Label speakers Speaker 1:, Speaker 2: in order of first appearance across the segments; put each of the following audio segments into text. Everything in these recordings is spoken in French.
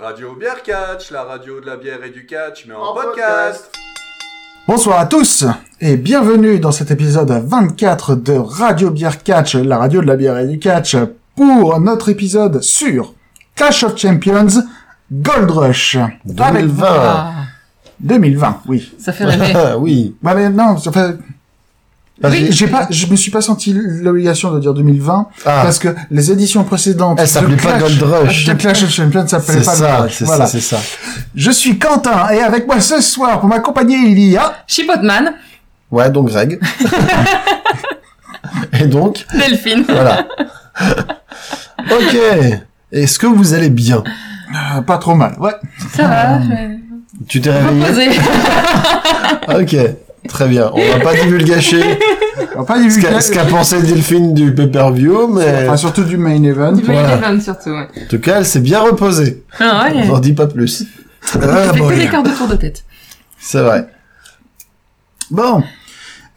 Speaker 1: radio Bière Catch, la radio de la bière et du catch, mais en,
Speaker 2: En
Speaker 1: podcast.
Speaker 3: Bonsoir à tous et bienvenue dans cet épisode 24 de Radio Bière Catch, la radio de la bière et du catch, pour notre épisode sur Clash of Champions Gold Rush
Speaker 4: 2020.
Speaker 3: 2020, oui.
Speaker 4: Ah, Ça fait rêver.
Speaker 5: Ah oui.
Speaker 3: Bah mais non, ça fait...
Speaker 5: Parce
Speaker 3: J'ai-
Speaker 5: que-
Speaker 3: J'ai pas, je me suis pas senti l'obligation de dire 2020
Speaker 5: Ah.
Speaker 3: parce que les éditions précédentes
Speaker 5: Elle s'appelait
Speaker 3: de
Speaker 5: pas
Speaker 3: Clash-
Speaker 5: Gold Rush.
Speaker 3: de Clash of Champions s'appelait
Speaker 5: C'est
Speaker 3: pas Gold
Speaker 5: ça,
Speaker 3: Rush.
Speaker 5: c'est
Speaker 3: Voilà.
Speaker 5: ça, c'est ça.
Speaker 3: Je suis Quentin et avec moi ce soir pour m'accompagner il y a
Speaker 4: Chipotman,
Speaker 5: Ouais, donc Greg. Et donc,
Speaker 4: Delphine.
Speaker 5: voilà. Ok. Est-ce que vous allez bien
Speaker 3: Euh, pas trop mal. Ouais.
Speaker 4: Ça va, je vais
Speaker 5: Tu t'es
Speaker 4: me
Speaker 5: réveillé
Speaker 4: reposer.
Speaker 5: Ok. Très bien. On va pas divulgacher
Speaker 3: On va pas y hein.
Speaker 5: ce qu'a ce qu'a pensé Delphine du pay-per-view, mais
Speaker 3: Enfin, surtout Euh, du main event.
Speaker 4: Du
Speaker 5: Voilà.
Speaker 4: Maiden Man, surtout, ouais.
Speaker 5: en tout cas, elle s'est bien reposée.
Speaker 4: Ah ouais.
Speaker 5: On n'en dit pas plus. Oh, Ah,
Speaker 4: fait
Speaker 5: bon,
Speaker 4: que des quarts de tour de tête.
Speaker 5: C'est vrai.
Speaker 3: Bon,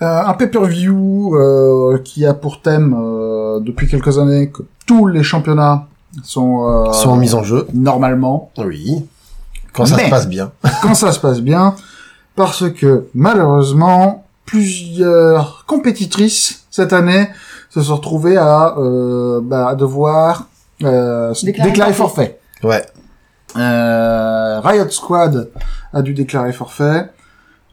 Speaker 3: euh, un pay-per-view euh, qui a pour thème euh, depuis quelques années que tous les championnats sont, euh,
Speaker 5: Ils sont en mise en jeu.
Speaker 3: normalement
Speaker 5: Oui. Quand ça
Speaker 3: Mais-
Speaker 5: se passe bien.
Speaker 3: quand ça se passe bien, parce que malheureusement plusieurs compétitrices cette année se sont retrouvées à euh, bah, devoir euh, s-
Speaker 4: Déclarer
Speaker 3: déclarer
Speaker 4: forfait.
Speaker 3: forfait.
Speaker 5: Ouais.
Speaker 3: Euh, Riot Squad a dû déclarer forfait,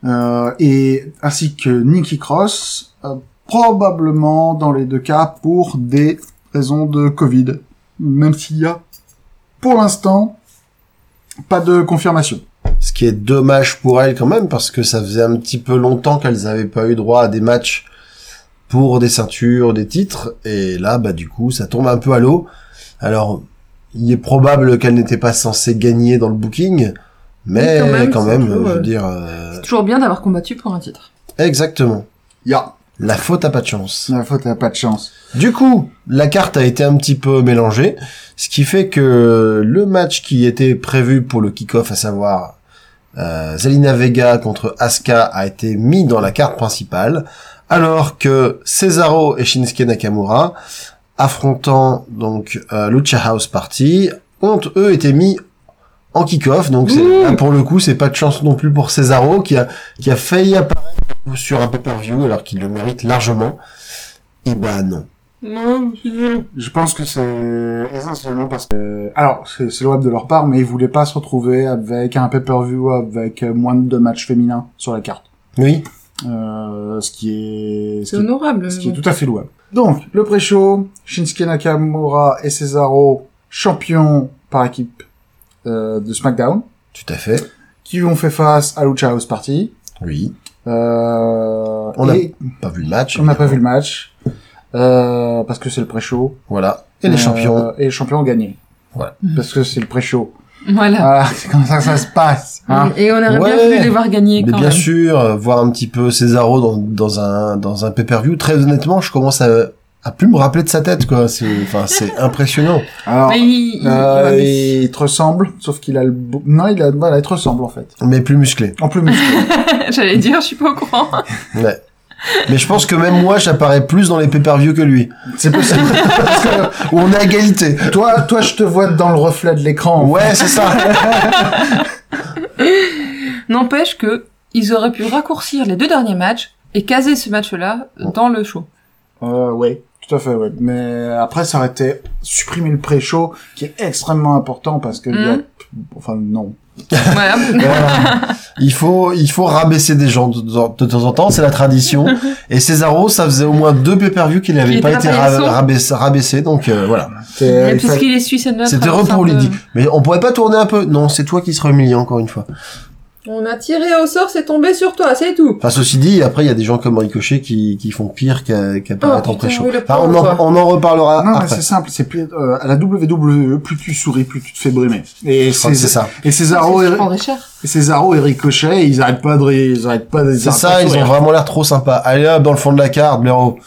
Speaker 3: euh, et ainsi que Nikki Cross, euh, probablement dans les deux cas pour des raisons de Covid, même s'il y a pour l'instant pas de confirmation.
Speaker 5: Ce qui est dommage pour elles quand même, parce que ça faisait un petit peu longtemps qu'elles n'avaient pas eu droit à des matchs pour des ceintures, des titres, et là, bah du coup, ça tombe un peu à l'eau. Alors, il est probable qu'elles n'étaient pas censées gagner dans le booking, mais
Speaker 4: Oui,
Speaker 5: quand
Speaker 4: quand
Speaker 5: même,
Speaker 4: même, c'est toujours,
Speaker 5: je veux
Speaker 4: euh,
Speaker 5: dire... euh,
Speaker 4: Toujours bien d'avoir combattu pour un titre.
Speaker 5: Exactement.
Speaker 3: Ya.
Speaker 5: La faute a pas de chance.
Speaker 3: La faute, t'as pas de chance.
Speaker 5: Du coup, la carte a été un petit peu mélangée, ce qui fait que le match qui était prévu pour le kick-off, à savoir euh, Zelina Vega contre Asuka, a été mis dans la carte principale, alors que Cesaro et Shinsuke Nakamura, affrontant donc euh, Lucha House Party, ont eux été mis en kick-off, donc c'est- là, pour le coup, c'est pas de chance non plus pour Cesaro qui a qui a failli apparaître sur un pay-per-view alors qu'il le mérite largement. Et bah non.
Speaker 3: Je pense que c'est essentiellement parce que... Alors, c'est c'est louable de leur part, mais ils voulaient pas se retrouver avec un pay-per-view avec moins de deux matchs féminins sur la carte.
Speaker 5: Oui.
Speaker 3: Euh, ce qui est... ce
Speaker 4: C'est
Speaker 3: qui est-
Speaker 4: honorable. euh,
Speaker 3: ce qui est tout à fait louable. Donc, le pré-show, Shinsuke Nakamura et Cesaro, champions par équipe euh, de SmackDown,
Speaker 5: Tout à fait.
Speaker 3: qui ont fait face à Lucha House Party.
Speaker 5: Oui.
Speaker 3: Euh,
Speaker 5: On a-
Speaker 3: et
Speaker 5: Pas vu le match.
Speaker 3: on n'a pas
Speaker 5: évidemment.
Speaker 3: vu le match, euh, parce que c'est le pré-show.
Speaker 5: Voilà. Et les
Speaker 3: Euh,
Speaker 5: champions.
Speaker 3: Et les champions ont gagné.
Speaker 5: Voilà.
Speaker 4: Mhm.
Speaker 3: Parce que c'est le pré-show.
Speaker 4: Voilà.
Speaker 3: Voilà, c'est comme ça que ça se passe. Hein.
Speaker 4: Ah. Et on aurait bien
Speaker 5: Ah. Ouais.
Speaker 4: voulu les voir gagner
Speaker 5: Mais
Speaker 4: quand
Speaker 5: bien
Speaker 4: même.
Speaker 5: sûr, euh, voir un petit peu Cesaro dans, dans un dans un pay-per-view. Très honnêtement, je commence à à plus me rappeler de sa tête quoi. C'est enfin c'est impressionnant.
Speaker 3: Alors,
Speaker 4: Mais Ah, il, il-
Speaker 5: Ah,
Speaker 3: euh,
Speaker 4: il-
Speaker 3: il, te ressemble, sauf qu'il a le... beau- Non, il a... Voilà, il te ressemble, en fait.
Speaker 5: Mais plus musclé.
Speaker 3: En plus, musclé.
Speaker 4: J'allais dire, je suis pas au courant.
Speaker 5: Ouais. Mais je pense que même moi, j'apparais plus dans les pay-per-view que lui.
Speaker 3: c'est possible. Parce que
Speaker 5: Où on est à égalité.
Speaker 3: toi, toi, je te vois dans le reflet de l'écran.
Speaker 5: Ouais, c'est ça.
Speaker 4: N'empêche que ils auraient pu raccourcir les deux derniers matchs et caser ce match-là dans le show.
Speaker 3: Euh, ouais. Tout à fait, ouais. Mais après, ça aurait été supprimer le pré-show, qui est extrêmement important, parce que... il y a-
Speaker 4: Mhm.
Speaker 3: Enfin, non.
Speaker 4: Voilà.
Speaker 5: Voilà. Il faut, il faut rabaisser des gens de, de- de temps en temps, c'est la tradition. Et Cesaro, ça faisait au moins deux pay-per-view qu'il n'avait
Speaker 4: Il
Speaker 5: pas
Speaker 4: était
Speaker 5: été
Speaker 4: pas
Speaker 5: ra-
Speaker 4: paillasson.
Speaker 5: rabaissé, rabaissé, donc euh, voilà.
Speaker 3: C'est-
Speaker 4: Mais
Speaker 3: il
Speaker 4: parce
Speaker 3: fallait-
Speaker 4: qu'il est suisse et neutre.
Speaker 5: C'était
Speaker 4: alors c'est un
Speaker 5: repos, lui
Speaker 4: peu-
Speaker 5: dit. Mais on pourrait pas tourner un peu Non, c'est toi qui seras humilié encore une fois.
Speaker 4: On a tiré au sort, c'est tombé sur toi, c'est tout.
Speaker 5: Enfin, ceci dit, après, il y a des gens comme Ricochet qui, qui font pire qu'à qu'à paraître en
Speaker 4: Oh, putain,
Speaker 5: pré-show.
Speaker 4: oui, le
Speaker 5: Enfin,
Speaker 4: pauvre,
Speaker 5: on, en,
Speaker 4: quoi.
Speaker 5: on en reparlera
Speaker 3: Ah, Non, mais
Speaker 5: après.
Speaker 3: c'est simple, c'est plus, euh, à la WWE, plus tu souris, plus tu te fais brimer. Et
Speaker 5: Je crois que C'est ça.
Speaker 3: Et Cesaro et,
Speaker 4: Je prendrais cher.
Speaker 3: et Cesaro et Ricochet, ils arrêtent pas de, ils arrêtent pas de,
Speaker 5: C'est
Speaker 3: arrêtent
Speaker 5: ça,
Speaker 3: pas de
Speaker 5: ils ont
Speaker 3: sourire.
Speaker 5: vraiment l'air trop sympas. Allez hop, dans le fond de la carte, blaireau.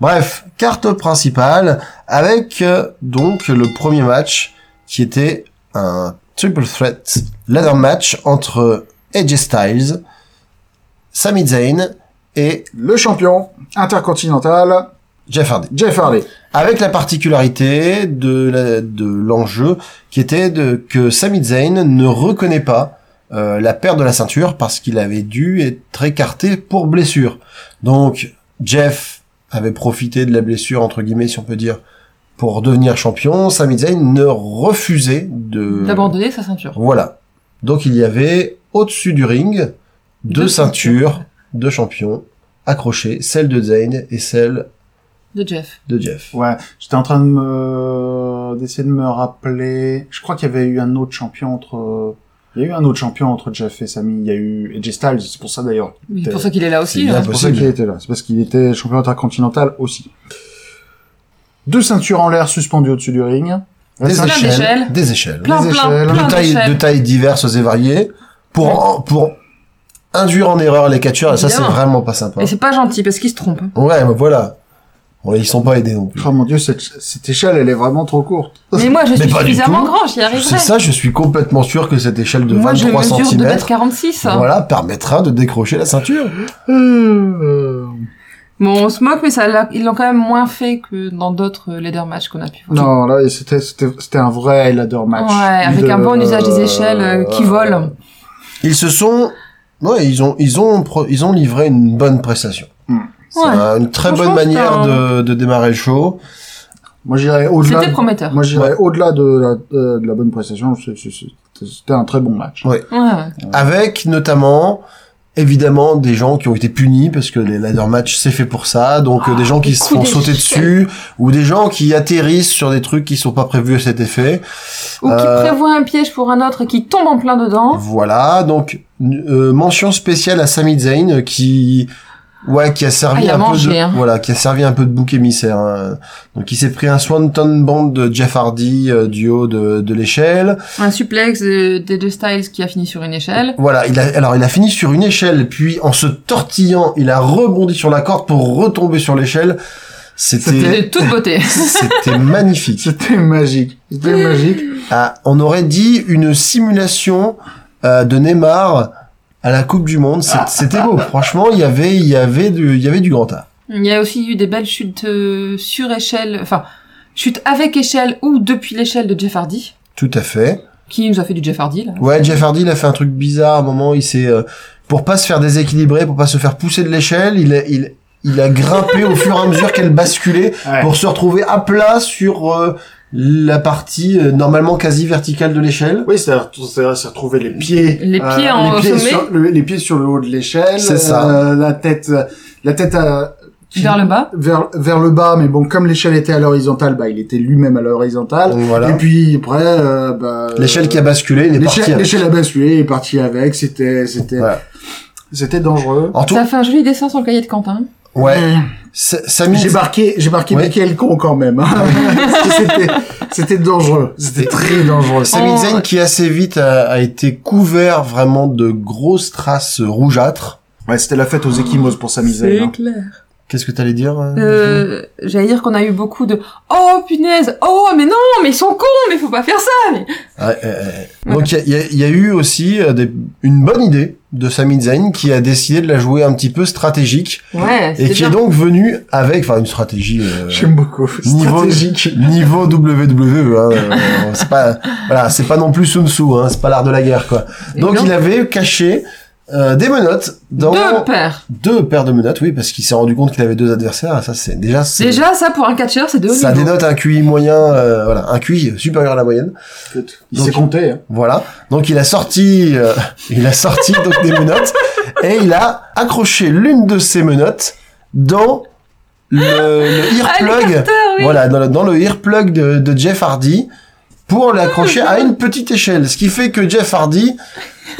Speaker 5: Bref, carte principale, avec euh, donc le premier match, qui était un triple threat ladder match entre AJ Styles, Sami Zayn et
Speaker 3: Le champion intercontinental,
Speaker 5: Jeff Hardy.
Speaker 3: Jeff Hardy.
Speaker 5: Avec la particularité de la- de l'enjeu qui était de, que Sami Zayn ne reconnaît pas euh, la perte de la ceinture parce qu'il avait dû être écarté pour blessure. Donc Jeff avait profité de la blessure entre guillemets si on peut dire pour devenir champion. Sami Zayn ne refusait de
Speaker 4: D'abandonner sa ceinture.
Speaker 5: Voilà. Donc il y avait au-dessus du ring deux,
Speaker 4: Deux
Speaker 5: ceintures,
Speaker 4: ceintures.
Speaker 5: de champion accrochées, celle de Zayn et celle
Speaker 4: De Jeff.
Speaker 5: de Jeff.
Speaker 3: Ouais, j'étais en train de me d'essayer de me rappeler. Je crois qu'il y avait eu un autre champion entre. Il y a eu un autre champion entre Jeff et Sami. Il y a eu Edge Styles. C'est pour ça d'ailleurs.
Speaker 4: Oui,
Speaker 3: T'es-
Speaker 4: pour ça qu'il est là aussi.
Speaker 5: bien
Speaker 4: hein.
Speaker 3: C'est pour ça qu'il était là. C'est parce qu'il était champion intercontinental aussi. Deux ceintures en l'air suspendues au-dessus du ring. La
Speaker 5: Des
Speaker 3: ceinture-
Speaker 4: échelles. d'échelles.
Speaker 5: Des échelles.
Speaker 4: Plein,
Speaker 3: Les
Speaker 4: plein,
Speaker 3: échelles.
Speaker 4: plein
Speaker 5: de tailles, de
Speaker 4: d'échelles.
Speaker 5: tailles diverses et variées pour, pour induire en erreur les catcheurs et ça c'est
Speaker 4: Évidemment.
Speaker 5: vraiment pas sympa.
Speaker 4: Et c'est pas gentil parce qu'il se trompe. hein.
Speaker 5: Ouais, mais voilà. Ouais, ils sont pas aidés non plus.
Speaker 3: Oh mon dieu, cette, cette échelle, elle est vraiment trop courte.
Speaker 4: Mais moi, je
Speaker 5: Oh, Mais
Speaker 4: suis
Speaker 5: pas du
Speaker 4: suffisamment
Speaker 5: tout.
Speaker 4: grand, j'y
Speaker 5: C'est
Speaker 4: arriverai.
Speaker 5: ça, je suis complètement sûr que cette échelle de
Speaker 4: moi, je
Speaker 5: 23
Speaker 4: mesure
Speaker 5: cm
Speaker 4: 2m46. hein.
Speaker 5: voilà, permettra de décrocher la ceinture.
Speaker 3: Euh,
Speaker 4: Bon, on se moque, mais ça, l'a- ils l'ont quand même moins fait que dans d'autres euh, ladder match qu'on a pu voir.
Speaker 3: Non, là, c'était, c'était, c'était un vrai ladder match.
Speaker 4: Ouais, avec
Speaker 3: De-
Speaker 4: un bon usage des échelles euh, qui volent.
Speaker 5: Ils se sont, ouais, ils ont, ils ont, pro- ils ont livré une bonne prestation.
Speaker 3: Hmm.
Speaker 5: C'est
Speaker 4: Ouais.
Speaker 5: un- une très bonne
Speaker 4: Franchement, c'était
Speaker 5: manière
Speaker 4: un-
Speaker 5: de, de démarrer le show.
Speaker 3: Moi, j'irais au-delà.
Speaker 4: C'était prometteur.
Speaker 3: Moi, j'irais au-delà de la, euh, de la bonne prestation. C'est- c'est- c'est- C'était un très bon match.
Speaker 5: Ouais.
Speaker 4: Ouais.
Speaker 5: avec notamment évidemment des gens qui ont été punis parce que les ladder match c'est fait pour ça donc euh, des gens qui
Speaker 4: les
Speaker 5: se
Speaker 4: coups
Speaker 5: font
Speaker 4: Ah, des
Speaker 5: sauter
Speaker 4: chiens.
Speaker 5: dessus ou des gens qui atterrissent sur des trucs qui sont pas prévus à cet effet
Speaker 4: Ou qui
Speaker 5: Euh,
Speaker 4: prévoit un piège pour un autre et qui tombe en plein dedans.
Speaker 5: voilà donc euh, mention spéciale à Sami Zayn euh, qui ouais qui a
Speaker 4: Ah,
Speaker 5: servi
Speaker 4: il a
Speaker 5: un peu de,
Speaker 4: mangé, hein.
Speaker 5: voilà qui a servi un peu de bouc émissaire hein. donc il s'est pris un swanton bomb de Jeff Hardy euh, du haut de, de l'échelle
Speaker 4: Un suplex de- des deux styles qui a fini sur une échelle.
Speaker 5: Voilà, il a, alors il a fini sur une échelle, puis en se tortillant, il a rebondi sur la corde pour retomber sur l'échelle.
Speaker 4: C'est
Speaker 5: C'était,
Speaker 4: de toute beauté.
Speaker 5: c'était magnifique.
Speaker 3: C'était magique. C'était magique.
Speaker 5: Ah, on aurait dit une simulation euh, de Neymar à la Coupe du Monde. C'est- C'était beau. Franchement, il y avait, il y avait du, il y avait du grand A.
Speaker 4: Il y a aussi eu des belles chutes euh, sur échelle, enfin, chutes avec échelle ou depuis l'échelle de Jeff Hardy,
Speaker 5: Tout à fait.
Speaker 4: qui nous a fait du Jeff Hardy, là.
Speaker 5: Ouais, Jeff Hardy, il a fait un truc bizarre à un moment. Il s'est, euh, pour pas se faire déséquilibrer, pour pas se faire pousser de l'échelle, il a, il, il a grimpé au fur et à mesure qu'elle basculait
Speaker 3: Ouais.
Speaker 5: pour se retrouver à plat sur euh, la partie euh, normalement quasi verticale de l'échelle.
Speaker 3: Oui, c'est à retrouver les pieds. euh,
Speaker 4: Les pieds en-
Speaker 3: les
Speaker 4: au
Speaker 3: pieds
Speaker 4: sommet.
Speaker 3: Sur le, les pieds sur le haut de l'échelle.
Speaker 5: C'est ça.
Speaker 3: euh, la tête, euh, la tête euh, qui-
Speaker 4: Vers le bas.
Speaker 3: vers, vers le bas, mais bon, comme l'échelle était à l'horizontale, bah, il était lui-même à l'horizontale.
Speaker 5: Donc voilà.
Speaker 3: Et puis après, euh, bah,
Speaker 5: L'échelle qui a basculé, il est parti.
Speaker 3: l'échelle,
Speaker 5: avec.
Speaker 3: l'échelle a basculé, il est parti avec. C'était, c'était,
Speaker 5: Voilà.
Speaker 3: c'était dangereux.
Speaker 5: En tout,
Speaker 4: Ça euh, a fait un joli dessin sur le cahier de Quentin.
Speaker 5: ouais.
Speaker 3: Mais
Speaker 5: Sa- Sami,
Speaker 3: J'ai marqué, j'ai marqué
Speaker 5: Ouais.
Speaker 3: mais quel con quand même. hein. Parce que c'était, c'était dangereux. C'était très dangereux.
Speaker 5: Sami
Speaker 4: Oh.
Speaker 5: Zayn qui assez vite a, a été couvert vraiment de grosses traces rougeâtres.
Speaker 3: Ouais, c'était la fête aux échymoses pour Sami Zayn. hein.
Speaker 4: clair.
Speaker 5: Qu'est-ce que t'allais dire euh,
Speaker 4: Euh, J'allais dire qu'on a eu beaucoup de « Oh, punaise Oh, mais non Mais ils sont cons Mais faut pas faire ça mais...
Speaker 5: Ouais, ouais, ouais. euh, Donc il y a- il y, a- il y a eu aussi euh, des- une bonne idée de Sami Zayn qui a décidé de la jouer un petit peu stratégique !»
Speaker 4: Ouais,
Speaker 5: et
Speaker 4: c'était
Speaker 5: qui
Speaker 4: bien.
Speaker 5: est donc venu avec enfin une stratégie euh,
Speaker 3: J'aime beaucoup.
Speaker 5: niveau
Speaker 3: Stratégique.
Speaker 5: niveau WWE hein, euh, c'est pas voilà c'est pas non plus Sun Tzu hein, c'est pas l'art de la guerre quoi
Speaker 4: Et
Speaker 5: donc
Speaker 4: non.
Speaker 5: il avait caché euh, des menottes dans
Speaker 4: Deux paires
Speaker 5: deux paires de menottes oui parce qu'il s'est rendu compte qu'il avait deux adversaires ça c'est déjà c'est-
Speaker 4: Déjà, ça, pour un catcheur, c'est de haut
Speaker 5: ça
Speaker 4: niveau.
Speaker 5: dénote un QI moyen euh, voilà un QI supérieur à la moyenne
Speaker 3: Il
Speaker 5: Donc-
Speaker 3: s'est compté. Hein.
Speaker 5: Voilà. Donc il a sorti, euh, il a sorti donc des menottes et il a accroché l'une de ses menottes dans le, le
Speaker 4: Ah,
Speaker 5: earplug.
Speaker 4: l'écarteur, oui.
Speaker 5: Voilà, dans le, dans le earplug de, de Jeff Hardy pour
Speaker 4: Ah,
Speaker 5: l'accrocher à une petite échelle. Ce qui fait que Jeff Hardy,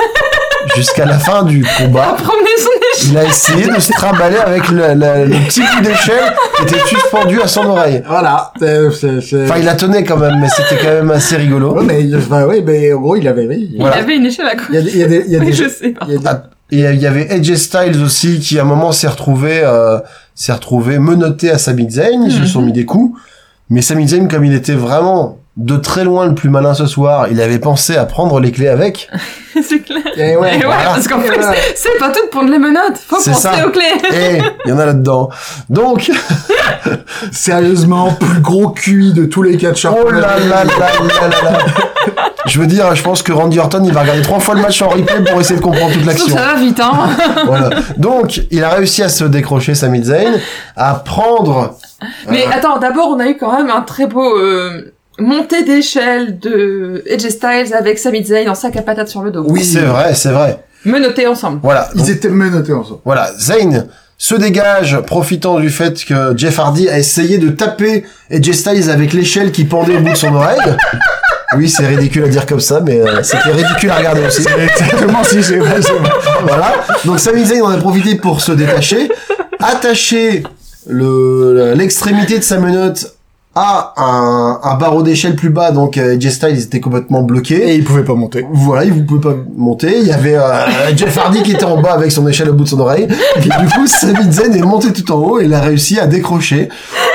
Speaker 5: jusqu'à la fin du combat,
Speaker 4: Promener son échelle
Speaker 5: il a essayé de se trimballer avec le, le- le petit coup d'échelle qui était suspendu à son oreille.
Speaker 3: Voilà. C'est, c'est, c'est...
Speaker 5: Enfin, il la tenait quand même, mais c'était quand même assez rigolo.
Speaker 3: Ouais, mais, enfin, oui, mais en gros, il avait oui.
Speaker 4: Il
Speaker 5: Voilà.
Speaker 4: avait une échelle à quoi
Speaker 3: Il y a des, il y a des, il y a
Speaker 4: Oui,
Speaker 3: des,
Speaker 4: je sais pas.
Speaker 3: il y a des-
Speaker 5: Ah, Et il y avait Edge Styles aussi qui à un moment s'est retrouvé euh, s'est retrouvé menotté à Sami Zayn, ils se
Speaker 4: Mhm.
Speaker 5: sont mis des coups, mais Sami Zayn comme il était vraiment de très loin le plus malin ce soir, il avait pensé à prendre les clés avec.
Speaker 4: c'est clair.
Speaker 5: Eh ouais,
Speaker 4: Et ouais,
Speaker 5: voilà.
Speaker 4: parce qu'en
Speaker 3: Et
Speaker 4: fait,
Speaker 3: voilà.
Speaker 4: c'est pas tout pour les menottes. Faut
Speaker 5: C'est
Speaker 4: penser
Speaker 5: ça.
Speaker 4: aux clés.
Speaker 5: Eh, il y en a là-dedans. Donc,
Speaker 3: Sérieusement, plus gros QI de tous les catcheurs.
Speaker 5: oh là là là là là là. Je veux dire, je pense que Randy Orton, il va regarder trois fois le match en replay pour essayer de comprendre toute
Speaker 4: Surtout que
Speaker 5: l'action.
Speaker 4: ça va vite, hein.
Speaker 5: Voilà. Donc, il a réussi à se décrocher, Sami Zayn, à prendre.
Speaker 4: Mais
Speaker 5: Euh,
Speaker 4: attends, d'abord, on a eu quand même un très beau euh, montée d'échelle de Edge Styles avec Sami Zayn en sac à patates sur le dos.
Speaker 5: oui, c'est vrai, c'est vrai.
Speaker 4: Menottés ensemble.
Speaker 5: Voilà.
Speaker 3: Ils étaient menottés ensemble.
Speaker 5: Voilà, Zayn se dégage, profitant du fait que Jeff Hardy a essayé de taper Edge Styles avec l'échelle qui pendait au bout de son oreille. Oui, c'est ridicule à dire comme ça, mais euh, c'était ridicule à regarder aussi.
Speaker 3: Exactement, si c'est vrai, c'est vrai.
Speaker 5: Voilà. Donc Sami Zayn en a profité pour se détacher, attacher le- l'extrémité de sa menotte à un, un barreau d'échelle plus bas. Donc euh, Edge Styles était complètement bloqué.
Speaker 3: Et ils pouvaient pas monter.
Speaker 5: Voilà, il vous pouvez pas monter. Il y avait euh, Jeff Hardy qui était en bas avec son échelle au bout de son oreille. Et du coup, Sami Zayn est monté tout en haut et il a réussi à décrocher.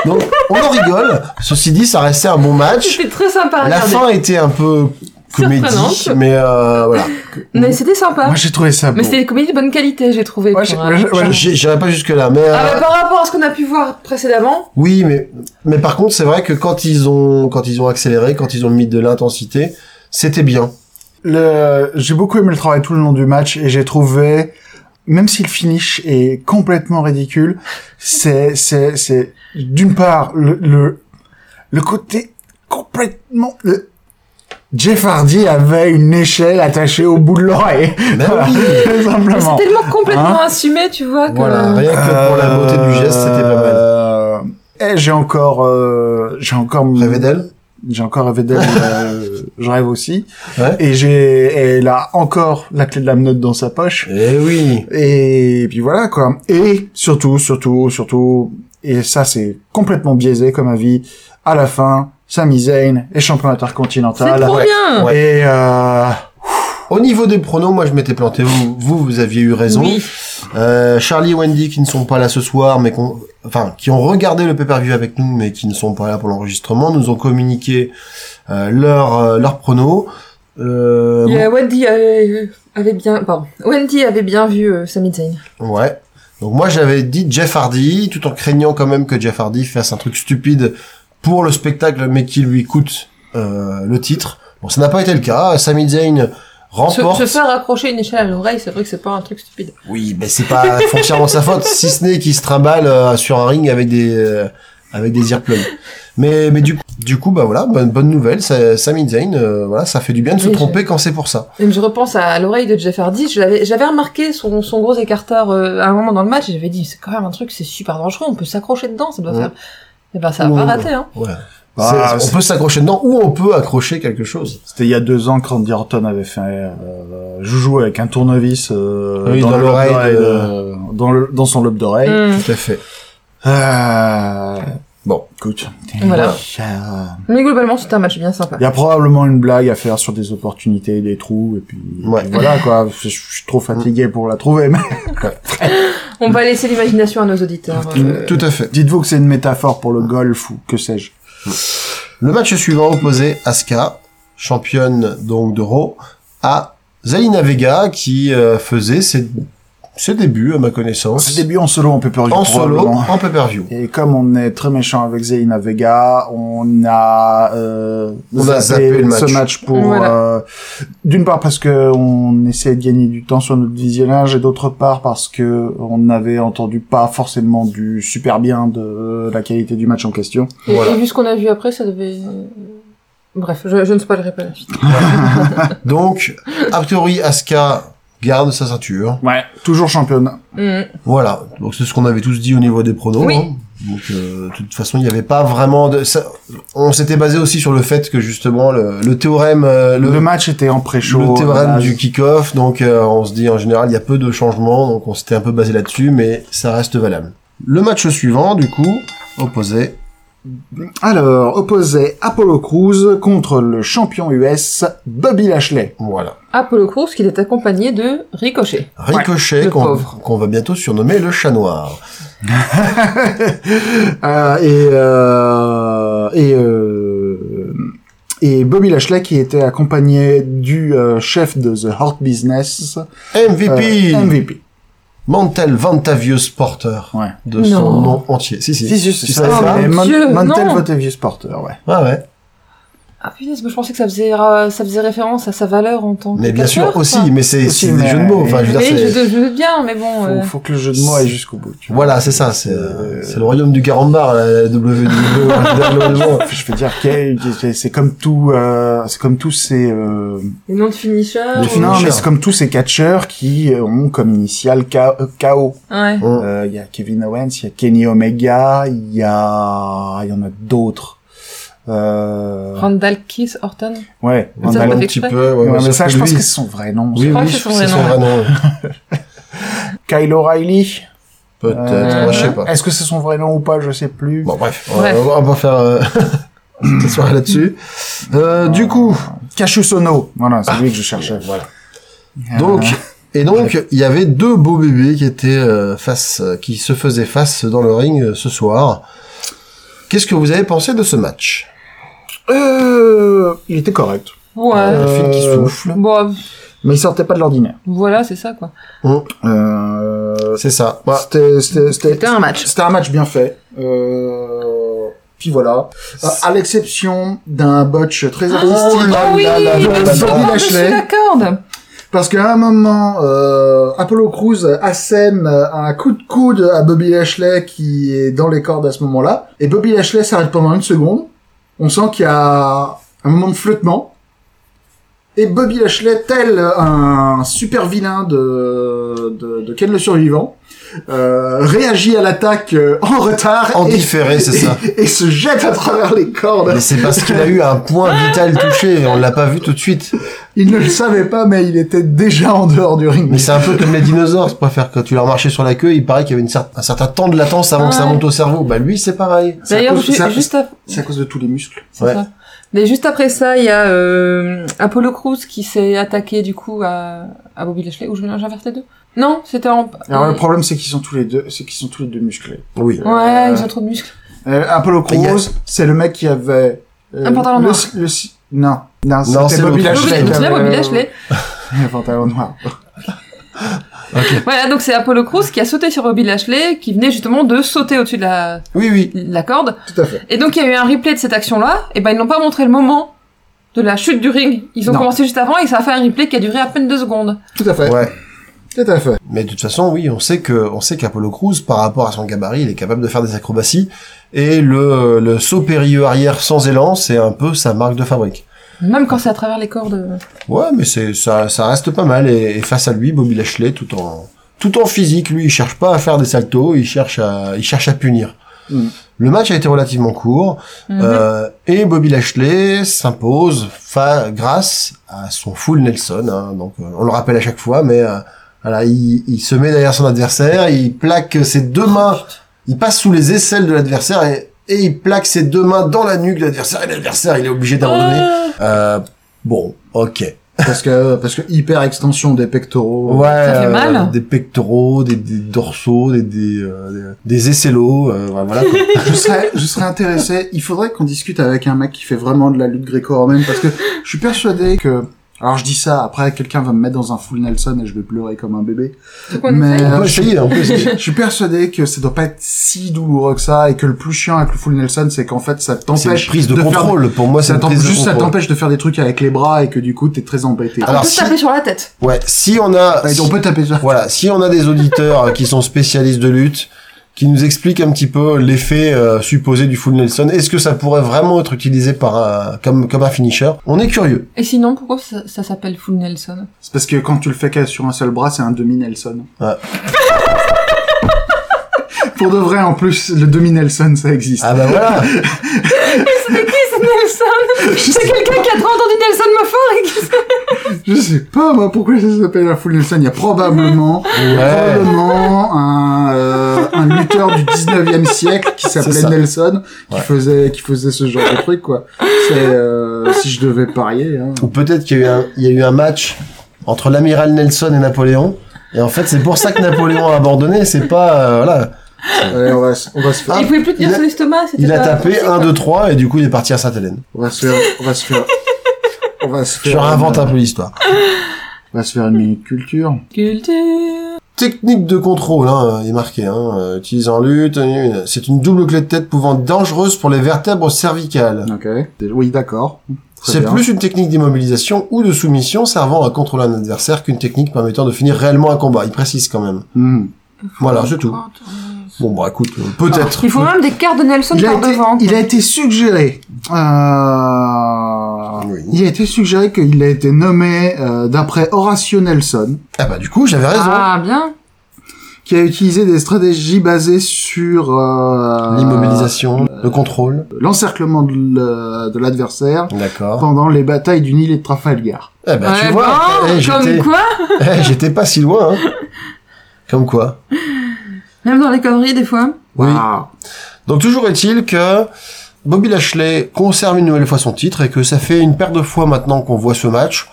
Speaker 5: Donc, on en rigole. Ceci dit, ça restait un bon match.
Speaker 4: C'était très sympa à
Speaker 5: La
Speaker 4: regarder.
Speaker 5: fin était un peu comédie,
Speaker 4: Surprenante.
Speaker 5: mais euh, voilà.
Speaker 4: Mais c'était sympa.
Speaker 3: Moi, j'ai trouvé ça beau.
Speaker 4: Ah. Mais c'était des comédies de bonne qualité, j'ai trouvé.
Speaker 3: Ouais,
Speaker 4: pour
Speaker 3: j'ai-
Speaker 4: un-
Speaker 3: ouais, j'ai- ouais,
Speaker 5: J'ai- J'irai pas jusque là, mais euh,
Speaker 4: Ah, bah, par rapport à ce qu'on a pu voir précédemment,
Speaker 5: oui, mais mais par contre, c'est vrai que quand ils ont quand ils ont accéléré, quand ils ont mis de l'intensité, c'était bien.
Speaker 3: Le- J'ai beaucoup aimé le travail tout le long du match et j'ai trouvé, même si le finish est complètement ridicule, c'est, c'est, c'est, d'une part, le, le, le côté complètement, le- Jeff Hardy avait une échelle attachée au bout de l'oreille.
Speaker 5: Mais
Speaker 3: Voilà,
Speaker 5: Ah oui.
Speaker 3: Très
Speaker 4: Mais
Speaker 3: simplement.
Speaker 4: c'est tellement complètement assumé, tu vois, que...
Speaker 5: Hein Voilà, rien que pour la beauté du geste, c'était pas mal.
Speaker 3: Euh, Et j'ai encore, euh, j'ai encore
Speaker 5: Rêvez d'elle
Speaker 3: j'ai encore rêvé d'elle, euh, je rêve aussi.
Speaker 5: Ouais.
Speaker 3: Et j'ai, elle a encore la clé de la menotte dans sa poche.
Speaker 5: Eh oui.
Speaker 3: Et puis voilà, quoi. Et surtout, surtout, surtout, et ça c'est complètement biaisé comme avis, à la fin, Sami Zayn est champion
Speaker 4: C'est
Speaker 3: intercontinental.
Speaker 4: trop
Speaker 5: ouais.
Speaker 4: bien
Speaker 5: Ouais.
Speaker 3: Et euh,
Speaker 5: Au niveau des pronoms, moi je m'étais planté. Vous, vous, vous aviez eu raison.
Speaker 4: Oui.
Speaker 5: Euh, Charlie et Wendy qui ne sont pas là ce soir, mais qu'on, enfin, qui ont regardé le pay-per-view avec nous, mais qui ne sont pas là pour l'enregistrement, nous ont communiqué euh, leur euh, leur prono. Euh,
Speaker 4: Il y a Wendy euh, avait bien... Pardon. Wendy avait bien vu euh, Sami Zayn.
Speaker 5: bon, ouais. Donc moi j'avais dit Jeff Hardy, tout en craignant quand même que Jeff Hardy fasse un truc stupide pour le spectacle, mais qui lui coûte euh, le titre. Bon, ça n'a pas été le cas. Sami Zayn
Speaker 4: Se,
Speaker 5: remporte.
Speaker 4: se faire accrocher une échelle à l'oreille, c'est vrai que c'est pas un truc stupide.
Speaker 5: Oui, mais c'est pas foncièrement sa faute, si ce n'est qu'il se trimballe euh, sur un ring avec des euh, avec des earplugs. Mais mais du, du coup bah voilà, bonne, bonne nouvelle, ça- Sami Zayn, euh, voilà, ça fait du bien de se
Speaker 4: Oui,
Speaker 5: tromper quand c'est pour ça.
Speaker 4: Même je repense à, l'oreille de Jeff Hardy, je l'avais- j'avais remarqué son, son gros écarteur euh, à un moment dans le match, et j'avais dit, c'est quand même un truc, c'est super dangereux, on peut s'accrocher dedans, ça doit
Speaker 5: Mm.
Speaker 4: faire... Et ben ça a pas
Speaker 5: Mm.
Speaker 4: raté, hein.
Speaker 5: Ouais.
Speaker 3: Bah,
Speaker 5: C'est- on
Speaker 3: c'est-
Speaker 5: peut s'accrocher dedans ou on peut accrocher quelque chose.
Speaker 3: c'était il y a deux ans que Randy Orton avait fait euh, joujou avec un tournevis euh,
Speaker 5: Oui, dans
Speaker 3: le lobe
Speaker 5: l'oreille
Speaker 3: d'oreille
Speaker 5: de-
Speaker 3: de- dans, le, dans son lobe d'oreille.
Speaker 4: Mm.
Speaker 5: Tout à fait.
Speaker 3: Euh...
Speaker 5: Bon.
Speaker 3: écoute.
Speaker 4: Voilà.
Speaker 3: Euh,
Speaker 4: Mais globalement, c'était un match bien sympa.
Speaker 3: Il y a probablement une blague à faire sur des opportunités, des trous, et puis, et
Speaker 5: Ouais.
Speaker 3: puis voilà quoi. Je, je suis trop fatigué pour la trouver. Mais
Speaker 4: On va laisser l'imagination à nos auditeurs. euh,
Speaker 5: Tout à fait.
Speaker 3: dites-vous que c'est une métaphore pour le golf ou que sais-je.
Speaker 5: Le match suivant opposait Asuka, championne donc de Raw, à Zelina Vega qui euh, faisait ses, ses débuts à ma connaissance
Speaker 3: Au début en solo, on peut perdre
Speaker 5: en solo en pay-per-view.
Speaker 3: Et comme on est très méchant avec Zelina Vega, on a, euh,
Speaker 5: On a zappé le match.
Speaker 3: ce match pour
Speaker 4: Voilà.
Speaker 3: euh, d'une part parce que on essayait de gagner du temps sur notre visionnage et d'autre part parce que on n'avait entendu pas forcément du super bien de la qualité du match en question.
Speaker 4: Et,
Speaker 5: Voilà.
Speaker 4: et vu ce qu'on a vu après, ça devait... Bref, je, je ne spoilerai pas la suite.
Speaker 5: Donc, a priori, Asuka garde sa ceinture.
Speaker 3: Ouais. Toujours championne.
Speaker 4: Mm.
Speaker 5: Voilà. Donc, c'est ce qu'on avait tous dit au niveau des pronos.
Speaker 4: Oui.
Speaker 5: hein. Donc, euh, de toute façon, il n'y avait pas vraiment de... ça- On s'était basé aussi sur le fait que, justement, le, le théorème... euh,
Speaker 3: Le,
Speaker 5: le...
Speaker 3: match était en pré-show.
Speaker 5: le théorème
Speaker 3: voilà.
Speaker 5: du kick-off, donc euh, on se dit en général il y a peu de changements, donc on s'était un peu basé là-dessus, mais ça reste valable. Le match suivant, du coup, opposait
Speaker 3: Alors, opposait Apollo Crews contre le champion US Bobby Lashley.
Speaker 5: voilà
Speaker 4: Apollo Crews, qu'il est accompagné de Ricochet.
Speaker 5: Ricochet
Speaker 4: le
Speaker 5: qu'on
Speaker 4: pauvre.
Speaker 5: qu'on va bientôt surnommer le chat noir.
Speaker 3: Euh, et euh, et euh, et Bobby Lashley qui était accompagné du euh, chef de The Hurt Business, euh,
Speaker 5: MVP
Speaker 3: MVP.
Speaker 5: Mantel Vantavious Porter.
Speaker 3: Ouais.
Speaker 5: De son
Speaker 4: Non.
Speaker 5: nom entier. Si, si.
Speaker 3: Si, si,
Speaker 5: Tu oh
Speaker 3: c'est
Speaker 5: savais
Speaker 3: ça.
Speaker 5: pas
Speaker 3: mais Mon-
Speaker 4: Dieu,
Speaker 3: Montel
Speaker 4: non.
Speaker 3: Votavius Porter, ouais.
Speaker 5: Ouais, ouais.
Speaker 4: Ah punaise, moi je pensais que ça faisait, euh, ça faisait référence à sa valeur en tant que
Speaker 5: Mais bien sûr,
Speaker 4: catcheur,
Speaker 5: aussi,
Speaker 4: quoi.
Speaker 5: mais c'est
Speaker 3: Aussi,
Speaker 5: c'est des
Speaker 3: mais-
Speaker 5: jeux de mots. Enfin, je veux dire,
Speaker 4: Oui,
Speaker 5: c'est-
Speaker 4: je, je veux bien, mais bon... euh,
Speaker 3: Faut, faut que le jeu de mots aille jusqu'au bout. tu vois.
Speaker 5: Voilà, c'est ça, c'est euh, c'est le royaume du carambar, la E, WWE.
Speaker 3: Je veux dire, que- que- c'est- c'est comme tout, euh, c'est comme tous ces, euh,
Speaker 4: Les noms de finishers... euh,
Speaker 5: Les
Speaker 4: ou-
Speaker 5: finishers.
Speaker 3: non, mais c'est comme tous ces catcheurs qui euh, ont comme initial K- euh, KO.
Speaker 4: Ouais.
Speaker 3: Euh, Il y a Kevin Owens, il y a Kenny Omega, il y a, ah, il y en a d'autres. Euh,
Speaker 4: Randall Keith Horton.
Speaker 3: ouais,
Speaker 5: On
Speaker 4: Ça,
Speaker 5: a
Speaker 3: Randall-
Speaker 5: un
Speaker 4: fait
Speaker 5: petit
Speaker 4: exprès.
Speaker 5: peu.
Speaker 3: Ouais,
Speaker 5: ouais,
Speaker 3: mais
Speaker 5: sauf
Speaker 3: ça,
Speaker 5: que
Speaker 3: je pense
Speaker 5: lui-
Speaker 3: que c'est son vrai nom.
Speaker 5: Oui,
Speaker 4: Je crois
Speaker 5: oui,
Speaker 4: que
Speaker 5: je
Speaker 4: c'est
Speaker 5: pense
Speaker 4: son
Speaker 5: que c'est son
Speaker 4: vrai
Speaker 5: vrai nom. ouais.
Speaker 3: Kyle O'Reilly. euh,
Speaker 5: Peut-être, ouais, je sais pas.
Speaker 3: Est-ce que c'est son vrai nom ou pas Je sais plus.
Speaker 5: Bon, bref, on
Speaker 4: Euh, Bref.
Speaker 5: va- on va faire euh, cette soirée là-dessus. Euh, Du coup,
Speaker 3: Cachusono. Voilà, c'est lui que je cherchais.
Speaker 5: voilà.
Speaker 3: Euh,
Speaker 5: Ah. Donc, et donc, il y avait deux beaux bébés qui étaient euh, face, euh, qui se faisaient face dans le ring euh, ce soir. Qu'est-ce que vous avez pensé de ce match
Speaker 3: euh, il était correct.
Speaker 4: Ouais.
Speaker 5: Le fil qui
Speaker 3: Euh,
Speaker 5: souffle.
Speaker 4: Bon,
Speaker 3: Mais il sortait pas de l'ordinaire.
Speaker 4: voilà, c'est ça, quoi.
Speaker 3: Euh,
Speaker 5: C'est ça. Bah, Ouais.
Speaker 3: c'était, c'était, c'était-
Speaker 4: C'était un match.
Speaker 3: c'était un match bien fait. Euh, puis voilà. Euh,
Speaker 5: ah,
Speaker 3: à l'exception d'un botch très artistique.
Speaker 4: Oh oui,
Speaker 5: là, là, là,
Speaker 4: mais
Speaker 5: là,
Speaker 4: tu
Speaker 5: là.
Speaker 4: prends
Speaker 3: Bobby
Speaker 4: dessus
Speaker 3: Lashley.
Speaker 4: la corde.
Speaker 3: Parce qu'à un moment, euh, Apollo Crews assène euh, un coup de coude à Bobby Lashley qui est dans les cordes à ce moment-là. Et Bobby Lashley s'arrête pendant une seconde. On sent qu'il y a un moment de flottement. Et Bobby Lashley, tel un super vilain de, de, de Ken le Survivant, euh, réagit à l'attaque euh, en retard.
Speaker 5: En
Speaker 3: et-
Speaker 5: différé, c'est ça.
Speaker 3: Et, et se jette à travers les cordes.
Speaker 5: Mais c'est parce qu'il a eu un point vital touché, et on l'a pas vu tout de suite.
Speaker 3: Il ne le savait pas, mais il était déjà en dehors du ring.
Speaker 5: Mais c'est un peu comme les dinosaures, je préfère quand tu leur marchais sur la queue, il paraît qu'il y avait une cer- un certain temps de latence avant que ça
Speaker 4: Ouais.
Speaker 5: monte au cerveau. Bah lui, c'est pareil.
Speaker 3: C'est à
Speaker 4: D'ailleurs,
Speaker 3: cause-
Speaker 4: ju-
Speaker 3: c'est à-
Speaker 4: juste à-
Speaker 3: C'est à cause de tous les muscles.
Speaker 4: C'est
Speaker 5: Ouais.
Speaker 4: ça. Mais juste après ça, il y a euh, Apollo Crews qui s'est attaqué du coup à, à Bobby Lashley. Ou je mélange inverse les deux Non, c'était en...
Speaker 3: Alors le problème c'est qu'ils sont tous les deux, c'est qu'ils sont tous les deux musclés.
Speaker 5: Oui.
Speaker 4: Ouais,
Speaker 3: Euh,
Speaker 4: ils ont trop de muscles.
Speaker 3: Euh, Apollo
Speaker 5: Il y a-
Speaker 3: Crews, c'est le mec qui avait euh,
Speaker 4: Un pantalon
Speaker 3: le-
Speaker 4: noir.
Speaker 3: le- non, non,
Speaker 5: Non,
Speaker 3: c'était Bobby
Speaker 5: c'est l'autre.
Speaker 4: Bobby,
Speaker 3: Lashley. qui
Speaker 4: tu sais,
Speaker 3: avait
Speaker 4: Bobby
Speaker 3: le-
Speaker 4: Lashley.
Speaker 3: le pantalon noir.
Speaker 4: Voilà, donc c'est Apollo Crews qui a sauté sur Bobby Lashley, qui venait justement de sauter au-dessus de la,
Speaker 5: Oui, oui.
Speaker 4: de la corde.
Speaker 3: Tout à fait.
Speaker 4: Et donc il y a eu un replay de cette action-là, et ben ils n'ont pas montré le moment de la chute du ring. Ils ont
Speaker 3: Non.
Speaker 4: commencé juste avant et ça a fait un replay qui a duré à peine deux secondes.
Speaker 3: Tout à fait.
Speaker 5: Ouais.
Speaker 3: Tout à fait.
Speaker 5: Mais de toute façon, oui, on sait que, on sait qu'Apollo Crews, par rapport à son gabarit, il est capable de faire des acrobaties. Et le, le saut périlleux arrière sans élan, c'est un peu sa marque de fabrique.
Speaker 4: Même quand c'est à travers les cordes. euh.
Speaker 5: Ouais, mais c'est, ça, ça reste pas mal. Et, et face à lui, Bobby Lashley, tout en, tout en physique, lui, il cherche pas à faire des saltos, il cherche à, il cherche à punir.
Speaker 3: Mm.
Speaker 5: Le match a été relativement court.
Speaker 4: Mhm.
Speaker 5: Euh, et Bobby Lashley s'impose fa- grâce à son full Nelson. hein. donc euh, on le rappelle à chaque fois, mais euh, voilà, il, il se met derrière son adversaire, il plaque ses deux mains, il passe sous les aisselles de l'adversaire et, et il plaque ses deux mains dans la nuque de l'adversaire. Et l'adversaire, il est obligé
Speaker 4: Ah,
Speaker 5: d'abandonner.
Speaker 4: Oh.
Speaker 5: Euh, bon, ok.
Speaker 3: Parce que parce que hyper extension des pectoraux.
Speaker 5: Ouais, euh,
Speaker 4: fait mal.
Speaker 5: des pectoraux, des, des dorsaux, des des, euh, des, des aisselles-os, euh, voilà. quoi.
Speaker 3: Je serais je serais intéressé. Il faudrait qu'on discute avec un mec qui fait vraiment de la lutte gréco-romaine parce que je suis persuadé que alors je dis ça après quelqu'un va me mettre dans un full Nelson et je vais pleurer comme un bébé.
Speaker 4: qu'on
Speaker 3: Mais
Speaker 5: on peut
Speaker 3: euh,
Speaker 5: essayer, on peut essayer.
Speaker 3: Je suis persuadé que ça doit pas être si douloureux que ça et que le plus chiant avec le full Nelson, c'est qu'en fait, ça
Speaker 5: C'est une
Speaker 3: t'empêche
Speaker 5: prise de,
Speaker 3: faire-
Speaker 5: contrôle. Pour moi,
Speaker 3: ça
Speaker 5: c'est une
Speaker 3: t'em-
Speaker 5: prise de
Speaker 3: juste ça
Speaker 5: contrôle.
Speaker 3: t'empêche de faire des trucs avec les bras et que du coup, t'es très embêté.
Speaker 5: Alors,
Speaker 4: on peut
Speaker 5: si-
Speaker 4: se taper sur la tête.
Speaker 5: Ouais, si on a,
Speaker 3: Et
Speaker 5: si-
Speaker 3: on peut taper ça.
Speaker 5: voilà, si on a des auditeurs euh, qui sont spécialistes de lutte, qui nous expliquent un petit peu l'effet euh, supposé du full Nelson, est-ce que ça pourrait vraiment être utilisé par un, comme comme un finisher On est curieux.
Speaker 4: Et sinon, pourquoi ça, ça s'appelle Full Nelson
Speaker 3: C'est parce que quand tu le fais qu'à- sur un seul bras, c'est un demi Nelson.
Speaker 5: Ouais.
Speaker 3: Pour de vrai, en plus, le demi Nelson, ça existe.
Speaker 5: Ah bah voilà.
Speaker 4: C'est Nelson C'est quelqu'un qui a trop entendu Nelson Moffat et qui...
Speaker 3: Je sais pas, moi, pourquoi ça s'appelle un full Nelson. Il y a probablement,
Speaker 5: Ouais.
Speaker 3: probablement un, euh, un lutteur du 19e siècle qui
Speaker 5: C'est
Speaker 3: s'appelait
Speaker 5: ça.
Speaker 3: Nelson, qui
Speaker 5: Ouais.
Speaker 3: faisait, qui faisait ce genre de truc, quoi. C'est, euh, si je devais parier, hein.
Speaker 5: Ou peut-être qu'il y a eu un, il y a eu un match entre l'amiral Nelson et Napoléon. Et en fait, c'est pour ça que Napoléon a abandonné. C'est pas euh, voilà.
Speaker 3: Ouais, on va, se- on va se faire,
Speaker 4: Il pouvait plus tenir
Speaker 5: Ah, il a-
Speaker 4: son estomac, c'était
Speaker 5: Il a
Speaker 4: pas
Speaker 5: tapé
Speaker 4: possible,
Speaker 5: 1,
Speaker 4: quoi.
Speaker 5: 2, 3 et du coup il est parti à Sainte-Hélène.
Speaker 3: on va se faire, on va se faire, On va se
Speaker 5: Je
Speaker 3: faire.
Speaker 5: réinvente
Speaker 3: une-
Speaker 5: un peu l'histoire.
Speaker 3: On va se faire une minute culture.
Speaker 4: Culture.
Speaker 5: Technique de contrôle, hein, il est marqué. Hein, euh, utilise en lutte. euh, C'est une double clé de tête pouvant être dangereuse pour les vertèbres cervicales.
Speaker 3: Ok. Oui, d'accord. Très
Speaker 5: C'est
Speaker 3: bien.
Speaker 5: plus une technique d'immobilisation ou de soumission servant à contrôler un adversaire qu'une technique permettant de finir réellement un combat. Il précise quand même.
Speaker 3: Hmm.
Speaker 5: Voilà, c'est tout. Bon, bah écoute, euh, peut-être.
Speaker 4: Il faut même des cartes de Nelson
Speaker 3: Il a,
Speaker 4: par
Speaker 3: été,
Speaker 4: devant.
Speaker 3: il a été suggéré. euh,
Speaker 5: Oui.
Speaker 3: Il a été suggéré qu'il a été nommé euh, d'après Horatio Nelson,
Speaker 5: Ah bah du coup, j'avais raison.
Speaker 4: Ah, bien.
Speaker 3: qui a utilisé des stratégies basées sur
Speaker 4: Ah.
Speaker 3: euh,
Speaker 5: L'immobilisation, le contrôle.
Speaker 3: l'encerclement de le- de l'adversaire
Speaker 5: D'accord.
Speaker 3: pendant les batailles du Nil et de Trafalgar.
Speaker 5: Eh ben
Speaker 4: Ouais,
Speaker 5: tu vois,
Speaker 4: bon,
Speaker 5: eh, j'étais,
Speaker 4: comme quoi,
Speaker 5: eh, j'étais pas si loin. Hein. Comme quoi.
Speaker 4: même dans les conneries des fois.
Speaker 5: Oui.
Speaker 3: Waouh.
Speaker 5: Donc toujours est-il que Bobby Lashley conserve une nouvelle fois son titre et que ça fait une paire de fois maintenant qu'on voit ce match.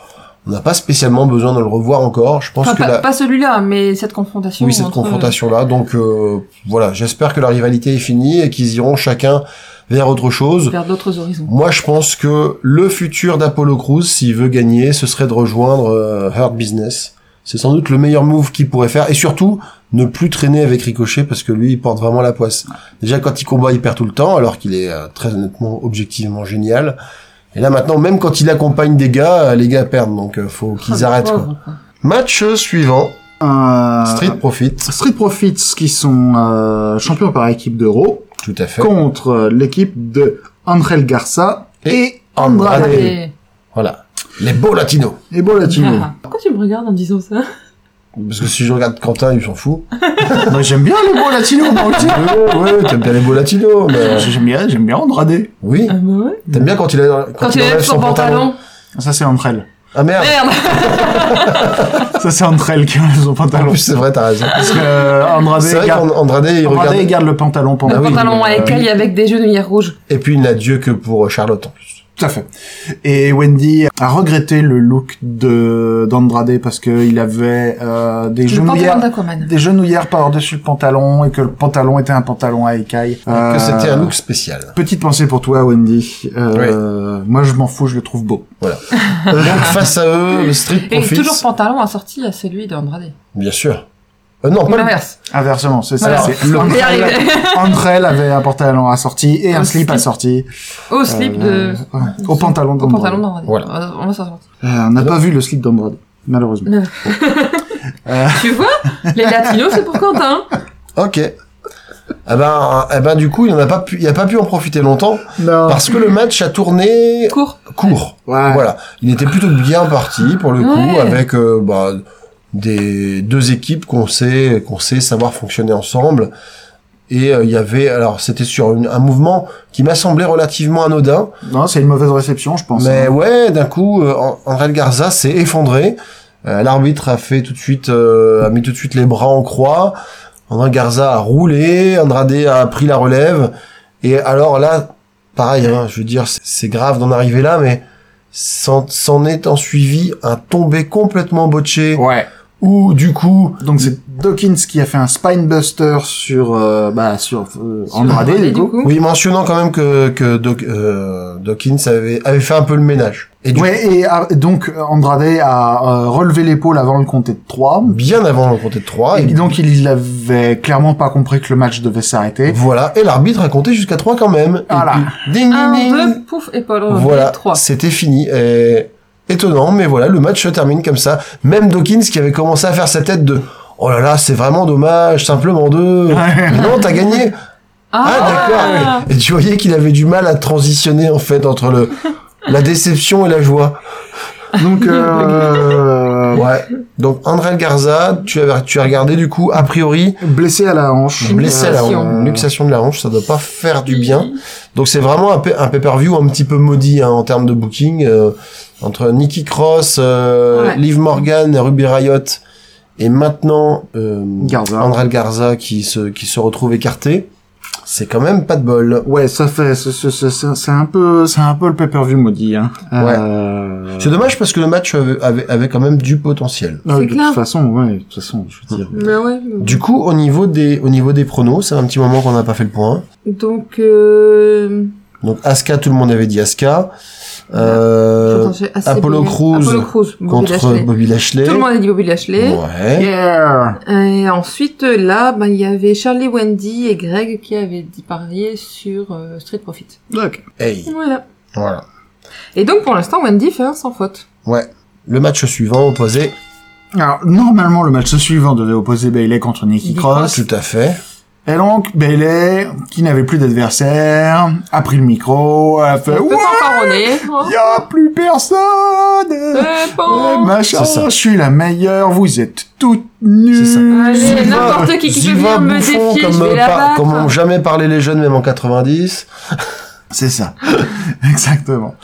Speaker 5: On n'a pas spécialement besoin de le revoir encore. Je pense
Speaker 4: Enfin,
Speaker 5: que
Speaker 4: pas,
Speaker 5: la...
Speaker 4: pas celui-là, mais cette confrontation.
Speaker 5: Oui, cette
Speaker 4: entre- euh,
Speaker 5: confrontation-là. Donc euh, voilà, j'espère que la rivalité est finie et qu'ils iront chacun vers autre chose.
Speaker 4: vers d'autres horizons.
Speaker 5: Moi, je pense que le futur d'Apollo Crews, s'il veut gagner, ce serait de rejoindre euh, Hurt Business. C'est sans doute le meilleur move qu'il pourrait faire. Et surtout, ne plus traîner avec Ricochet parce que lui, il porte vraiment la poisse. Déjà, quand il combat, il perd tout le temps, alors qu'il est euh, très honnêtement, objectivement génial. Et là, maintenant, même quand il accompagne des gars, euh, les gars perdent. Donc, euh, faut qu'ils
Speaker 4: Ah,
Speaker 5: arrêtent. Quoi.
Speaker 4: pauvre, quoi.
Speaker 5: Match suivant.
Speaker 3: Euh,
Speaker 5: Street Profit.
Speaker 3: Street Profits qui sont euh, champions par équipe d'Euro
Speaker 5: Tout à fait.
Speaker 3: contre euh, l'équipe de Angel Garza et Andrade.
Speaker 5: Andrade.
Speaker 3: Et
Speaker 4: Et-
Speaker 5: Voilà. Les beaux latinos.
Speaker 3: bon latino.
Speaker 4: Ah. Pourquoi tu me regardes en disant ça
Speaker 5: Parce que si je regarde Quentin, il s'en fout.
Speaker 3: Moi, Ah, j'aime bien les beaux latinos, moi aussi.
Speaker 5: ouais, ouais, t'aimes bien les beaux latinos, mais... euh,
Speaker 3: J'aime bien, j'aime bien Andrade.
Speaker 5: Oui.
Speaker 4: Ah bah ouais.
Speaker 5: T'aimes bien quand il a quand,
Speaker 4: Quand il
Speaker 5: il enlève
Speaker 4: lève
Speaker 5: son, pantalon.
Speaker 3: Ça, c'est Andrade.
Speaker 5: Ah merde.
Speaker 4: Merde
Speaker 3: Ça, c'est Andrade qui enlève son
Speaker 5: En
Speaker 3: pantalon.
Speaker 5: plus c'est vrai, t'as raison.
Speaker 3: Parce que euh, Andrade,
Speaker 5: C'est vrai
Speaker 3: garde,
Speaker 5: qu'Andrade il
Speaker 3: Andrade
Speaker 5: regarde
Speaker 3: garde le pantalon pendant.
Speaker 5: Ah
Speaker 4: Le
Speaker 5: oui,
Speaker 4: pantalon
Speaker 5: euh,
Speaker 4: à écailles
Speaker 5: oui.
Speaker 4: avec des jeux de lumière rouge.
Speaker 5: et puis il n'a Dieu que pour Charlotte en plus.
Speaker 3: Tout à fait. Et Wendy a regretté le look de d'Andrade parce que il avait euh, des
Speaker 4: Le pantalon
Speaker 3: genouillères
Speaker 4: d'Aquaman.
Speaker 3: des genouillères par-dessus le pantalon et que le pantalon était un pantalon à écailles.
Speaker 5: Et
Speaker 3: Euh,
Speaker 5: Que c'était un look spécial.
Speaker 3: Petite pensée pour toi, Wendy. Euh, Moi, je m'en fous, je le trouve beau.
Speaker 5: Donc face à eux, le Street
Speaker 4: Et
Speaker 5: Profits.
Speaker 4: toujours pantalon assorti à celui d'Andrade.
Speaker 5: Bien sûr. Euh, non,
Speaker 4: Ou
Speaker 5: pas le...
Speaker 4: l'inverse.
Speaker 3: Inversement, c'est ça.
Speaker 4: Voilà.
Speaker 3: c'est le-
Speaker 4: Et arrivé
Speaker 3: Entre elles avait un pantalon assorti et un
Speaker 4: Un
Speaker 3: slip
Speaker 4: slip.
Speaker 3: assorti.
Speaker 4: au slip
Speaker 3: Euh,
Speaker 4: de...
Speaker 3: ouais, Au pantalon
Speaker 4: Au pantalon
Speaker 3: d'Andrade.
Speaker 4: d'Andrade.
Speaker 5: Voilà.
Speaker 4: Euh, On va s'en sortir.
Speaker 3: Euh, on n'a pas vu le slip d'Andrade, malheureusement.
Speaker 4: Non.
Speaker 3: Euh.
Speaker 4: Tu vois Les latinos, c'est pour Quentin.
Speaker 5: Ok. Ah ben, ah ben du coup, il n'a pas pu, il a pas pu en profiter longtemps
Speaker 3: Non.
Speaker 5: parce que le match a tourné
Speaker 4: Court.
Speaker 5: court.
Speaker 3: Ouais.
Speaker 5: Voilà, il était plutôt bien parti pour le coup
Speaker 4: Ouais.
Speaker 5: avec euh, bah, des deux équipes qu'on sait qu'on sait savoir fonctionner ensemble. Et euh, il y avait alors c'était sur une- un mouvement qui m'a semblé relativement anodin,
Speaker 3: Non, c'est une mauvaise réception, je pense. hein.
Speaker 5: mais ouais, d'un coup euh, An- André Garza s'est effondré. Euh, L'arbitre a fait tout de suite euh, a mis tout de suite les bras en croix. André Garza a roulé, Andrade a pris la relève. Et alors là, pareil, hein, je veux dire, c'est- c'est grave d'en arriver là, mais s'en s'en est en suivi un tombé complètement botché,
Speaker 3: Ouais.
Speaker 5: où du coup,
Speaker 3: Donc c'est Dawkins qui a fait un spinebuster sur euh, bah sur euh, Andrade
Speaker 4: Andrade,
Speaker 3: du coup.
Speaker 5: oui, mentionnant quand même que, que Doc- euh, Dawkins avait, avait fait un peu le ménage. Et du
Speaker 3: Ouais, et ah, donc Andrade a euh, relevé l'épaule avant le compter de 3.
Speaker 5: coup, bien avant le compté de 3,
Speaker 3: Et donc il avait clairement pas compris que le match devait s'arrêter.
Speaker 5: voilà, et l'arbitre a compté jusqu'à 3 quand même.
Speaker 3: Voilà.
Speaker 5: Et puis, ding,
Speaker 4: Un,
Speaker 5: ding, ding.
Speaker 4: deux, pouf, épaule.
Speaker 5: Voilà,
Speaker 4: Trois.
Speaker 5: c'était fini. Et... Étonnant, mais voilà, le match se termine comme ça. Même Dawkins qui avait commencé à faire sa tête de « Oh là là, c'est vraiment dommage, simplement deux. Non, t'as gagné. Ah, d'accord. Et tu voyais qu'il avait du mal à transitionner en fait entre le la déception et la joie.
Speaker 3: Donc euh,
Speaker 5: Ouais. Donc André Garza, tu as tu as regardé du coup a priori
Speaker 3: blessé à la hanche. euh,
Speaker 5: blessé à la
Speaker 4: luxation.
Speaker 5: hanche, une luxation de la hanche, ça doit pas faire du bien. Donc c'est vraiment un, pay- un pay-per-view un petit peu maudit hein, en termes de booking euh, entre Nikki Cross, euh,
Speaker 4: Ouais.
Speaker 5: Liv Morgan, Ruby Riot et maintenant euh,
Speaker 3: Garza.
Speaker 5: André Garza qui se qui se retrouve écarté. C'est quand même pas de bol.
Speaker 3: Ouais, ça fait c'est- c'est- c'est c'est un peu c'est un peu le pay-per-view maudit hein. Euh,
Speaker 5: C'est dommage parce que le match avait, avait, avait quand même du potentiel.
Speaker 3: non,
Speaker 4: C'est
Speaker 3: de
Speaker 4: clair.
Speaker 3: toute façon, ouais, de toute façon, je veux dire.
Speaker 4: Mais Bah ouais.
Speaker 5: Du coup, au niveau des, au niveau des pronos, c'est un petit moment qu'on n'a pas fait le point.
Speaker 4: Donc, euh...
Speaker 5: Donc, Asuka, tout le monde avait dit Asuka. Euh,
Speaker 4: J'entends, j'ai assez
Speaker 5: Apollo
Speaker 4: bugué.
Speaker 5: Crews
Speaker 4: Apollo Crews, Bobby
Speaker 5: contre
Speaker 4: Lashley.
Speaker 5: Bobby Lashley.
Speaker 4: Tout le monde a dit Bobby Lashley.
Speaker 5: Ouais.
Speaker 3: Yeah
Speaker 4: Et ensuite, là, ben, il y avait Charlie Wendy et Greg qui avaient dit parier sur euh, Street Profit.
Speaker 3: Ok.
Speaker 5: Hey.
Speaker 4: Voilà.
Speaker 5: Voilà.
Speaker 4: Et donc, pour l'instant, Wendy fait un sans faute.
Speaker 5: Ouais. Le match suivant opposé.
Speaker 3: Alors, normalement, le match suivant devait opposer Bailey contre Nikki
Speaker 4: Nikki
Speaker 3: Cross.
Speaker 5: Ah, Tout à fait.
Speaker 3: Et donc, Bailey, qui n'avait plus d'adversaire, a pris le micro, a fait «
Speaker 4: On peut
Speaker 3: Ouais,
Speaker 4: fanfaronner.
Speaker 3: y a plus personne
Speaker 4: C'est !»
Speaker 3: Ouais,
Speaker 4: bon.
Speaker 5: bah,
Speaker 3: Machin,
Speaker 5: C'est ça.
Speaker 3: je suis la meilleure, vous êtes toutes
Speaker 5: C'est ça.
Speaker 3: nues
Speaker 4: Allez,
Speaker 5: Ziva-
Speaker 4: n'importe qui qui peut
Speaker 5: Ziva
Speaker 4: venir me
Speaker 5: Bouffon,
Speaker 4: défier, je
Speaker 5: comme,
Speaker 4: vais
Speaker 5: euh,
Speaker 4: la
Speaker 5: pas-
Speaker 4: battre.
Speaker 5: comme ont jamais parlé les jeunes, même en 90.
Speaker 3: C'est ça. Exactement.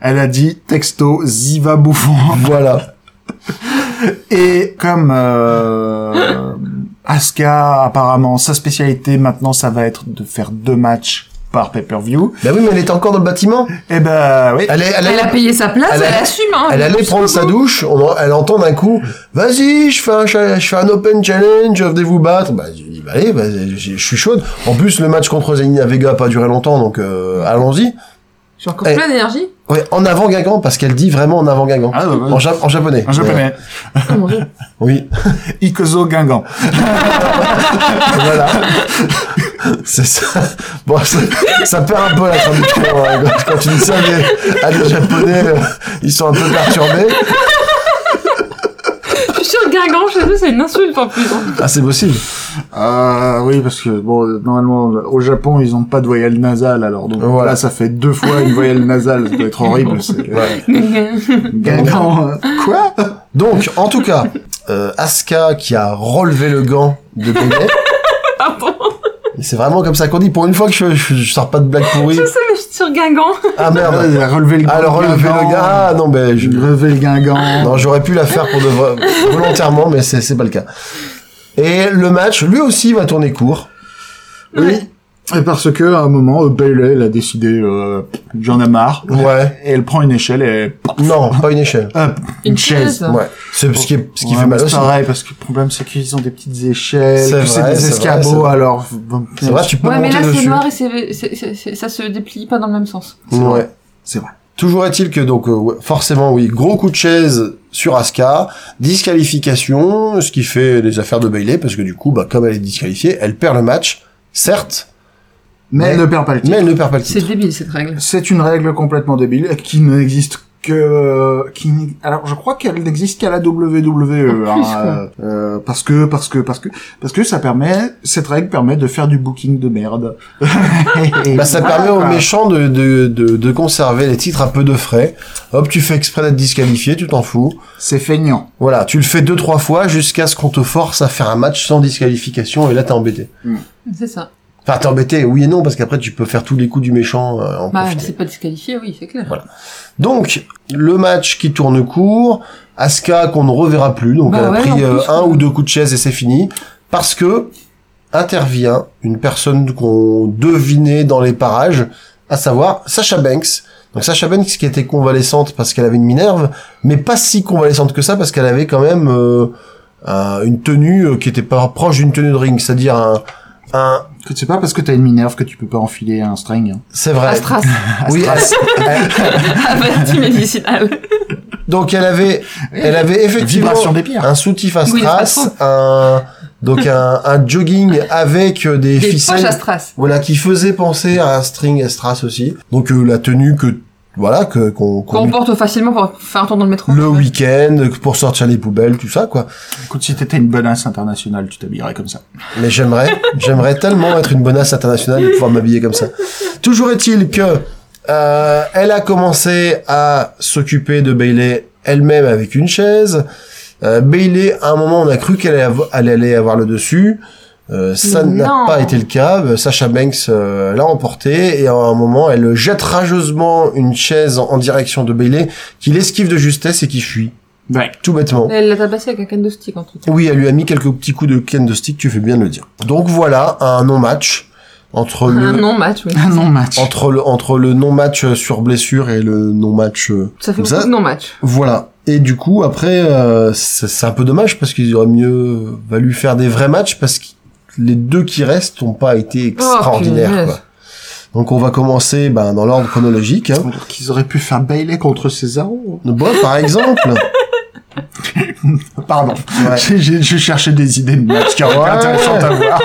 Speaker 3: Elle a dit texto Ziva Bouffon.
Speaker 5: Voilà.
Speaker 3: Et comme euh, Asuka, apparemment, sa spécialité maintenant, ça va être de faire deux matchs par pay-per-view.
Speaker 5: bah oui, mais elle était encore dans le bâtiment.
Speaker 3: Eh ben, oui.
Speaker 5: Elle, est- elle,
Speaker 4: Elle
Speaker 5: est-
Speaker 4: a payé sa place,
Speaker 5: elle
Speaker 4: elle,
Speaker 5: a-
Speaker 4: assume. Hein,
Speaker 5: elle allait prendre sa douche. on en- elle entend d'un coup, vas-y, je fais un, cha- je fais un open challenge, venez vous battre. Bah, je dis, bah allez, bah, je je suis chaude. En plus, le match contre Zelina Vega a pas duré longtemps, donc euh, allons-y.
Speaker 4: J'ai encore
Speaker 5: Eh.
Speaker 4: plein d'énergie.
Speaker 5: Ouais, en avant Guingamp, parce qu'elle dit vraiment en avant Guingamp.
Speaker 3: Ah, ouais, ouais.
Speaker 5: en, ja- en japonais.
Speaker 3: En japonais.
Speaker 4: Oh mon dieu.
Speaker 5: Euh, oui,
Speaker 3: Ikozo Guingamp.
Speaker 5: voilà. C'est ça. Bon, ça, ça perd un peu la traduction. hein, quand, quand tu dis ça à des, à des japonais, euh, ils sont un peu perturbés.
Speaker 4: Je suis sûre que Guingamp, chez eux, c'est une insulte en plus. hein.
Speaker 5: Ah, c'est possible.
Speaker 3: Euh, oui, parce que, bon, normalement, au Japon, ils ont pas de voyelle nasale, alors. Donc
Speaker 5: Voilà.
Speaker 3: là, ça fait deux fois une voyelle nasale. Ça doit être horrible. c'est-
Speaker 5: Ouais.
Speaker 4: hein.
Speaker 5: Ah,
Speaker 3: Guingamp. euh, Quoi
Speaker 5: Donc, en tout cas, euh, Asuka qui a relevé le gant de Benet.
Speaker 4: Ah bon
Speaker 5: C'est vraiment comme ça qu'on dit. Pour une fois que je, je, je sors pas de blague pourrie.
Speaker 4: Je sais, mais je suis sur Guingamp.
Speaker 5: Ah merde.
Speaker 3: Elle a relevé le gant.
Speaker 5: Alors, relever le gant. Ah non, mais je,
Speaker 3: J'ai relevé le Guingamp.
Speaker 5: Non, j'aurais pu la faire pour de vrai, volontairement, mais c'est c'est pas le cas. Et le match, lui aussi, va tourner court.
Speaker 3: Oui. Et parce que à un moment, euh, Bailey, elle a décidé, euh, j'en ai marre.
Speaker 5: Ouais.
Speaker 3: Et elle prend une échelle et hop,
Speaker 5: Non, pas une échelle.
Speaker 3: hop,
Speaker 4: Une chaise.
Speaker 5: Ouais. C'est ce qui, est- ce qui
Speaker 3: Ouais,
Speaker 5: fait
Speaker 3: mais
Speaker 5: mal
Speaker 3: c'est
Speaker 5: aussi.
Speaker 3: pareil parce que le problème c'est qu'ils ont des petites échelles,
Speaker 5: C'est
Speaker 3: puis c'est
Speaker 5: vrai,
Speaker 3: des
Speaker 5: c'est vrai, c'est
Speaker 3: escabeaux
Speaker 5: vrai.
Speaker 3: alors. bon,
Speaker 5: C'est vrai, tu peux
Speaker 4: Ouais, mais
Speaker 5: monter
Speaker 4: là, c'est
Speaker 5: dessus.
Speaker 4: noir et c'est- c'est- c'est- c'est- ça se déplie pas dans le même sens.
Speaker 3: C'est vrai.
Speaker 5: Ouais.
Speaker 3: C'est vrai.
Speaker 5: Toujours est-il que donc euh, ouais, forcément oui, gros coup de chaise sur Asuka, disqualification, ce qui fait les affaires de Bailey parce que du coup bah comme elle est disqualifiée, elle perd le match, certes,
Speaker 3: Mais elle
Speaker 5: Mais-
Speaker 3: ne perd pas le
Speaker 5: mais
Speaker 3: titre.
Speaker 5: elle ne perd pas le
Speaker 4: C'est
Speaker 5: titre.
Speaker 4: débile, cette règle.
Speaker 3: C'est une règle complètement débile et qui n'existe que qui n- alors je crois qu'elle n'existe qu'à la WWE
Speaker 4: En plus,
Speaker 3: hein,
Speaker 4: quoi.
Speaker 3: euh, euh, parce que parce que parce que parce que ça permet cette règle permet de faire du booking de merde.
Speaker 5: Bah ça
Speaker 4: Ah,
Speaker 3: Voilà,
Speaker 5: permet aux
Speaker 3: quoi.
Speaker 5: méchants de, de, de, de conserver les titres à peu de frais. Hop, tu fais exprès d'être disqualifié, tu t'en fous.
Speaker 3: c'est feignant.
Speaker 5: Voilà, tu le fais deux trois fois jusqu'à ce qu'on te force à faire un match sans disqualification et là t'es embêté.
Speaker 4: C'est ça.
Speaker 5: Enfin t'es embêté, oui et non parce qu'après tu peux faire tous les coups du méchant euh, en
Speaker 4: Bah,
Speaker 5: profiter.
Speaker 4: c'est pas disqualifié, oui, c'est clair.
Speaker 5: Voilà. Donc le match qui tourne court, Asuka qu'on ne reverra plus, donc
Speaker 4: Bah
Speaker 5: elle a
Speaker 4: ouais, en
Speaker 5: pris
Speaker 4: plus,
Speaker 5: euh, un
Speaker 4: quoi.
Speaker 5: ou deux coups de chaise et c'est fini parce que intervient une personne qu'on devinait dans les parages, à savoir Sasha Banks. Donc Sasha Banks qui était convalescente parce qu'elle avait une minerve, mais pas si convalescente que ça parce qu'elle avait quand même euh, un- une tenue euh, qui était pas proche d'une tenue de ring, c'est-à-dire un, un
Speaker 3: Que c'est pas parce que t'as une minerve que tu peux pas enfiler un string. hein.
Speaker 5: c'est vrai.
Speaker 4: Astras, Ah, bah,
Speaker 5: Oui, elle- elle-
Speaker 4: averti médicinal.
Speaker 5: Donc elle avait, elle avait effectivement
Speaker 3: Vibration des pierres.
Speaker 5: un soutif à
Speaker 4: Oui, c'est pas
Speaker 5: strass, un donc un, un jogging avec euh, des,
Speaker 4: Des poches
Speaker 5: ficelles,
Speaker 4: Astras.
Speaker 5: voilà qui faisait penser à un string à strass aussi. Donc euh, la tenue que voilà que qu'on qu'on
Speaker 4: Qu'on porte facilement pour faire un tour dans le métro.
Speaker 5: le week-end pour sortir les poubelles, tout ça quoi.
Speaker 3: Écoute, si t'étais une bonasse internationale, tu t'habillerais comme ça.
Speaker 5: Mais j'aimerais, j'aimerais tellement être une bonasse internationale et pouvoir m'habiller comme ça. Toujours est-il que euh, elle a commencé à s'occuper de Bailey elle-même avec une chaise. Euh, Bailey, à un moment, on a cru qu'elle allait, avo- elle allait avoir le dessus. Euh, ça
Speaker 4: Mais
Speaker 5: n'a
Speaker 4: non.
Speaker 5: pas été le cas. Euh, Sasha Banks euh, l'a emporté et à un moment, elle jette rageusement une chaise en, en direction de Bailey, qui l'esquive de justesse et qui fuit,
Speaker 3: Ouais.
Speaker 5: tout bêtement.
Speaker 4: Elle l'a tabassé avec un canne de stick, entre temps.
Speaker 5: Oui, elle lui a mis quelques petits coups de can de stick, tu fais bien de le dire. Donc voilà, un non-match entre
Speaker 4: Un
Speaker 5: le
Speaker 4: non-match, oui.
Speaker 3: Ah non, match.
Speaker 5: entre le entre le non-match euh, sur blessure et le non-match euh,
Speaker 4: Ça fait
Speaker 5: comme
Speaker 4: beaucoup
Speaker 5: ça.
Speaker 4: de non-match.
Speaker 5: Voilà. Et du coup, après euh, c'est c'est un peu dommage parce qu'il aurait mieux euh, valu faire des vrais matchs parce que les deux qui restent n'ont pas été
Speaker 4: Oh,
Speaker 5: extraordinaires
Speaker 4: punaise.
Speaker 5: quoi. Donc on va commencer ben, dans l'ordre chronologique. hein.
Speaker 3: Alors qu'ils auraient pu faire Bailey contre Cesaro.
Speaker 5: Bon, par exemple,
Speaker 3: Pardon.
Speaker 5: Ouais.
Speaker 3: J'ai- j'ai- Je cherchais des idées de match qui auraient été
Speaker 5: Ouais.
Speaker 3: intéressantes à voir.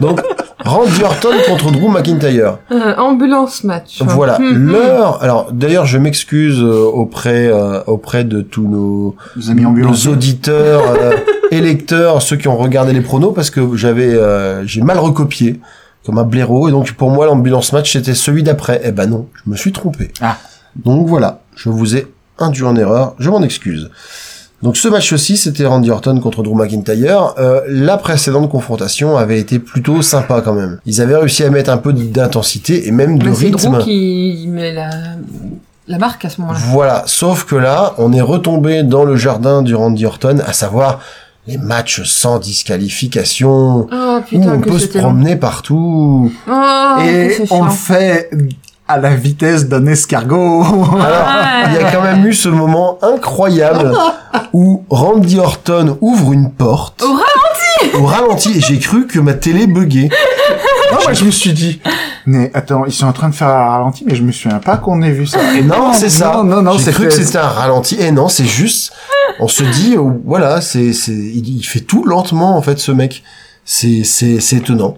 Speaker 5: donc Randy Orton contre Drew McIntyre.
Speaker 4: Euh, ambulance match.
Speaker 5: Voilà.
Speaker 4: Hum, hum.
Speaker 5: L'heure. Alors d'ailleurs, je m'excuse euh, auprès euh, auprès de tous nos
Speaker 3: Nos amis
Speaker 5: nos
Speaker 3: ambulanciers.
Speaker 5: auditeurs, euh, électeurs, ceux qui ont regardé les pronos parce que j'avais euh, j'ai mal recopié comme un blaireau et donc pour moi l'ambulance match c'était celui d'après. Eh ben non, je me suis trompé.
Speaker 3: Ah.
Speaker 5: Donc voilà, je vous ai induit en erreur, je m'en excuse. Donc ce match aussi, c'était Randy Orton contre Drew McIntyre. Euh, la précédente confrontation avait été plutôt sympa quand même. Ils avaient réussi à mettre un peu d'intensité et même de
Speaker 4: Mais c'est
Speaker 5: rythme.
Speaker 4: Drew qui met la, la marque à ce moment-là.
Speaker 5: Voilà, sauf que là, on est retombé dans le jardin du Randy Orton, à savoir les matchs sans disqualification,
Speaker 4: Oh
Speaker 5: où
Speaker 4: putain,
Speaker 5: on
Speaker 4: que
Speaker 5: peut se
Speaker 4: c'était long.
Speaker 5: promener partout.
Speaker 4: Oh, que
Speaker 3: Et
Speaker 4: c'est
Speaker 3: on
Speaker 4: chiant.
Speaker 3: le fait à la vitesse d'un escargot.
Speaker 4: Ah
Speaker 3: Ah.
Speaker 5: Alors, il y a quand même eu ce moment incroyable où Randy Orton ouvre une porte.
Speaker 4: Au
Speaker 5: ralenti Au ralenti, et j'ai cru que ma télé buguait.
Speaker 3: non, moi, Ah je me suis dit. Mais attends, ils sont en train de faire un ralenti, mais je me souviens pas qu'on ait vu ça.
Speaker 5: Et non, c'est ça.
Speaker 3: Non, non, non,
Speaker 5: J'ai
Speaker 3: c'est
Speaker 5: cru que
Speaker 3: fait-
Speaker 5: c'était un ralenti. Et non, c'est juste, on se dit, euh, voilà, c'est, c'est, il, il fait tout lentement, en fait, ce mec. C'est, c'est, c'est étonnant.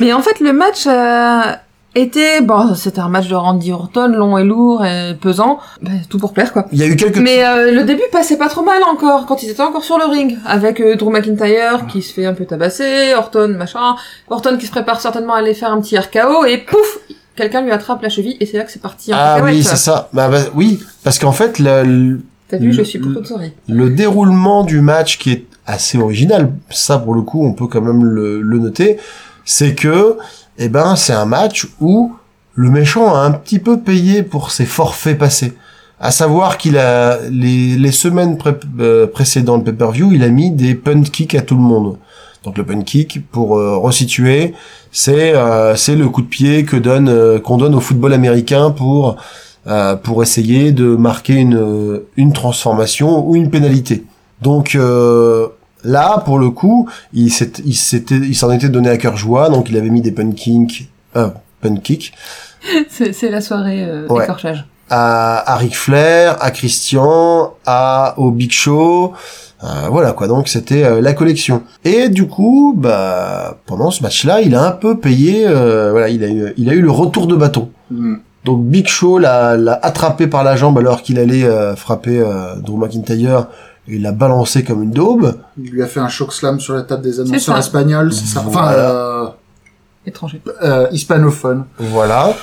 Speaker 4: Mais en fait, le match euh, était bon. C'était un match de Randy Orton, long et lourd et pesant, Bah, tout pour plaire quoi.
Speaker 5: Il y a eu quelques
Speaker 4: Mais euh, le début passait pas trop mal encore, quand ils étaient encore sur le ring, avec euh, Drew McIntyre qui se fait un peu tabasser, Orton machin, Orton qui se prépare certainement à aller faire un petit RKO et pouf, quelqu'un lui attrape la cheville et c'est là que c'est parti. en
Speaker 5: Ah
Speaker 4: cacahuète.
Speaker 5: oui, c'est ça. Bah, bah, oui, parce qu'en fait, la- le,
Speaker 4: T'as vu, je
Speaker 5: Le-
Speaker 4: suis pour toute souris.
Speaker 5: le déroulement du match qui est assez original, ça pour le coup, on peut quand même le, le noter, c'est que, eh ben, c'est un match où le méchant a un petit peu payé pour ses forfaits passés. À savoir qu'il a les, les semaines pré- euh, précédentes le pay-per-view, il a mis des punt kicks à tout le monde. Donc le punt kick, pour euh, resituer, c'est euh, c'est le coup de pied que donne euh, qu'on donne au football américain pour euh, pour essayer de marquer une euh, une transformation ou une pénalité. Donc euh, là, pour le coup, il s'est- il s'était il s'en était donné à cœur joie, donc il avait mis des punt kicks euh, punt kicks
Speaker 4: C'est c'est la soirée euh,
Speaker 5: Ouais.
Speaker 4: écorchage.
Speaker 5: à, à Ric Flair, à Christian, à au Big Show. Euh, voilà quoi, donc c'était euh, la collection. Et du coup, bah pendant ce match-là, il a un peu payé. euh, voilà, il a eu, il a eu le retour de bâton.
Speaker 3: Hmm.
Speaker 5: Donc Big Show l'a l'a attrapé par la jambe alors qu'il allait euh, frapper euh, Drew McIntyre. et Il l'a balancé comme une daube.
Speaker 3: Il lui a fait un choc slam sur la table des
Speaker 4: C'est ça.
Speaker 3: annonceurs espagnols, c'est ça. Enfin,
Speaker 5: Voilà.
Speaker 3: euh,
Speaker 4: Étranger.
Speaker 3: euh, hispanophone.
Speaker 5: Voilà.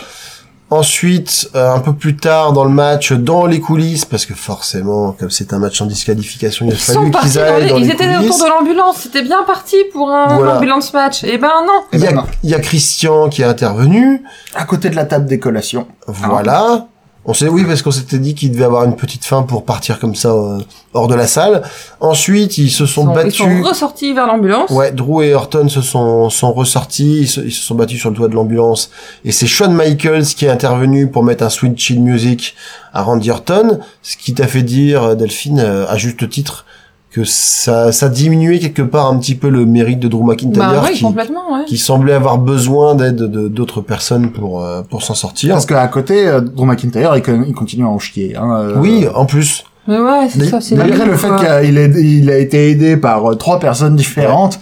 Speaker 5: Ensuite, euh, un peu plus tard dans le match, dans les coulisses, parce que forcément, comme c'est un match en disqualification, il a
Speaker 4: Ils sont
Speaker 5: fallu
Speaker 4: partis
Speaker 5: qu'ils
Speaker 4: dans
Speaker 5: aillent
Speaker 4: les-
Speaker 5: dans les
Speaker 4: Ils étaient
Speaker 5: coulisses.
Speaker 4: autour de l'ambulance, c'était bien parti pour un
Speaker 5: Voilà.
Speaker 4: ambulance match. Et ben non
Speaker 3: Eh
Speaker 5: Il y,
Speaker 3: ben
Speaker 5: a,
Speaker 3: non.
Speaker 5: il y a Christian qui est intervenu.
Speaker 3: À côté de la table des collations.
Speaker 5: Voilà. On s'est oui parce qu'on s'était dit qu'il devait avoir une petite fin pour partir comme ça euh, hors de la salle. Ensuite, ils se sont
Speaker 4: Ils sont- Ils
Speaker 5: battus.
Speaker 4: sont ressortis vers l'ambulance.
Speaker 5: Ouais, Drew et Orton se sont, sont ressortis, ils se, ils se sont battus sur le toit de l'ambulance. Et c'est Shawn Michaels qui est intervenu pour mettre un sweet chill music à Randy Orton, ce qui t'a fait dire, Delphine, euh, à juste titre, que ça, ça diminuait quelque part un petit peu le mérite de Drew McIntyre,
Speaker 4: Bah oui,
Speaker 5: qui,
Speaker 4: complètement, ouais.
Speaker 5: qui semblait avoir besoin d'aide de- d'autres personnes pour, euh, pour s'en sortir.
Speaker 3: Parce qu'à côté, euh, Drew McIntyre, il, con- il continue à en chier. Hein, euh,
Speaker 5: Oui, en plus.
Speaker 4: Mais ouais, c'est
Speaker 5: Mais-
Speaker 4: ça, c'est
Speaker 3: Malgré
Speaker 4: la-
Speaker 3: le fait
Speaker 4: quoi.
Speaker 3: qu'il a, il est- il a été aidé par euh, trois personnes différentes,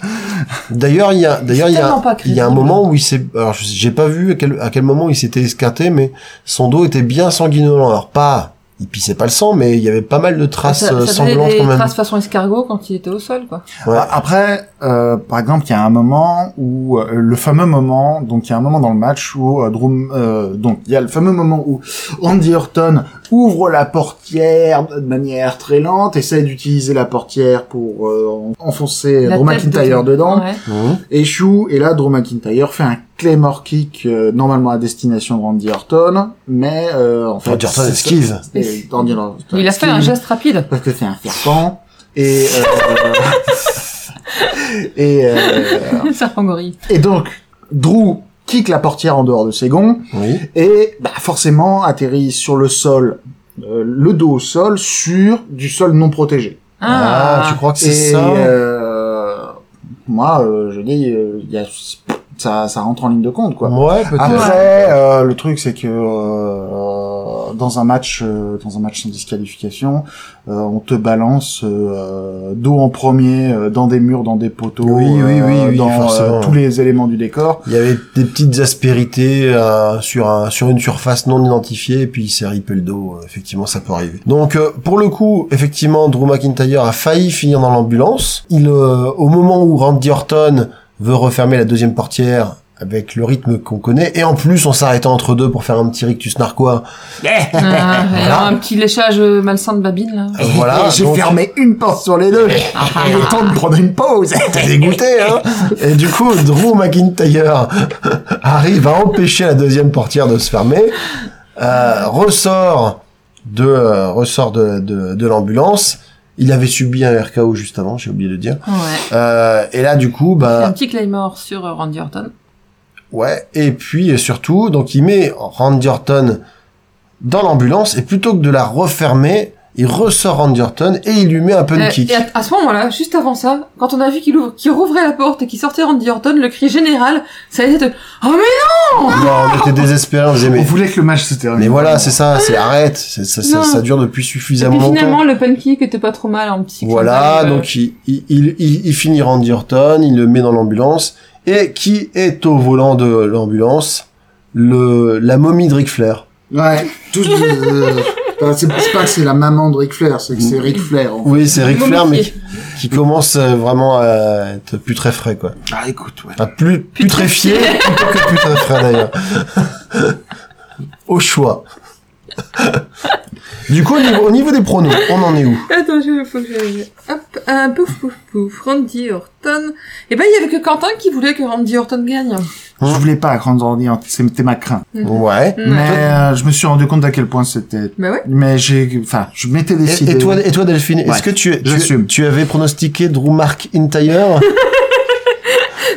Speaker 5: D'ailleurs, il y a, d'ailleurs, il y
Speaker 4: tellement
Speaker 5: a,
Speaker 4: pas
Speaker 5: il y a un
Speaker 4: crédible.
Speaker 5: moment où il s'est, alors je sais- j'ai pas vu à quel, à quel moment il s'était esquinté, mais son dos était bien sanguinolent. Alors pas, il pissait pas le sang, mais il y avait pas mal de traces
Speaker 4: ça,
Speaker 5: euh,
Speaker 4: ça faisait
Speaker 5: sanglantes
Speaker 4: des
Speaker 5: quand même.
Speaker 4: traces façon escargot quand il était au sol, quoi.
Speaker 5: Ouais.
Speaker 3: A- Après, euh, par exemple, il y a un moment où euh, le fameux moment, donc il y a un moment dans le match où euh, Drew- euh, donc il y a le fameux moment où Andy Orton ouvre la portière de manière très lente, essaie d'utiliser la portière pour euh, enfoncer
Speaker 4: La
Speaker 3: Drew
Speaker 4: tête de-
Speaker 3: McIntyre dedans,
Speaker 4: Ouais.
Speaker 5: Mhm.
Speaker 3: échoue et là Drew McIntyre fait un claymore kick euh, normalement à destination de Randy Orton, mais euh, en fait
Speaker 5: Randy Orton
Speaker 3: c'est-
Speaker 5: esquive.
Speaker 3: Et Randy Orton
Speaker 4: Mais Il a fait un
Speaker 3: esquive
Speaker 4: geste rapide.
Speaker 3: parce que c'est un serpent et euh, et, euh,
Speaker 5: Ah.
Speaker 4: Serpent gorille.
Speaker 3: et donc Drew kick la portière en dehors de ses gonds
Speaker 5: Oui.
Speaker 3: et bah, forcément atterrit sur le sol euh, le dos au sol sur du sol non protégé
Speaker 4: Ah.
Speaker 5: Ah, tu crois que Ah, c'est
Speaker 3: et
Speaker 5: ça?
Speaker 3: euh, moi euh, je dis euh, il y a ça, ça rentre en ligne de compte, quoi.
Speaker 5: Ouais, peut-être.
Speaker 4: Ah,
Speaker 3: Après, euh, le truc, c'est que euh, dans un match, euh, dans un match sans disqualification, euh, on te balance euh, dos en premier euh, dans des murs, dans des poteaux,
Speaker 5: Oui, oui, oui,
Speaker 3: euh,
Speaker 5: oui,
Speaker 3: dans euh,
Speaker 5: forcément.
Speaker 3: tous les éléments du décor.
Speaker 5: Il y avait des petites aspérités euh, sur un sur une surface non identifiée et puis il s'est ripé le dos. euh, effectivement, ça peut arriver. Donc euh, pour le coup, effectivement, Drew McIntyre a failli finir dans l'ambulance. Il euh, au moment où Randy Orton veut refermer la deuxième portière avec le rythme qu'on connaît et en plus en s'arrêtant entre deux pour faire un petit rictus narquois.
Speaker 4: Ah, alors, un petit léchage euh, malsain de babine, là.
Speaker 5: Euh, voilà.
Speaker 3: J'ai
Speaker 5: donc-
Speaker 3: fermé une porte sur les deux. Il est temps de prendre une pause.
Speaker 5: T'es dégoûté, hein Et du coup, Drew McIntyre arrive à empêcher la deuxième portière de se fermer, euh, ressort de euh, ressort de, de, de l'ambulance. Il avait subi un RKO juste avant, j'ai oublié de le dire.
Speaker 4: Ouais.
Speaker 5: Euh, et là, du coup,
Speaker 4: Un
Speaker 5: bah
Speaker 4: petit claymore sur euh, Randy Orton.
Speaker 5: ouais. Et puis et surtout, donc il met Randy Orton dans l'ambulance et plutôt que de la refermer, il ressort Randy Orton et il lui met un peu de
Speaker 4: Euh,
Speaker 5: kick.
Speaker 4: Et à, à ce moment-là, juste avant ça, quand on a vu qu'il ouvre, qu'il rouvrait la porte et qu'il sortait Randy Orton, le cri général, ça a été de Oh mais
Speaker 5: Non, on était désespérés, on disait
Speaker 3: On
Speaker 5: mais
Speaker 3: voulait que le match se termine.
Speaker 5: Mais voilà, c'est ça, c'est arrête, c'est- ça, ça,
Speaker 4: Ah. Non.
Speaker 5: ça dure depuis
Speaker 4: Et
Speaker 5: suffisamment
Speaker 4: puis
Speaker 5: longtemps.
Speaker 4: finalement, le pancake était pas trop mal en petit clin
Speaker 5: Voilà,
Speaker 4: d'œil, euh,
Speaker 5: donc il, il, il, il- il finit Randy Orton, il le met dans l'ambulance, et qui est au volant de l'ambulance le la momie de Ric Flair.
Speaker 3: Ouais. Tous, euh, enfin, c'est c'est pas que c'est la maman de Ric Flair, c'est que c'est Ric Flair. en fait.
Speaker 5: Oui, c'est Ric Flair, mais qui,
Speaker 4: Momifié.
Speaker 5: qui commence euh, vraiment à être plus très frais, quoi.
Speaker 3: Ah, écoute, ouais.
Speaker 5: Ah, plus putréfié, plutôt que putréfrais d'ailleurs. au choix. du coup, au niveau, au niveau des pronos, on en est où
Speaker 4: Attends, je faut que je- Hop, un pouf pouf pouf, Randy Orton. Et ben, il y avait que Quentin qui voulait que Randy Orton gagne.
Speaker 3: Je voulais pas grandir en c'était ma crainte.
Speaker 5: Ouais.
Speaker 3: Mais euh, je me suis rendu compte à quel point c'était.
Speaker 4: Bah ouais.
Speaker 3: Mais j'ai, enfin, je m'étais
Speaker 5: Et,
Speaker 3: décidé.
Speaker 5: et toi, et toi Delphine, est-ce
Speaker 3: Ouais,
Speaker 5: que tu, tu,
Speaker 3: j'assume.
Speaker 5: tu avais pronostiqué Drew Mark Intire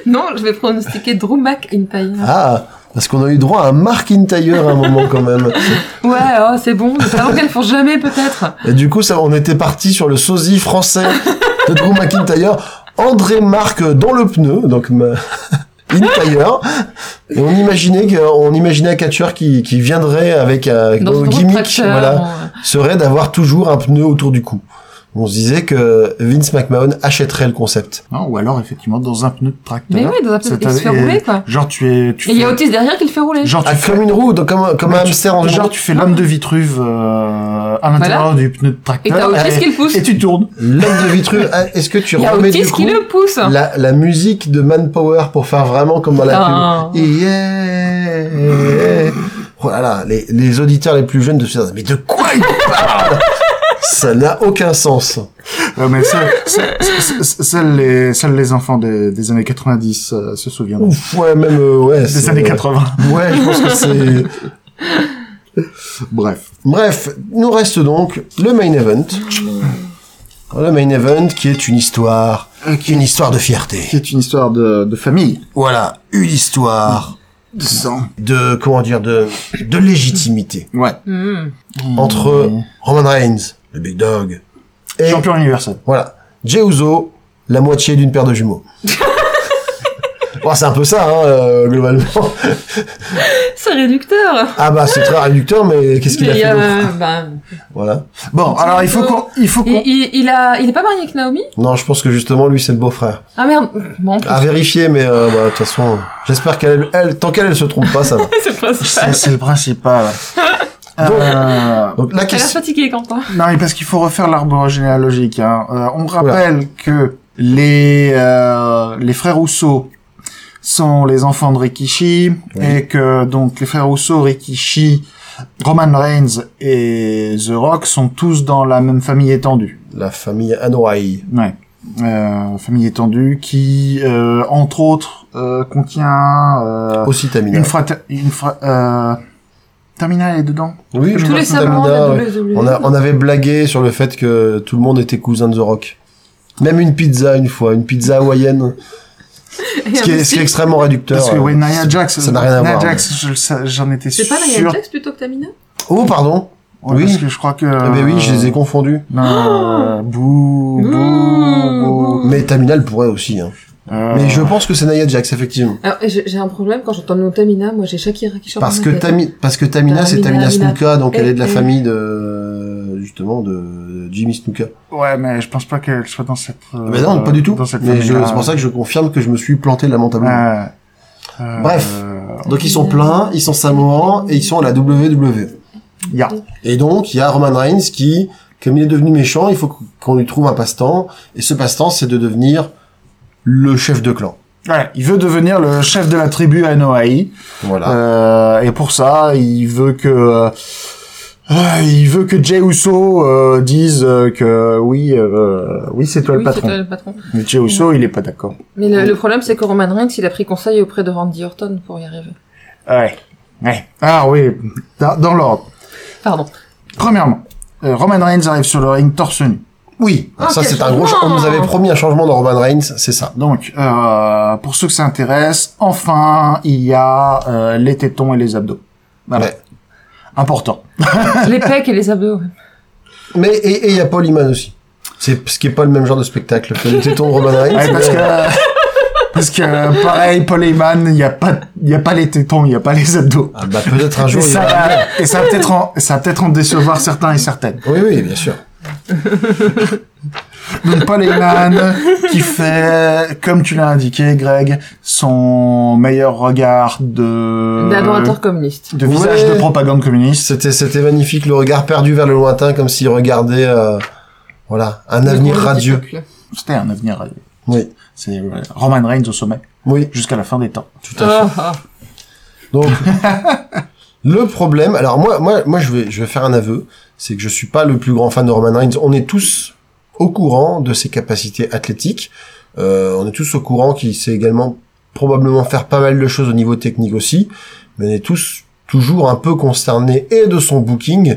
Speaker 4: Non, je vais pronostiquer Drew McIntyre.
Speaker 5: Ah, parce qu'on a eu droit à un Mark Intire à un moment quand même. Ah.
Speaker 4: Ouais, oh, c'est bon, nous savons qu'elles font jamais peut-être.
Speaker 5: Et du coup, ça, on était parti sur le sosie français de Drew McIntyre, André Marc dans le pneu, donc ma... Intire. Et on imaginait que- on imaginait un catcheur qui, qui viendrait avec un
Speaker 4: Dans ce gros
Speaker 5: gimmick,
Speaker 4: tracteur,
Speaker 5: voilà,
Speaker 4: on-
Speaker 5: serait d'avoir toujours un pneu autour du cou. On se disait que Vince McMahon achèterait le concept.
Speaker 3: Non, ou alors effectivement dans un pneu de tracteur.
Speaker 4: Mais oui, dans un peu,
Speaker 3: Ça
Speaker 4: il se fait
Speaker 3: t'avait-
Speaker 4: rouler, quoi.
Speaker 3: Genre tu es, tu
Speaker 4: Et il y a
Speaker 3: fais-
Speaker 4: Otis derrière qui le fait rouler.
Speaker 3: genre tu
Speaker 5: Ah,
Speaker 3: fais,
Speaker 5: comme une roue, donc comme, un- comme un hamster en
Speaker 3: genre tu fais l'homme de Vitruve euh, à l'intérieur du pneu de
Speaker 4: Et
Speaker 3: tracteur
Speaker 4: t'as Otis
Speaker 5: allez.
Speaker 4: qui le pousse.
Speaker 3: et tu tournes.
Speaker 5: L'homme de Vitruve, ah, est-ce que tu
Speaker 4: Il y a
Speaker 5: remets du
Speaker 4: Otis
Speaker 5: coup
Speaker 4: qui le pousse.
Speaker 5: la, la musique de Manpower pour faire vraiment comme dans la
Speaker 4: Ah.
Speaker 5: pub Yeah. Oh là là, les, les auditeurs les plus jeunes de se dire, mais de quoi ils parlent Ça n'a aucun sens.
Speaker 3: Ouais, mais ça, ça- ça- ça- seuls les, seuls les enfants des, des années 90 euh, se souviennent.
Speaker 5: Ouf, ouais, même, euh, ouais.
Speaker 3: Des
Speaker 5: c'est-
Speaker 3: années 80.
Speaker 5: Ouais, je pense que c'est...
Speaker 3: Bref.
Speaker 5: Bref, nous reste donc le main event. Le main event qui est une histoire, une histoire de fierté.
Speaker 3: C'est une histoire de, de famille.
Speaker 5: Voilà, une histoire
Speaker 3: De sang.
Speaker 5: de, comment dire, de, de légitimité.
Speaker 3: Ouais.
Speaker 4: Hmm.
Speaker 5: entre Roman Reigns, le Big Dog, et
Speaker 3: Champion universel.
Speaker 5: voilà, Jey Uso, la moitié d'une paire de jumeaux. Bon, c'est un peu ça, hein, euh, globalement.
Speaker 4: C'est réducteur.
Speaker 5: Ah bah, c'est très réducteur, mais qu'est-ce qu'il a
Speaker 4: Mais,
Speaker 5: fait d'autre
Speaker 4: euh, bah,
Speaker 5: Voilà.
Speaker 3: Bon, alors il faut qu'on, il faut
Speaker 4: il,
Speaker 3: qu'on.
Speaker 4: il, il a, il est pas marié avec Naomi
Speaker 5: Non, je pense que justement, lui, c'est le beau-frère.
Speaker 4: Ah merde. Bon, en plus,
Speaker 5: À vérifier, mais euh, bah, de toute façon, j'espère qu'elle, elle, tant qu'elle elle se trompe pas, ça va.
Speaker 4: c'est le principal.
Speaker 3: C'est c'est le principal. Euh,
Speaker 5: Donc
Speaker 4: T'as
Speaker 5: la
Speaker 4: l'air
Speaker 5: question,
Speaker 4: fatigué, Quentin.
Speaker 3: Non, mais parce qu'il faut refaire l'arbre généalogique. Hein. Euh, on rappelle que les euh, les frères Rousseau sont les enfants de Rikishi et que donc les frères Rousseau, Rikishi, Roman Reigns et The Rock sont tous dans la même famille étendue.
Speaker 5: la famille Anoa'i.
Speaker 3: Ouais. Euh, famille étendue qui, euh, entre autres, euh, contient euh,
Speaker 5: Aussi Tamina.
Speaker 3: une frater... Une fra... euh... Terminal est dedans.
Speaker 5: Oui, je
Speaker 4: Tous
Speaker 5: vois
Speaker 4: les
Speaker 5: Tamina,
Speaker 4: savants de la
Speaker 5: ouais.
Speaker 4: WWE.
Speaker 5: On, a, on avait blagué sur le fait que tout le monde était cousin de The Rock. Même une pizza une fois, une pizza hawaïenne,
Speaker 4: Et
Speaker 5: ce qui est, ce qui est extrêmement réducteur.
Speaker 3: Parce que
Speaker 5: euh,
Speaker 3: ouais, Nia
Speaker 5: c'est-
Speaker 3: Jax,
Speaker 5: ça n'a rien à
Speaker 3: Nia
Speaker 5: voir.
Speaker 3: Jax, je le sais- j'en étais sûr.
Speaker 4: C'est pas Nia Jax plutôt que Tamina
Speaker 5: Oh pardon.
Speaker 3: Ouais,
Speaker 5: Oui.
Speaker 3: Parce que je crois que.
Speaker 5: Ah, mais oui, je
Speaker 3: Euh.
Speaker 5: les ai confondus.
Speaker 4: Ah.
Speaker 3: Non, bouh, bouh,
Speaker 4: Bouh,
Speaker 3: bouh.
Speaker 4: bouh.
Speaker 5: Mmh. Mais Taminal pourrait aussi. Hein.
Speaker 3: Euh,
Speaker 5: Mais je pense que c'est Nia Jax, effectivement.
Speaker 4: Alors, j'ai j'ai un problème quand j'entends le nom Tamina, moi j'ai Shakira qui chante.
Speaker 5: Parce
Speaker 4: dans
Speaker 5: que,
Speaker 4: ma tête.
Speaker 5: Tami, parce que Tamina, c'est
Speaker 4: Tamina,
Speaker 5: Tamina
Speaker 4: Tamina.
Speaker 5: Snuka, donc
Speaker 4: Eh,
Speaker 5: elle est de la
Speaker 4: eh.
Speaker 5: famille de, justement, de Jimmy Snuka.
Speaker 3: Ouais, mais je pense pas qu'elle soit dans cette. euh,
Speaker 5: Mais Ah bah non, pas du tout.
Speaker 3: Dans cette
Speaker 5: Mais je-
Speaker 3: famille-là.
Speaker 5: c'est pour ça que je confirme que je me suis planté lamentablement.
Speaker 3: Ouais. Euh,
Speaker 5: Bref.
Speaker 3: euh,
Speaker 5: Donc ils sont pleins, ils sont samoans et ils sont à la WWE.
Speaker 3: Ya.
Speaker 5: Et donc il y a Roman Reigns qui, comme il est devenu méchant, il faut qu'on lui trouve un passe-temps. Et ce passe-temps, c'est de devenir le chef de clan.
Speaker 3: Voilà, il veut devenir le chef de la tribu à Noaï.
Speaker 5: Voilà.
Speaker 3: Euh, et pour ça, il veut que euh, euh, il veut que Jay Uso euh, dise euh, que oui, euh, oui, c'est toi
Speaker 4: Oui,
Speaker 3: le
Speaker 4: c'est
Speaker 3: patron.
Speaker 4: toi le patron.
Speaker 3: Mais Jay Uso, il est pas d'accord.
Speaker 4: Mais le, le problème, c'est que Roman Reigns, il a pris conseil auprès de Randy Orton pour y arriver.
Speaker 3: Ouais. Ouais. Ah oui, dans, dans l'ordre.
Speaker 4: Pardon.
Speaker 3: Premièrement, euh, Roman Reigns arrive sur le ring torse nu.
Speaker 5: Oui. Alors
Speaker 4: Ah,
Speaker 5: ça
Speaker 4: quel
Speaker 5: c'est un gros.
Speaker 4: changement
Speaker 5: On nous avait promis un changement dans Roman Reigns, c'est ça.
Speaker 3: Donc, euh, pour ceux que ça intéresse, enfin, il y a euh, les tétons et les abdos. Voilà.
Speaker 5: Ouais.
Speaker 3: Important.
Speaker 4: les pecs et les abdos.
Speaker 5: Mais et et il y a Paul Heyman aussi. C'est ce qui est pas le même genre de spectacle que le téton de Roman Reigns.
Speaker 3: Ouais, parce que parce que pareil, Paul Heyman, il y a pas il y a pas les tétons, il y a pas les abdos.
Speaker 5: Ah, bah, peut-être un
Speaker 3: Et
Speaker 5: jour. il
Speaker 3: ça,
Speaker 5: va-
Speaker 3: va, et ça va peut-être en, ça va peut-être en décevoir certains et certaines.
Speaker 5: Oui oui bien sûr.
Speaker 3: Donc Paul Heyman qui fait, comme tu l'as indiqué, Greg, son meilleur regard
Speaker 5: Euh,
Speaker 3: de
Speaker 4: D'adorateur communiste.
Speaker 3: de visage
Speaker 5: Ouais.
Speaker 3: de propagande communiste.
Speaker 5: C'était c'était magnifique le regard perdu vers le lointain comme s'il regardait euh, voilà un avenir
Speaker 4: Le
Speaker 5: radieux.
Speaker 4: peuple.
Speaker 3: C'était un avenir. radieux.
Speaker 5: Oui.
Speaker 3: C'est euh, Roman Reigns au sommet
Speaker 5: Oui,
Speaker 3: jusqu'à la fin des temps.
Speaker 5: tout à fait.
Speaker 4: Ah, ah.
Speaker 5: Donc le problème, alors moi moi moi je vais je vais faire un aveu, c'est que je suis pas le plus grand fan de Roman Reigns. On est tous au courant de ses capacités athlétiques. Euh, on est tous au courant qu'il sait également probablement faire pas mal de choses au niveau technique aussi, mais on est tous toujours un peu concernés et de son booking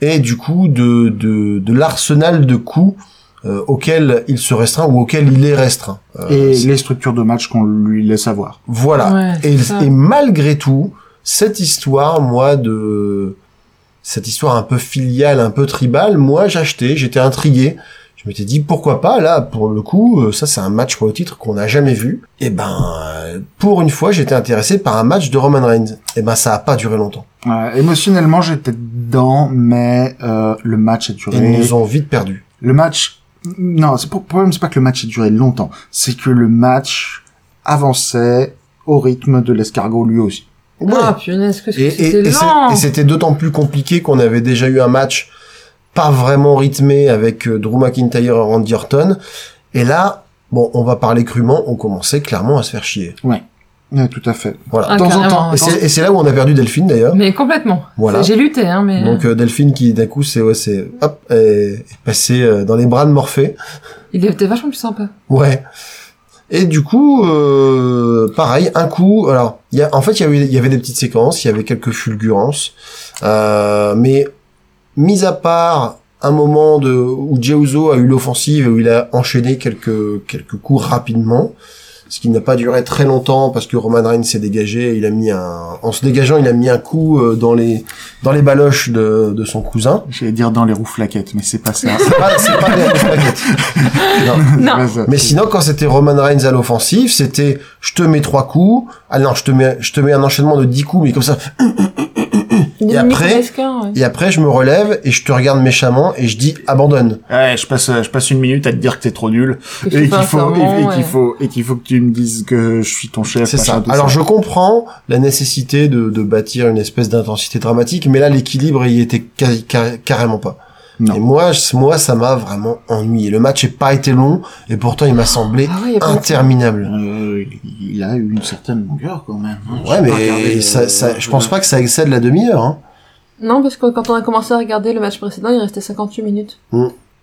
Speaker 5: et du coup de de, de l'arsenal de coups euh, auquel il se restreint ou auquel il est restreint. Euh,
Speaker 3: Et les structures de match qu'on lui laisse avoir.
Speaker 5: voilà.
Speaker 4: Ouais,
Speaker 5: et,
Speaker 4: c'est ça.
Speaker 5: et malgré tout, cette histoire, moi, de cette histoire un peu filiale, un peu tribale, moi, j'achetais, j'étais intrigué. Je m'étais dit pourquoi pas là pour le coup euh, ça c'est un match pour le titre qu'on n'a jamais vu et ben euh, pour une fois j'étais intéressé par un match de Roman Reigns et ben ça a pas duré longtemps
Speaker 3: Euh, émotionnellement, j'étais dedans, mais euh, le match a
Speaker 5: ils
Speaker 3: duré.
Speaker 5: nous ont vite perdu
Speaker 3: Le match, non, c'est pour le problème, c'est pas que le match ait duré longtemps, c'est que le match avançait au rythme de l'escargot lui aussi.
Speaker 5: Ouais.
Speaker 4: Ah, punaise, que
Speaker 5: Et,
Speaker 4: c'était
Speaker 5: et- et c'est-
Speaker 4: lent.
Speaker 5: et c'était d'autant plus compliqué qu'on avait déjà eu un match pas vraiment rythmé avec euh, Drew McIntyre et Randy Orton. Et là, bon, on va parler crûment, on commençait clairement à se faire chier.
Speaker 3: Ouais, tout à fait.
Speaker 5: Voilà.
Speaker 4: Ah,
Speaker 3: de temps en
Speaker 4: carrément,
Speaker 3: temps,
Speaker 5: Et
Speaker 4: attends.
Speaker 5: c'est et c'est là où on a perdu Delphine d'ailleurs.
Speaker 4: Mais complètement.
Speaker 5: Voilà.
Speaker 4: Ça, J'ai lutté, hein, mais.
Speaker 5: Donc euh, Delphine qui d'un coup c'est ouais, c'est hop est, est passée euh, dans les bras de Morphée.
Speaker 4: Il était vachement plus sympa.
Speaker 5: Ouais. Et du coup, euh, pareil, un coup. Alors, il y a, en fait, il y, a eu- il y avait des petites séquences, il y avait quelques fulgurances, euh, mais mis à part un moment de où Jauzo a eu l'offensive et où il a enchaîné quelques quelques coups rapidement, ce qui n'a pas duré très longtemps parce que Roman Reigns s'est dégagé. Il a mis un, en se dégageant, il a mis un coup euh, dans les dans les baloches de, de son cousin.
Speaker 3: J'allais dire dans les roues flaquettes, mais c'est pas ça.
Speaker 5: C'est pas, c'est pas les raquettes. Non.
Speaker 3: C'est
Speaker 4: Non.
Speaker 3: pas ça.
Speaker 5: Mais sinon, quand c'était Roman Reigns à l'offensive, c'était je te mets trois coups. Ah non, je te mets, je te mets un enchaînement de dix coups, mais comme ça.
Speaker 4: Il est
Speaker 5: après-
Speaker 4: Mesquin, ouais.
Speaker 5: Et après, je me relève et je te regarde méchamment et je dis abandonne.
Speaker 3: Ouais, je passe, euh, je passe une minute à te dire que t'es trop nul
Speaker 4: Que je
Speaker 3: et
Speaker 4: fais un
Speaker 3: qu'il faut, et,
Speaker 4: serment,
Speaker 3: et
Speaker 4: ouais.
Speaker 3: qu'il faut, et qu'il faut que tu me dises que je suis ton chef.
Speaker 5: C'est
Speaker 3: machin,
Speaker 5: ça.
Speaker 3: tout
Speaker 5: Alors, je comprends la nécessité de, de bâtir une espèce d'intensité dramatique, mais là, l'équilibre il y était ca- ca- carrément pas.
Speaker 3: Non.
Speaker 5: Et moi, je- moi, ça m'a vraiment ennuyé. Le match n'a pas été long et pourtant, il m'a semblé
Speaker 4: Ah ouais, il y a pas longtemps.
Speaker 5: interminable.
Speaker 3: Euh, il a eu une certaine longueur quand même. hein.
Speaker 5: Ouais,
Speaker 3: J'ai
Speaker 5: mais
Speaker 3: pas regardé,
Speaker 5: ça,
Speaker 3: euh,
Speaker 5: ça- je pense pas que ça excède la demi-heure. Hein.
Speaker 4: Non, parce que quand on a commencé à regarder le match précédent, il restait 58 minutes.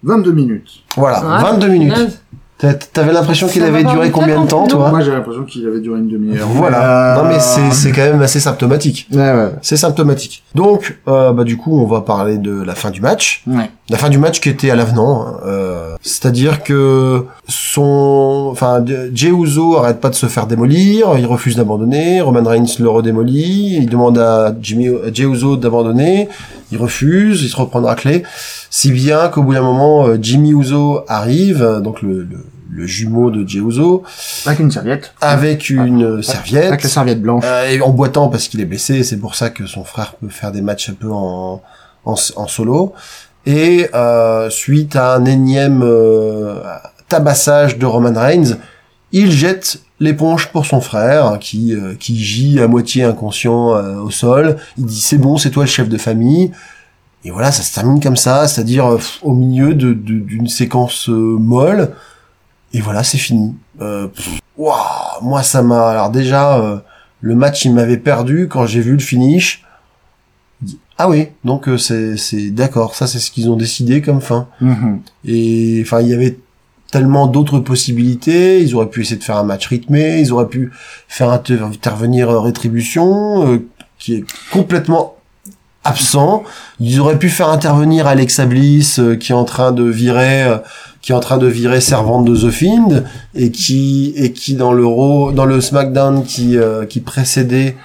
Speaker 3: 22 minutes.
Speaker 5: Voilà,
Speaker 4: Ouais,
Speaker 5: 22 minutes.
Speaker 4: punaise.
Speaker 5: T'a- T'avais l'impression qu'il
Speaker 4: Ça
Speaker 5: avait
Speaker 4: va
Speaker 5: duré
Speaker 4: pas,
Speaker 5: combien de temps,
Speaker 4: non.
Speaker 5: toi
Speaker 3: Moi, j'ai l'impression qu'il avait duré une demi-heure.
Speaker 5: Voilà.
Speaker 3: Euh,
Speaker 5: Non, mais c'est c'est quand même assez symptomatique.
Speaker 3: Ouais, ouais,
Speaker 5: C'est symptomatique. Donc, euh, bah du coup, on va parler de la fin du match.
Speaker 3: ouais. Ouais.
Speaker 5: La fin du match qui était à l'avenant. hein, euh, C'est-à-dire que son, enfin, de- Jey Uso arrête pas de se faire démolir. Il refuse d'abandonner. Roman Reigns le redémolit. Il demande à Jimmy, à Jey Uso d'abandonner. Il refuse. Il se reprendra clé. Si bien qu'au bout d'un moment, euh, Jimmy Uso arrive, euh, donc le, le- le jumeau de Jey Uso,
Speaker 3: Avec une serviette.
Speaker 5: avec une serviette.
Speaker 3: Avec la serviette blanche.
Speaker 5: Euh, et en boitant parce qu'il est blessé, c'est pour ça que son frère peut faire des matchs un peu en, en, en solo. Et euh, suite à un énième euh, tabassage de Roman Reigns, il jette l'éponge pour son frère qui euh, qui gît à moitié inconscient euh, au sol. Il dit c'est bon, c'est toi le chef de famille. Et voilà, ça se termine comme ça, c'est-à-dire euh, au milieu de- de- d'une séquence euh, molle. Et voilà, c'est fini. Euh, pff, Waouh, moi ça m'a. Alors déjà, euh, le match il m'avait perdu quand j'ai vu le finish. Je dis, Ah oui, donc euh, c'est c'est d'accord, ça c'est ce qu'ils ont décidé comme fin.
Speaker 3: Mhm.
Speaker 5: Et enfin il y avait tellement d'autres possibilités, ils auraient pu essayer de faire un match rythmé, ils auraient pu faire inter- intervenir euh, rétribution euh, qui est complètement absent, ils auraient pu faire intervenir Alexa Bliss euh, qui est en train de virer euh, qui est en train de virer servante de The Fiend et qui et qui dans le Raw- dans le SmackDown qui euh, qui précédait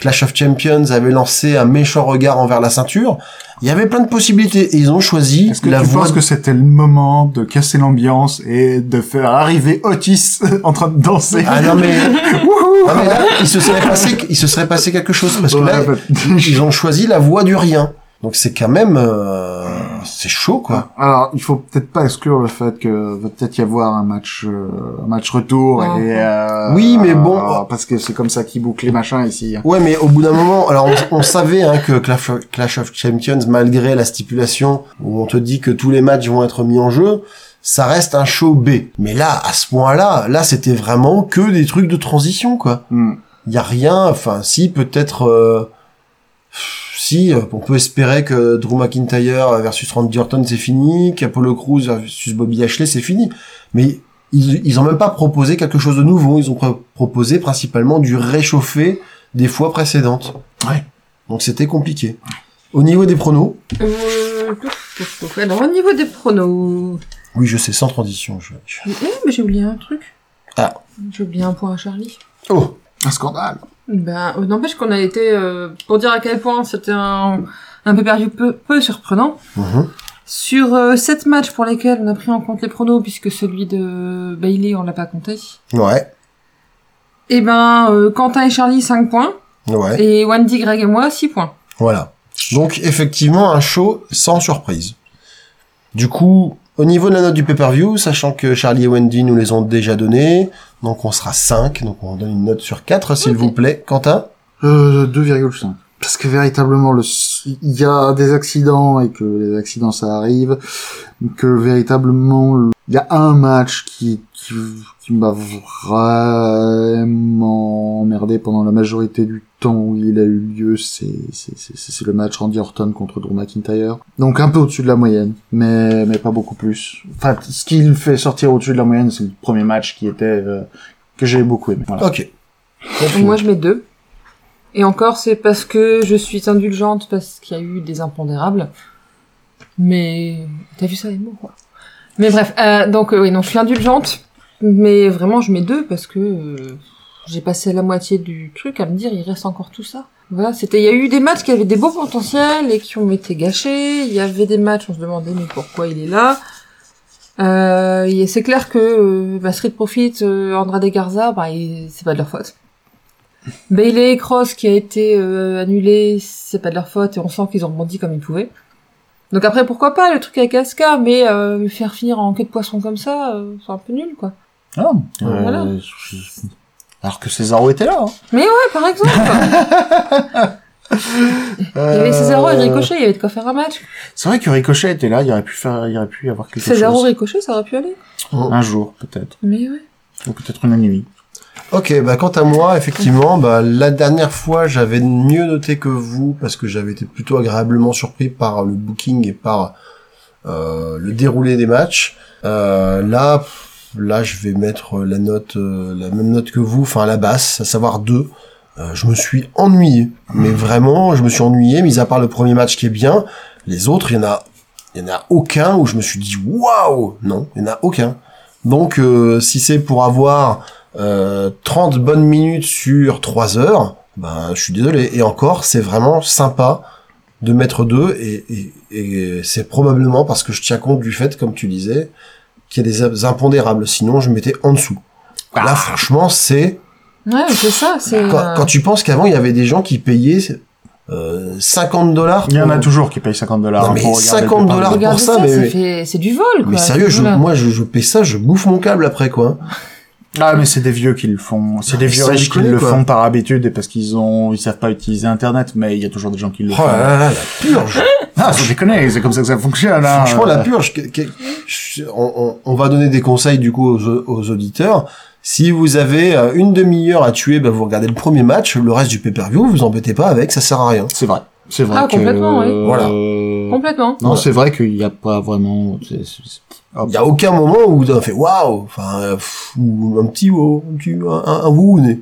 Speaker 5: Clash of Champions avait lancé un méchant regard envers la ceinture. Il y avait plein de possibilités et ils ont choisi
Speaker 3: Est-ce que
Speaker 5: la
Speaker 3: tu
Speaker 5: voie
Speaker 3: penses que c'était le moment de casser l'ambiance et de faire arriver Otis en train de danser
Speaker 5: Ah non mais,
Speaker 3: Wouhou
Speaker 5: non, mais là, il se serait passé il se serait passé quelque chose parce que
Speaker 3: Ouais,
Speaker 5: là
Speaker 3: bah,
Speaker 5: ils ont choisi la voie du rien. Donc c'est quand même euh, c'est chaud quoi.
Speaker 3: Alors, il faut peut-être pas exclure le fait que va peut-être y avoir un match, euh, un match retour
Speaker 4: Ah.
Speaker 3: et euh,
Speaker 5: Oui, mais bon.
Speaker 3: euh, parce que c'est comme ça qu'ils bouclent les machins ici. hein.
Speaker 5: Ouais, mais au bout d'un moment, alors on, on savait hein, que Clash of, Clash of Champions, malgré la stipulation où on te dit que tous les matchs vont être mis en jeu, ça reste un show B. Mais là, à ce point-là, là, c'était vraiment que des trucs de transition, quoi.
Speaker 3: Hmm.
Speaker 5: Il y a rien, enfin, si peut-être, euh, pff, si euh, on peut espérer que Drew McIntyre versus Randy Orton c'est fini, qu'Apollo Crews versus Bobby Lashley c'est fini, mais ils, ils ont même pas proposé quelque chose de nouveau. Ils ont pro- proposé principalement du réchauffé des fois précédentes.
Speaker 3: Ouais.
Speaker 5: Donc c'était compliqué. Au niveau des pronos,
Speaker 4: Euh, pouf, pouf, pouf. Alors, au niveau des pronos.
Speaker 5: oui, je sais, sans transition. Je... je-
Speaker 4: Eh, mais j'ai oublié un truc.
Speaker 5: Ah.
Speaker 4: J'ai oublié un point à Charlie.
Speaker 5: Oh,
Speaker 3: Un scandale.
Speaker 4: Ben, euh, n'empêche qu'on a été, euh, pour dire à quel point c'était un, un peu perdu, peu, peu surprenant.
Speaker 5: Mhm.
Speaker 4: Sur euh, sept matchs pour lesquels on a pris en compte les pronos, puisque celui de Bailey, on l'a pas compté.
Speaker 5: ouais,
Speaker 4: Eh ben, euh, Quentin et Charlie, 5 points.
Speaker 5: ouais,
Speaker 4: Et Wendy, Greg et moi, 6 points.
Speaker 5: voilà. Donc effectivement un show sans surprise. Du coup, au niveau de la note du pay-per-view, sachant que Charlie et Wendy nous les ont déjà données, donc on sera 5, donc on donne une note sur 4 s'il
Speaker 4: Ok.
Speaker 5: vous plaît. Quentin
Speaker 3: Euh, 2,5. Parce que véritablement, le, s- il y a des accidents et que les accidents ça arrive, que véritablement, le- il y a un match qui, qui, qui m'a vraiment emmerdé pendant la majorité du temps où il a eu lieu, c'est, c'est, c'est, c'est- c'est le match Randy Orton contre Drew McIntyre. Donc un peu au-dessus de la moyenne, mais, mais pas beaucoup plus. Enfin, ce qui le fait sortir au-dessus de la moyenne, c'est le premier match qui était, euh, que j'ai beaucoup aimé. Voilà.
Speaker 5: Ok.
Speaker 4: Donc, moi, je mets 2. Et encore, c'est parce que je suis indulgente, parce qu'il y a eu des impondérables. Mais, t'as vu ça, les mots, quoi. Mais bref, euh, donc, euh, oui, non, je suis indulgente. Mais vraiment, je mets 2 parce que euh, j'ai passé la moitié du truc à me dire, il reste encore tout ça. Voilà, c'était, il y a eu des matchs qui avaient des beaux potentiels et qui ont été gâchés. Il y avait des matchs, on se demandait, mais pourquoi il est là? Euh, et c'est clair que euh, bah, Street Profit, euh, Andrade Garza, bah, il- c'est pas de leur faute. Bailey et Cross qui a été euh, annulé, c'est pas de leur faute et on sent qu'ils ont rebondi comme ils pouvaient. Donc après pourquoi pas le truc avec Asuka, mais euh, le faire finir en queue de poisson comme ça, euh, c'est un peu nul quoi.
Speaker 3: Ah,
Speaker 4: Euh, voilà.
Speaker 3: je- je- Alors que Césaro était là. Hein.
Speaker 4: Ouais par exemple. il y avait Cesaro
Speaker 5: Euh,
Speaker 4: et Ricochet, il y avait de quoi faire un match.
Speaker 3: Euh, C'est vrai que Ricochet était là, il aurait pu faire, il aurait pu y avoir quelque
Speaker 4: Cesaro
Speaker 3: chose.
Speaker 4: Ricochet ça aurait pu aller.
Speaker 3: Un jour, peut-être.
Speaker 4: Mais ouais.
Speaker 3: Ou peut-être une nuit.
Speaker 5: Ok, bah quant à moi, effectivement, bah, la dernière fois, j'avais mieux noté que vous parce que j'avais été plutôt agréablement surpris par le booking et par euh, le déroulé des matchs. Euh, là, pff, là, je vais mettre la note, euh, la même note que vous, enfin la basse, à savoir 2. Euh, je me suis ennuyé, mais vraiment, je me suis ennuyé. Mis à part le premier match qui est bien, les autres, il y en a, il y en a aucun où je me suis dit waouh. Non, il y en a aucun. Donc, euh, si c'est pour avoir euh, 30 bonnes minutes sur 3 heures, ben je suis désolé. Et encore, c'est vraiment sympa de mettre deux et, et, et c'est probablement parce que je tiens compte du fait, comme tu disais, qu'il y a des ab- impondérables. Sinon, je mettais en dessous. Là, franchement, c'est
Speaker 4: Ouais, c'est ça, c'est...
Speaker 5: quand,
Speaker 4: euh,
Speaker 5: quand tu penses qu'avant, il y avait des gens qui payaient euh, 50 dollars.
Speaker 3: Il y en
Speaker 4: Oh.
Speaker 3: a toujours qui payent 50 dollars
Speaker 5: Non, mais
Speaker 3: pour regarder
Speaker 5: 50
Speaker 3: le Pépin
Speaker 5: dollars
Speaker 3: Noël.
Speaker 4: Regarde
Speaker 5: pour ça,
Speaker 4: ça,
Speaker 5: mais-
Speaker 4: ça fait- c'est du vol, quoi.
Speaker 5: Mais sérieux, je,
Speaker 4: Voilà.
Speaker 5: moi, je, je paye ça, je bouffe mon câble après, quoi.
Speaker 3: Ah, mais c'est des vieux qui le font. C'est des
Speaker 5: mais
Speaker 3: vieux
Speaker 5: sans
Speaker 3: riches qui
Speaker 5: déconner,
Speaker 3: le
Speaker 5: quoi.
Speaker 3: font par habitude et parce qu'ils ont, ils savent pas utiliser Internet, mais il y a toujours des gens qui le
Speaker 5: Oh
Speaker 3: font.
Speaker 5: là là là, la purge.
Speaker 3: Ah, sans déconner, c'est comme ça que ça fonctionne, hein.
Speaker 5: Franchement, la purge. que- que- je- on, on- on va donner des conseils du coup aux, aux auditeurs. Si vous avez euh, une demi-heure à tuer, bah, vous regardez le premier match, le reste du pay-per-view, vous embêtez pas avec, ça sert à rien.
Speaker 2: C'est vrai. C'est vrai
Speaker 4: Ah,
Speaker 2: que...
Speaker 4: complètement, oui.
Speaker 5: Voilà.
Speaker 2: Voilà.
Speaker 4: Complètement.
Speaker 2: Non,
Speaker 5: Voilà.
Speaker 2: c'est vrai qu'il n'y a pas vraiment... c'est- c'est- c'est-
Speaker 5: Il y a aucun moment où on fait waouh, enfin euh, pff, ou un petit wow, un, petit- un, un- un wouh au nez.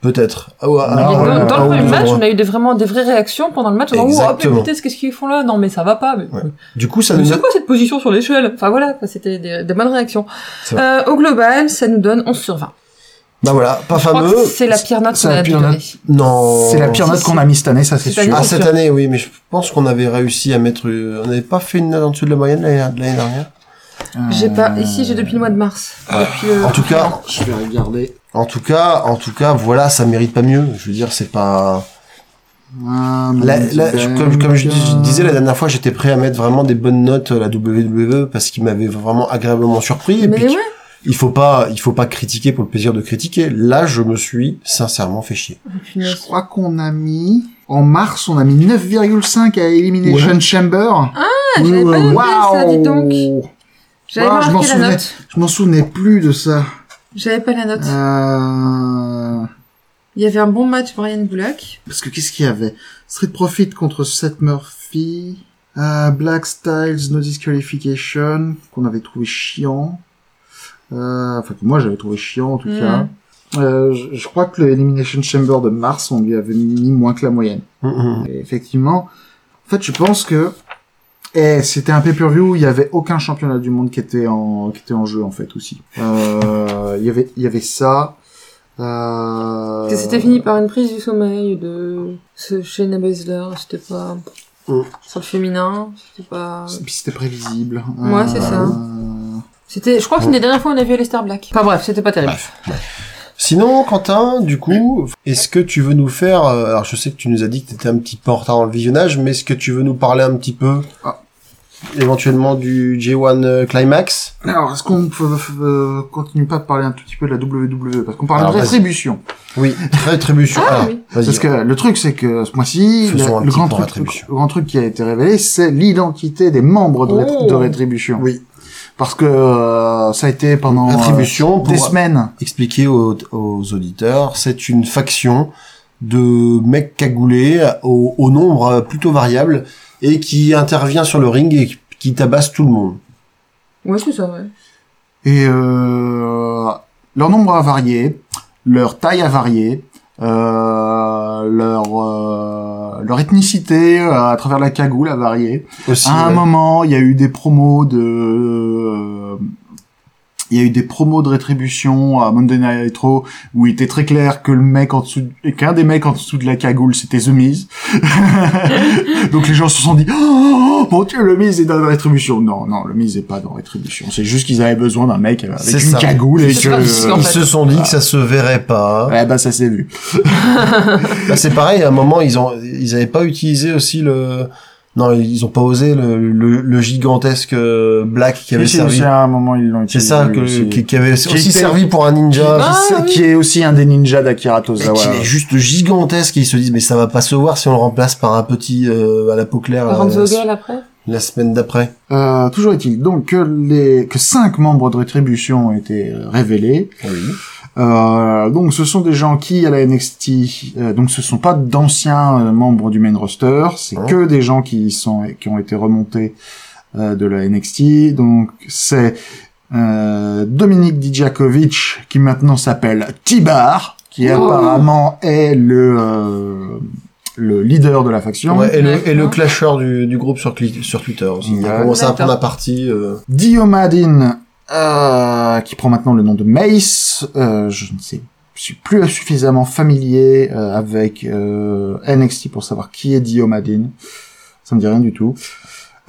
Speaker 5: peut-être. Ah, ouais,
Speaker 3: Ah,
Speaker 4: Et
Speaker 5: ah,
Speaker 4: dans,
Speaker 5: ouais,
Speaker 4: dans
Speaker 5: ah,
Speaker 4: le
Speaker 5: ouais,
Speaker 4: premier
Speaker 5: ouais,
Speaker 4: match,
Speaker 5: ouais.
Speaker 4: on a eu des, vraiment des vraies réactions pendant le match. On a dit, oh,
Speaker 5: Exactement.
Speaker 4: putain, qu'est-ce qu'ils font là Non, mais ça va pas. Mais,
Speaker 5: Du coup, ça
Speaker 4: mais
Speaker 5: nous a...
Speaker 4: c'est quoi cette position sur l'échelle Enfin voilà, quoi, c'était des, des bonnes réactions.
Speaker 5: C'est
Speaker 4: Euh, au global, ça nous donne 11 sur 20.
Speaker 5: Bah voilà, pas
Speaker 4: Je crois
Speaker 5: fameux.
Speaker 4: que c'est la pire note
Speaker 3: c'est
Speaker 4: qu'on
Speaker 3: la
Speaker 4: a pu
Speaker 3: pire
Speaker 4: donner.
Speaker 3: note.
Speaker 5: Non.
Speaker 3: C'est la pire note
Speaker 4: Si,
Speaker 3: qu'on
Speaker 4: si.
Speaker 3: a mis cette année, ça c'est
Speaker 4: C'est
Speaker 3: sûr.
Speaker 5: Ah,
Speaker 4: Bien
Speaker 5: cette
Speaker 4: sûr.
Speaker 5: année, oui, mais je pense qu'on avait réussi à mettre. euh, On n'avait pas fait une note en dessous de la moyenne l'année l'année dernière.
Speaker 4: J'ai pas.
Speaker 3: Euh,
Speaker 4: Ici, j'ai depuis le mois de mars. Depuis euh, le-
Speaker 5: En tout cas,
Speaker 2: Je vais regarder.
Speaker 5: en tout cas, en tout cas, voilà, ça mérite pas mieux. Je veux dire, c'est pas.
Speaker 3: Ah,
Speaker 5: La-
Speaker 3: mais
Speaker 5: la-
Speaker 3: c'est
Speaker 5: je-
Speaker 4: ben
Speaker 3: bien.
Speaker 5: comme, comme je, dis- je disais la dernière fois, j'étais prêt à mettre vraiment des bonnes notes euh, la WWE parce qu'il m'avait vraiment agréablement surpris. Et
Speaker 4: Mais
Speaker 5: puis,
Speaker 4: ouais,
Speaker 5: il faut pas, il faut pas critiquer pour le plaisir de critiquer. Là, je me suis sincèrement fait chier.
Speaker 3: Je crois qu'on a mis, en mars, on a mis 9,5 à Elimination Chamber. Ah,
Speaker 4: j'avais pas noté ça, dis donc. j'avais
Speaker 3: Ah,
Speaker 4: pas
Speaker 3: je m'en
Speaker 4: marqué la
Speaker 3: souvenais.
Speaker 4: note.
Speaker 3: Je m'en souvenais plus de ça.
Speaker 4: J'avais pas la note.
Speaker 3: Euh...
Speaker 4: Il y avait un bon match pour Ryan Bullock.
Speaker 3: Parce que qu'est-ce qu'il y avait Street Profit contre Seth Murphy, euh, Black Styles No Disqualification, qu'on avait trouvé chiant. Euh, enfin, que moi j'avais trouvé chiant en tout
Speaker 4: Mhm.
Speaker 3: cas. Euh, je, je crois que le Elimination Chamber de mars, on lui avait mis moins que la moyenne.
Speaker 5: Mhm.
Speaker 3: Et effectivement, en fait, je pense que eh, c'était un pay-per-view où il y avait aucun championnat du monde qui était en qui était en jeu en fait aussi. Euh, Il y avait il y avait ça. Euh...
Speaker 4: Parce que C'était fini par une prise du sommeil de ce Shayna Baszler. C'était pas
Speaker 3: Mm.
Speaker 5: Oh.
Speaker 4: sur le féminin. C'était pas.
Speaker 3: Et Puis c'était prévisible. Euh,
Speaker 4: Ouais, c'est ça. C'était. Je crois que c'est une des dernières fois où on a vu Alistair Black. Enfin bref, c'était pas terrible.
Speaker 5: Sinon, Quentin, du coup, est-ce que tu veux nous faire, euh, alors je sais que tu nous as dit que tu étais un petit peu en retard dans le visionnage, mais est-ce que tu veux nous parler un petit peu,
Speaker 3: Ah.
Speaker 5: éventuellement du J1 euh, Climax?
Speaker 3: Alors, est-ce qu'on peut- euh, continue pas de parler un tout petit peu de la WWE Parce qu'on parle
Speaker 5: Alors,
Speaker 3: de
Speaker 5: vas-y.
Speaker 3: rétribution.
Speaker 5: Oui, rétribution.
Speaker 4: Ah,
Speaker 5: Alors,
Speaker 4: oui.
Speaker 5: vas-y.
Speaker 3: Parce que le truc, c'est que ce mois-ci,
Speaker 5: Faisons
Speaker 3: la-
Speaker 5: un
Speaker 3: le,
Speaker 5: petit
Speaker 3: grand
Speaker 5: point
Speaker 3: truc,
Speaker 5: rétribution.
Speaker 3: le grand truc qui a été révélé, c'est l'identité des membres de, Rét-
Speaker 4: Oh.
Speaker 3: de Rétribution.
Speaker 5: Oui.
Speaker 3: Parce que euh, ça a été pendant euh,
Speaker 5: Rétribution, pour
Speaker 3: des semaines.
Speaker 5: expliquer aux, aux auditeurs, c'est une faction de mecs cagoulés au, au nombre plutôt variable et qui intervient sur le ring et qui tabasse tout le monde.
Speaker 4: Ouais, c'est ça. Ouais.
Speaker 3: Et euh, leur nombre a varié, leur taille a varié, euh, leur, euh, leur ethnicité euh, à travers la cagoule a varié.
Speaker 5: Aussi,
Speaker 3: À un
Speaker 5: ouais.
Speaker 3: moment, il y a eu des promos de, il y a eu des promos de rétribution à Monday Night Raw où il était très clair que le mec en dessous, et qu'un des mecs en dessous de la cagoule, c'était The Miz. Donc les gens se sont dit, oh, mon dieu, le Miz est dans rétribution. Non, non, le Miz est pas dans rétribution. C'est juste qu'ils avaient besoin d'un mec avec
Speaker 5: C'est
Speaker 3: une
Speaker 5: ça.
Speaker 3: cagoule et
Speaker 4: C'est pas
Speaker 3: que.
Speaker 4: sûr. en
Speaker 5: Ils
Speaker 4: fait.
Speaker 5: se sont
Speaker 3: ah.
Speaker 5: dit que ça se verrait pas.
Speaker 3: Ouais, bah ça s'est vu.
Speaker 5: Bah, c'est pareil, à un moment, ils ont, ils avaient pas utilisé aussi le, non, ils ont pas osé le, le, le gigantesque euh, Black qui avait
Speaker 3: Si, si,
Speaker 5: servi.
Speaker 3: si, à un moment ils l'ont
Speaker 5: C'est
Speaker 3: utilisé,
Speaker 5: ça, que-
Speaker 3: aussi.
Speaker 5: qui, qui avait aussi
Speaker 3: était-
Speaker 5: servi pour un ninja.
Speaker 4: Ah,
Speaker 3: Qui-
Speaker 4: oui.
Speaker 3: qui est aussi un des ninjas d'Akira
Speaker 5: Et
Speaker 3: Tozawa.
Speaker 5: qu'il est juste gigantesque et ils se disent mais ça va pas se voir si on le remplace par un petit euh, à la peau claire
Speaker 4: Par Hans
Speaker 5: euh, la,
Speaker 4: Vogel après.
Speaker 5: la semaine d'après.
Speaker 3: Euh, toujours est-il donc que les que cinq membres de rétribution ont été euh, révélés.
Speaker 5: Oui.
Speaker 3: Euh, donc ce sont des gens qui à la NXT, euh, donc ce sont pas d'anciens euh, membres du main roster, c'est
Speaker 5: Oh.
Speaker 3: que des gens qui sont qui ont été remontés euh, de la NXT. Donc c'est euh, Dominique Dijakovic qui maintenant s'appelle Tibar, qui
Speaker 4: Oh.
Speaker 3: apparemment est le euh, le leader de la faction.
Speaker 5: Ouais, et, le, et le
Speaker 4: D'accord.
Speaker 5: clasheur du, du groupe sur, cli- sur Twitter aussi. Il a
Speaker 3: Ouais.
Speaker 5: commencé à
Speaker 4: D'accord.
Speaker 5: prendre la partie. euh,
Speaker 3: Diomadine, euh, qui prend maintenant le nom de Mace. Euh, je ne sais, je suis plus suffisamment familier euh, avec euh, NXT pour savoir qui est Diomadine. Ça me dit rien du tout.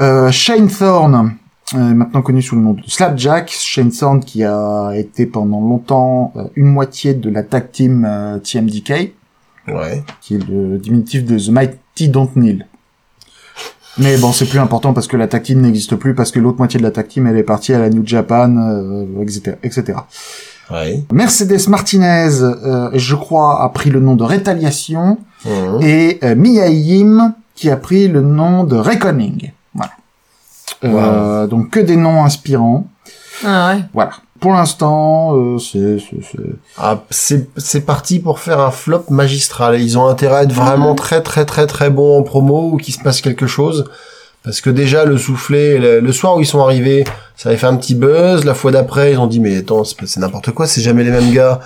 Speaker 3: Euh, Shane Thorne, euh, maintenant connu sous le nom de Slapjack, Shane Sound qui a été pendant longtemps euh, une moitié de la tag team euh, TMDK,
Speaker 5: Ouais.
Speaker 3: qui est le diminutif de The Mighty Don't Kneel. Mais bon, c'est plus important parce que la tag team n'existe plus, parce que l'autre moitié de la tag team, elle est partie à la New Japan, euh, etc., etc.
Speaker 5: Ouais.
Speaker 3: Mercedes Martinez, euh, je crois, a pris le nom de Rétaliation,
Speaker 5: Mhm.
Speaker 3: et euh, Mia Yim, qui a pris le nom de Reckoning. Voilà. Euh, Donc que des noms inspirants.
Speaker 4: Ah ouais.
Speaker 3: Voilà. Pour l'instant, euh, c'est... c'est- c'est-
Speaker 5: Ah, c'est c'est parti pour faire un flop magistral. Ils ont intérêt à être vraiment très très très très bons en promo ou qu'il se passe quelque chose. Parce que déjà, le soufflet, le, le soir où ils sont arrivés, ça avait fait un petit buzz. La fois d'après, ils ont dit, mais attends, c'est pas- c'est n'importe quoi, c'est jamais les mêmes gars.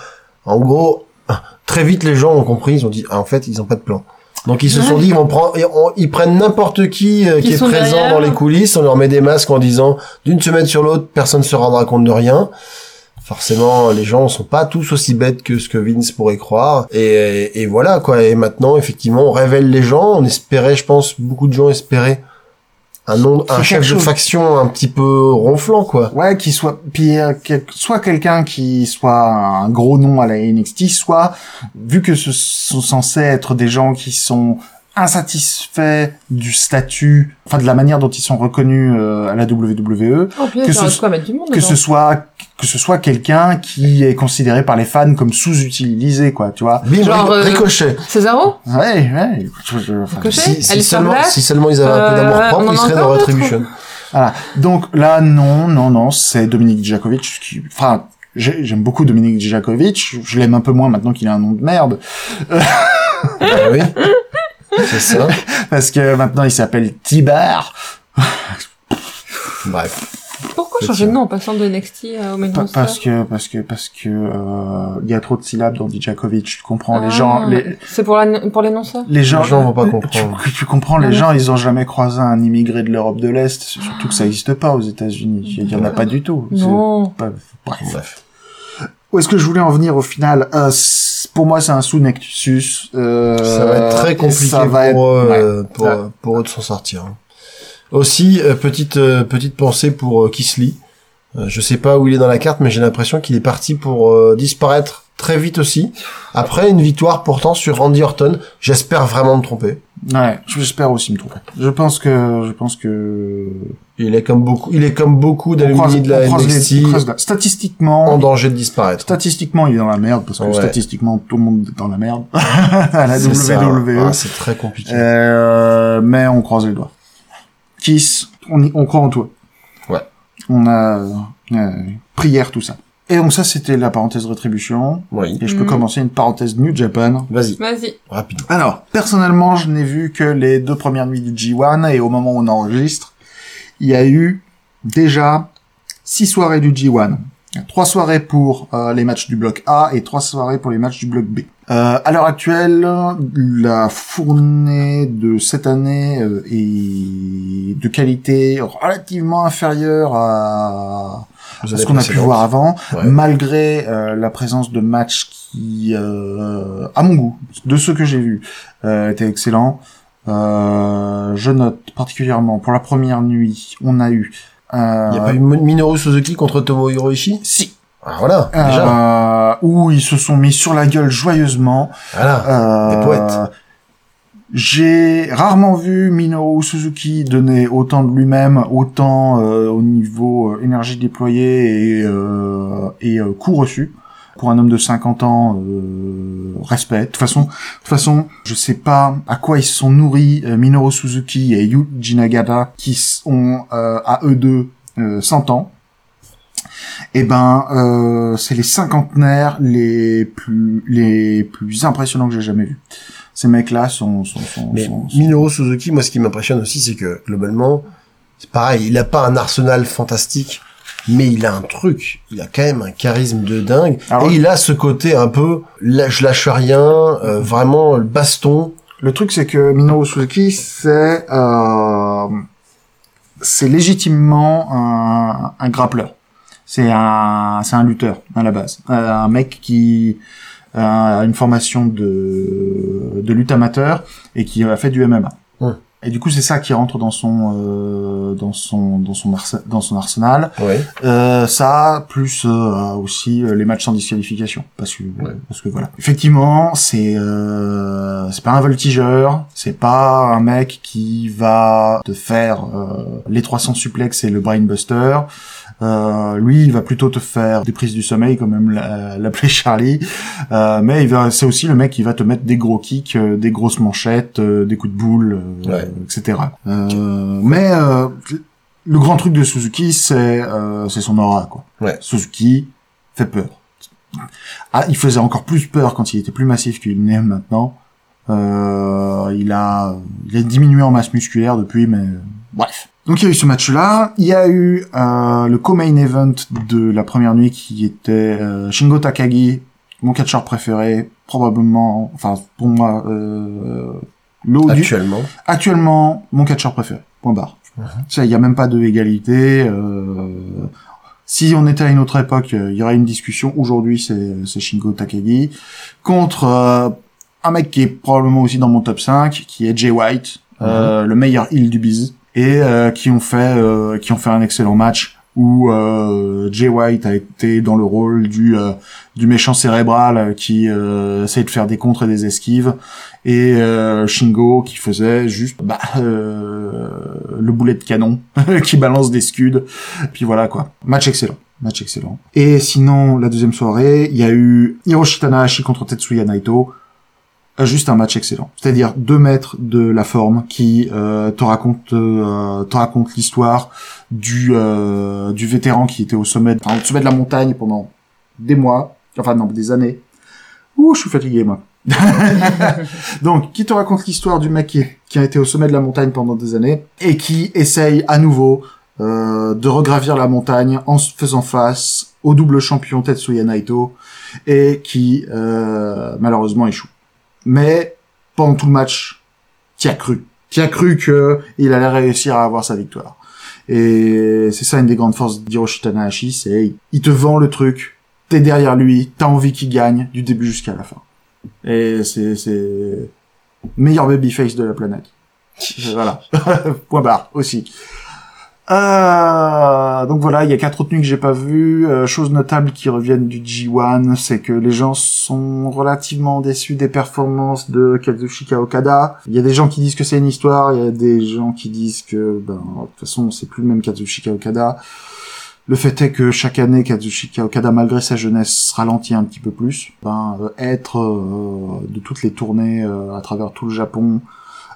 Speaker 5: En gros, très vite, les gens ont compris. Ils ont dit, ah, en fait, ils ont pas de plan. Donc ils se sont dit, ils, vont prendre, ils- on- ils prennent n'importe qui euh, qui
Speaker 4: Qui
Speaker 5: est
Speaker 4: sont
Speaker 5: présent
Speaker 4: derrière.
Speaker 5: dans les coulisses, on leur met des masques en disant, d'une semaine sur l'autre, personne ne se rendra compte de rien. Forcément, les gens sont pas tous aussi bêtes que ce que Vince pourrait croire. Et, et voilà, quoi. Et maintenant, effectivement, on révèle les gens. On espérait, je pense, beaucoup de gens espéraient un, nom,
Speaker 3: C'est
Speaker 5: un chef
Speaker 3: quelque
Speaker 5: de
Speaker 3: chose.
Speaker 5: faction un petit peu ronflant, quoi.
Speaker 3: Ouais, qu'il soit... Puis, euh, quel- soit quelqu'un qui soit un gros nom à la NXT, soit, vu que ce sont censés être des gens qui sont insatisfaits du statut, enfin de la manière dont ils sont reconnus euh, à la WWE,
Speaker 4: Oh,
Speaker 3: Que
Speaker 4: putain,
Speaker 3: ce
Speaker 4: j'aurais de
Speaker 3: so-
Speaker 4: quoi mettre du monde.
Speaker 3: que
Speaker 4: dedans.
Speaker 3: ce soit que ce soit quelqu'un qui est considéré par les fans comme sous-utilisé quoi tu vois
Speaker 5: Bim,
Speaker 4: Genre,
Speaker 5: rico-
Speaker 4: euh,
Speaker 5: ricochet.
Speaker 4: Césaro
Speaker 3: ouais ouais je- je- enfin,
Speaker 4: Ricochet
Speaker 5: Si, si
Speaker 4: elle est sur
Speaker 5: seulement,
Speaker 4: place
Speaker 5: si seulement ils avaient un peu
Speaker 4: Euh,
Speaker 5: d'amour
Speaker 4: on
Speaker 5: propre,
Speaker 4: en
Speaker 5: ils
Speaker 4: a
Speaker 5: seraient
Speaker 4: encore
Speaker 5: dans
Speaker 4: d'autres
Speaker 5: Retribution.
Speaker 3: donc là non non non c'est Dominique Djakovic qui enfin j'ai- j'aime beaucoup Dominique Djakovic je l'aime un peu moins maintenant qu'il a un nom de merde
Speaker 5: Ah oui. C'est ça.
Speaker 3: parce que maintenant il s'appelle Tibar
Speaker 5: Bref.
Speaker 4: Pourquoi
Speaker 5: C'est
Speaker 4: changer
Speaker 5: ça.
Speaker 4: de nom en passant de NXT euh, au main
Speaker 3: Pa-
Speaker 4: roster
Speaker 3: Bah, parce que parce que parce que euh, il y a trop de syllabes dans Djakovic tu comprends les
Speaker 4: Ah,
Speaker 3: gens les
Speaker 4: C'est pour, la- pour les non-sœurs
Speaker 3: les gens,
Speaker 5: gens vont pas
Speaker 3: Tu,
Speaker 5: comprendre.
Speaker 3: tu comprends,
Speaker 4: Non,
Speaker 3: les
Speaker 4: non.
Speaker 3: gens, ils ont jamais croisé un immigré de l'Europe de l'Est, surtout que ça n'existe pas aux États-Unis. Il y en a pas du tout. C'est
Speaker 4: Non.
Speaker 3: pas- bref.
Speaker 5: Bref.
Speaker 3: Où est-ce que je voulais en venir au final Euh, c'est- Pour moi, c'est un sous-nexus. euh,
Speaker 5: Ça va être très compliqué
Speaker 3: ça va être-
Speaker 5: pour, eux,
Speaker 3: ouais.
Speaker 5: euh, pour, euh, pour eux de s'en sortir. hein. Aussi, euh, petite euh, petite pensée pour euh, Kisly. Euh, je sais pas où il est dans la carte, mais j'ai l'impression qu'il est parti pour euh, disparaître très vite aussi. Après une victoire pourtant sur Randy Orton, j'espère vraiment me tromper.
Speaker 3: Ouais, j'espère aussi me trouver. Je pense que, je pense que.
Speaker 5: Il est comme beaucoup, il est comme beaucoup d'alumni de la
Speaker 3: on croise les-
Speaker 5: NXT
Speaker 3: on croise la- Statistiquement,
Speaker 5: en danger de disparaître.
Speaker 3: statistiquement, il est dans la merde parce que
Speaker 5: Ouais.
Speaker 3: statistiquement, tout le monde est dans la merde à la
Speaker 5: C'est ça.
Speaker 3: WWE.
Speaker 5: Ah, c'est très compliqué.
Speaker 3: Euh, mais on croise les doigts. Kiss, on, y- on croit en toi.
Speaker 5: Ouais.
Speaker 3: On a euh, euh, prière, tout ça. Et donc ça, c'était la parenthèse rétribution.
Speaker 5: Oui.
Speaker 3: Et je peux
Speaker 4: Mhm.
Speaker 3: commencer une parenthèse New Japan.
Speaker 5: Vas-y,
Speaker 4: Vas-y.
Speaker 5: rapidement.
Speaker 3: Alors, personnellement, je n'ai vu que les deux premières nuits du G1 et au moment où on enregistre, il y a eu déjà six soirées du G1. Trois soirées pour euh, les matchs du bloc A et trois soirées pour les matchs du bloc B. Euh, à l'heure actuelle, la fournée de cette année euh, est de qualité relativement inférieure à,
Speaker 5: Vous
Speaker 3: à
Speaker 5: avez
Speaker 3: ce qu'on a pu
Speaker 5: précédente.
Speaker 3: voir avant,
Speaker 5: Ouais.
Speaker 3: malgré euh, la présence de matchs qui, euh, à mon goût, de ceux que j'ai vus, euh, étaient excellents. Euh, je note particulièrement pour la première nuit, on a eu. Euh,
Speaker 5: Il y a pas eu Minoru Suzuki contre Tomohiro Ishii
Speaker 3: si,
Speaker 5: Ah voilà,
Speaker 3: euh,
Speaker 5: déjà.
Speaker 3: où ils se sont mis sur la gueule joyeusement.
Speaker 5: Voilà.
Speaker 3: Euh,
Speaker 5: Ah, des poètes.
Speaker 3: J'ai rarement vu Minoru Suzuki donner autant de lui-même, autant euh, au niveau euh, énergie déployée et, euh, et euh, coup reçu. Pour un homme de 50 ans, euh, respect. De toute façon, de toute façon, je sais pas à quoi ils se sont nourris euh, Minoru Suzuki et Yuji Nagata, qui s- ont euh, à eux deux euh, 100 ans. Eh ben, euh, c'est les cinquantenaires les plus les plus impressionnants que j'ai jamais vus. Ces mecs-là sont sont sont,
Speaker 5: Mais
Speaker 3: sont- sont-
Speaker 5: Minoru Suzuki, moi, ce qui m'impressionne aussi, c'est que globalement, c'est pareil. Il a pas un arsenal fantastique, mais il a un truc. Il a quand même un charisme de dingue.
Speaker 3: Alors-
Speaker 5: et il a ce côté un peu lâche lâche rien, euh, vraiment le baston.
Speaker 3: Le truc, c'est que Minoru Suzuki, c'est euh, c'est légitimement un, un grappleur. C'est un c'est un lutteur à la base, Euh, un mec qui euh, a une formation de de lutte amateur et qui a fait du MMA.
Speaker 5: Ouais.
Speaker 3: Et du coup, c'est ça qui rentre dans son euh, euh, dans son dans son arse- dans son arsenal.
Speaker 5: Ouais.
Speaker 3: Euh, ça plus euh, aussi euh, les matchs sans disqualification parce que
Speaker 5: Ouais.
Speaker 3: parce que voilà. Effectivement, c'est euh, c'est pas un voltigeur, c'est pas un mec qui va te faire euh, les 300 suplex et le brainbuster. Euh, lui, il va plutôt te faire des prises du sommeil, comme même l'a- l'appelait Charlie. Euh, mais il va, c'est aussi le mec qui va te mettre des gros kicks, euh, des grosses manchettes, euh, des coups de boule, euh,
Speaker 5: Ouais.
Speaker 3: etc. Euh, mais euh, le grand truc de Suzuki, c'est euh, c'est son aura, quoi.
Speaker 5: Ouais.
Speaker 3: Suzuki fait peur. Ah, il faisait encore plus peur quand il était plus massif qu'il n'est maintenant. Euh, il a il a diminué en masse musculaire depuis, mais euh, bref. Donc il y a eu ce match-là. Il y a eu euh, le co-main event de la première nuit qui était euh, Shingo Takagi, mon catcheur préféré, probablement, enfin pour moi, euh, le haut du-
Speaker 5: Actuellement.
Speaker 3: actuellement mon catcheur préféré. Point barre. Ça, il y a même pas de égalité. euh, Si on était à une autre époque, euh, il y aurait une discussion. Aujourd'hui, c'est c'est Shingo Takagi contre euh, un mec qui est probablement aussi dans mon top 5, qui est Jay White, euh, le meilleur heel du biz, et euh, qui ont fait euh, qui ont fait un excellent match où euh, Jay White a été dans le rôle du euh, du méchant cérébral euh, qui euh, essaye de faire des contres et des esquives et euh, Shingo qui faisait juste bah, euh, le boulet de canon qui balance des scuds puis voilà quoi match excellent match excellent et sinon la deuxième soirée il y a eu Hiroshi Tanahashi contre Tetsuya Naito Euh, juste un match excellent c'est-à-dire deux maîtres de la forme qui euh, te raconte euh, te raconte l'histoire du euh, du vétéran qui était au sommet enfin, au sommet de la montagne pendant des mois enfin non des années ouh je suis fatigué moi donc, qui te raconte l'histoire du mec qui, qui a été au sommet de la montagne pendant des années et qui essaye à nouveau euh, de regravir la montagne en se faisant face au double champion Tetsuya Naito et qui euh, malheureusement échoue. Mais pendant tout le match, t'y as cru. T'y as cru que il allait réussir à avoir sa victoire. Et c'est ça une des grandes forces d'Hiroshi Tanahashi, c'est il te vend le truc, t'es derrière lui, t'as envie qu'il gagne du début jusqu'à la fin. Et c'est, c'est meilleur babyface de la planète. Euh, voilà. Point barre aussi. Euh, donc voilà, il y a quatre autres nuits que j'ai pas vues. Euh, chose notable qui reviennent du G1, c'est que les gens sont relativement déçus des performances de Kazuchika Okada. Il y a des gens qui disent que c'est une histoire, il y a des gens qui disent que ben de toute façon c'est plus le même Kazuchika Okada. Le fait est que chaque année, Kazuchika Okada, malgré sa jeunesse, ralentit un petit peu plus. Ben, euh, être euh, de toutes les tournées euh, à travers tout le Japon,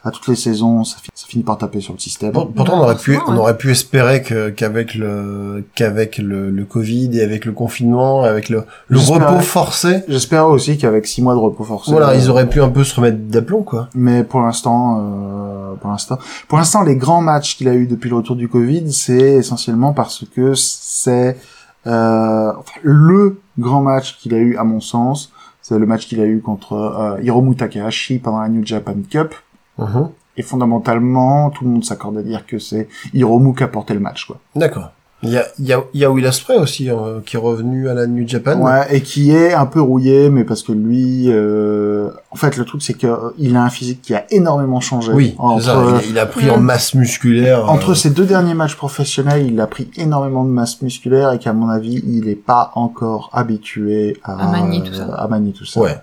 Speaker 3: à toutes les saisons, ça, fi- ça finit par taper sur le système.
Speaker 5: Pour- Pourtant, on aurait pu,
Speaker 4: Franchement,
Speaker 5: on
Speaker 4: ouais.
Speaker 5: aurait pu espérer que qu'avec le qu'avec le, le Covid et avec le confinement, avec le, le
Speaker 3: J'espère.
Speaker 5: repos forcé,
Speaker 3: J'espère aussi qu'avec six mois de repos forcé,
Speaker 5: voilà,
Speaker 3: euh,
Speaker 5: ils auraient pu un peu se remettre d'aplomb, quoi.
Speaker 3: Mais pour l'instant, euh, pour l'instant, pour l'instant, les grands matchs qu'il a eu depuis le retour du Covid, c'est essentiellement parce que c'est euh, enfin, le grand match qu'il a eu à mon sens. C'est le match qu'il a eu contre euh, Hiromu Takahashi pendant la New Japan Cup.
Speaker 5: Mhm.
Speaker 3: Et fondamentalement, tout le monde s'accorde à dire que c'est Hiromu qui a porté le match, quoi.
Speaker 5: D'accord. Il y a, il y a, il y a Will Asprey aussi euh, qui est revenu à la New Japan.
Speaker 3: Ouais, et qui est un peu rouillé, mais parce que lui, euh, en fait, le truc c'est que euh, il a un physique qui a énormément changé.
Speaker 5: Oui,
Speaker 3: entre,
Speaker 5: c'est ça, il, a, il a pris en
Speaker 4: Mm.
Speaker 5: masse musculaire.
Speaker 3: Entre
Speaker 5: euh,
Speaker 3: ses deux derniers matchs professionnels, il a pris énormément de masse musculaire et qu'à mon avis, il n'est pas encore habitué à,
Speaker 4: À manier tout ça.
Speaker 3: à manier tout ça.
Speaker 5: Ouais,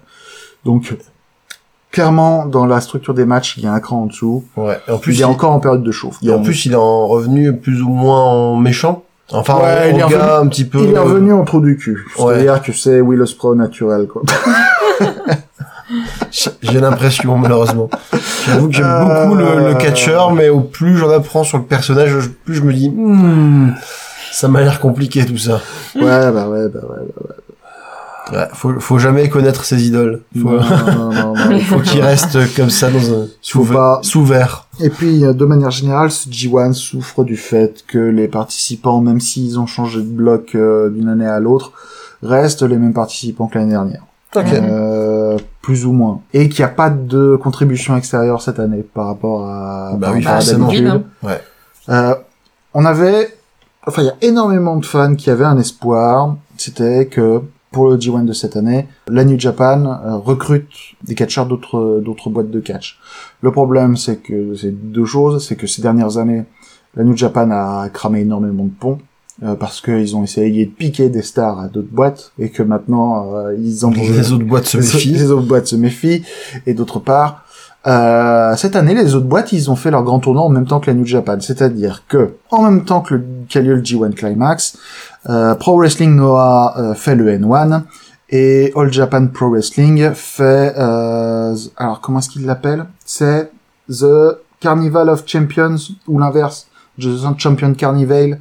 Speaker 3: Donc, clairement, dans la structure des matchs, il y a un cran en dessous.
Speaker 5: ouais. Et en plus,
Speaker 3: Plus il est encore en période de chauffe.
Speaker 5: et en
Speaker 3: Donc,
Speaker 5: plus, il est en revenu plus ou moins en méchant. Enfin,
Speaker 3: Ouais,
Speaker 5: en,
Speaker 3: il est
Speaker 5: en gars
Speaker 3: revenu-
Speaker 5: un petit peu. euh,
Speaker 3: il est revenu en trou du cul.
Speaker 5: Ouais.
Speaker 3: C'est-à-dire que c'est Will Ospreay naturel, quoi.
Speaker 5: J'ai l'impression, malheureusement. J'avoue que j'aime
Speaker 3: Euh,
Speaker 5: beaucoup le, le catcheur, mais au plus j'en apprends sur le personnage, au plus je me dis, Hmm, ça m'a l'air compliqué tout ça.
Speaker 3: ouais, bah ouais, bah ouais.
Speaker 5: Ouais, faut, faut jamais connaître ses idoles. Faut,
Speaker 3: Non, non, non, non, non.
Speaker 5: faut qu'il reste comme ça dans un sous,
Speaker 3: pas-
Speaker 5: sous verre.
Speaker 3: Et puis, euh, de manière générale, ce G1 souffre du fait que les participants, même s'ils ont changé de bloc euh, d'une année à l'autre, restent les mêmes participants que l'année dernière. Euh, plus ou moins. Et qu'il n'y a pas de contribution extérieure cette année par rapport à,
Speaker 5: Bah
Speaker 3: par
Speaker 5: oui,
Speaker 3: rapport à
Speaker 5: forcément.
Speaker 3: d'habitude.
Speaker 4: Vide, hein.
Speaker 5: Ouais.
Speaker 3: Euh, on avait, enfin, il y a énormément de fans qui avaient un espoir. C'était que pour le G1 de cette année, la New Japan euh, recrute des catcheurs d'autres d'autres boîtes de catch. Le problème, c'est que c'est deux choses, c'est que ces dernières années, La New Japan a cramé énormément de ponts euh, parce qu'ils ont essayé de piquer des stars à d'autres boîtes et que maintenant euh, ils en
Speaker 5: Les autres boîtes se
Speaker 3: les-
Speaker 5: méfient.
Speaker 3: les autres boîtes se méfient. Et d'autre part, euh, cette année, les autres boîtes, ils ont fait leur grand tournoi en même temps que la New Japan. C'est-à-dire que, en même temps que le qu'a lieu le G1 Climax, euh, Pro Wrestling Noah euh, fait le N1 et All Japan Pro Wrestling fait... euh, z- alors, comment est-ce qu'il l'appelle C'est The Carnival of Champions ou l'inverse, The Champion Carnival.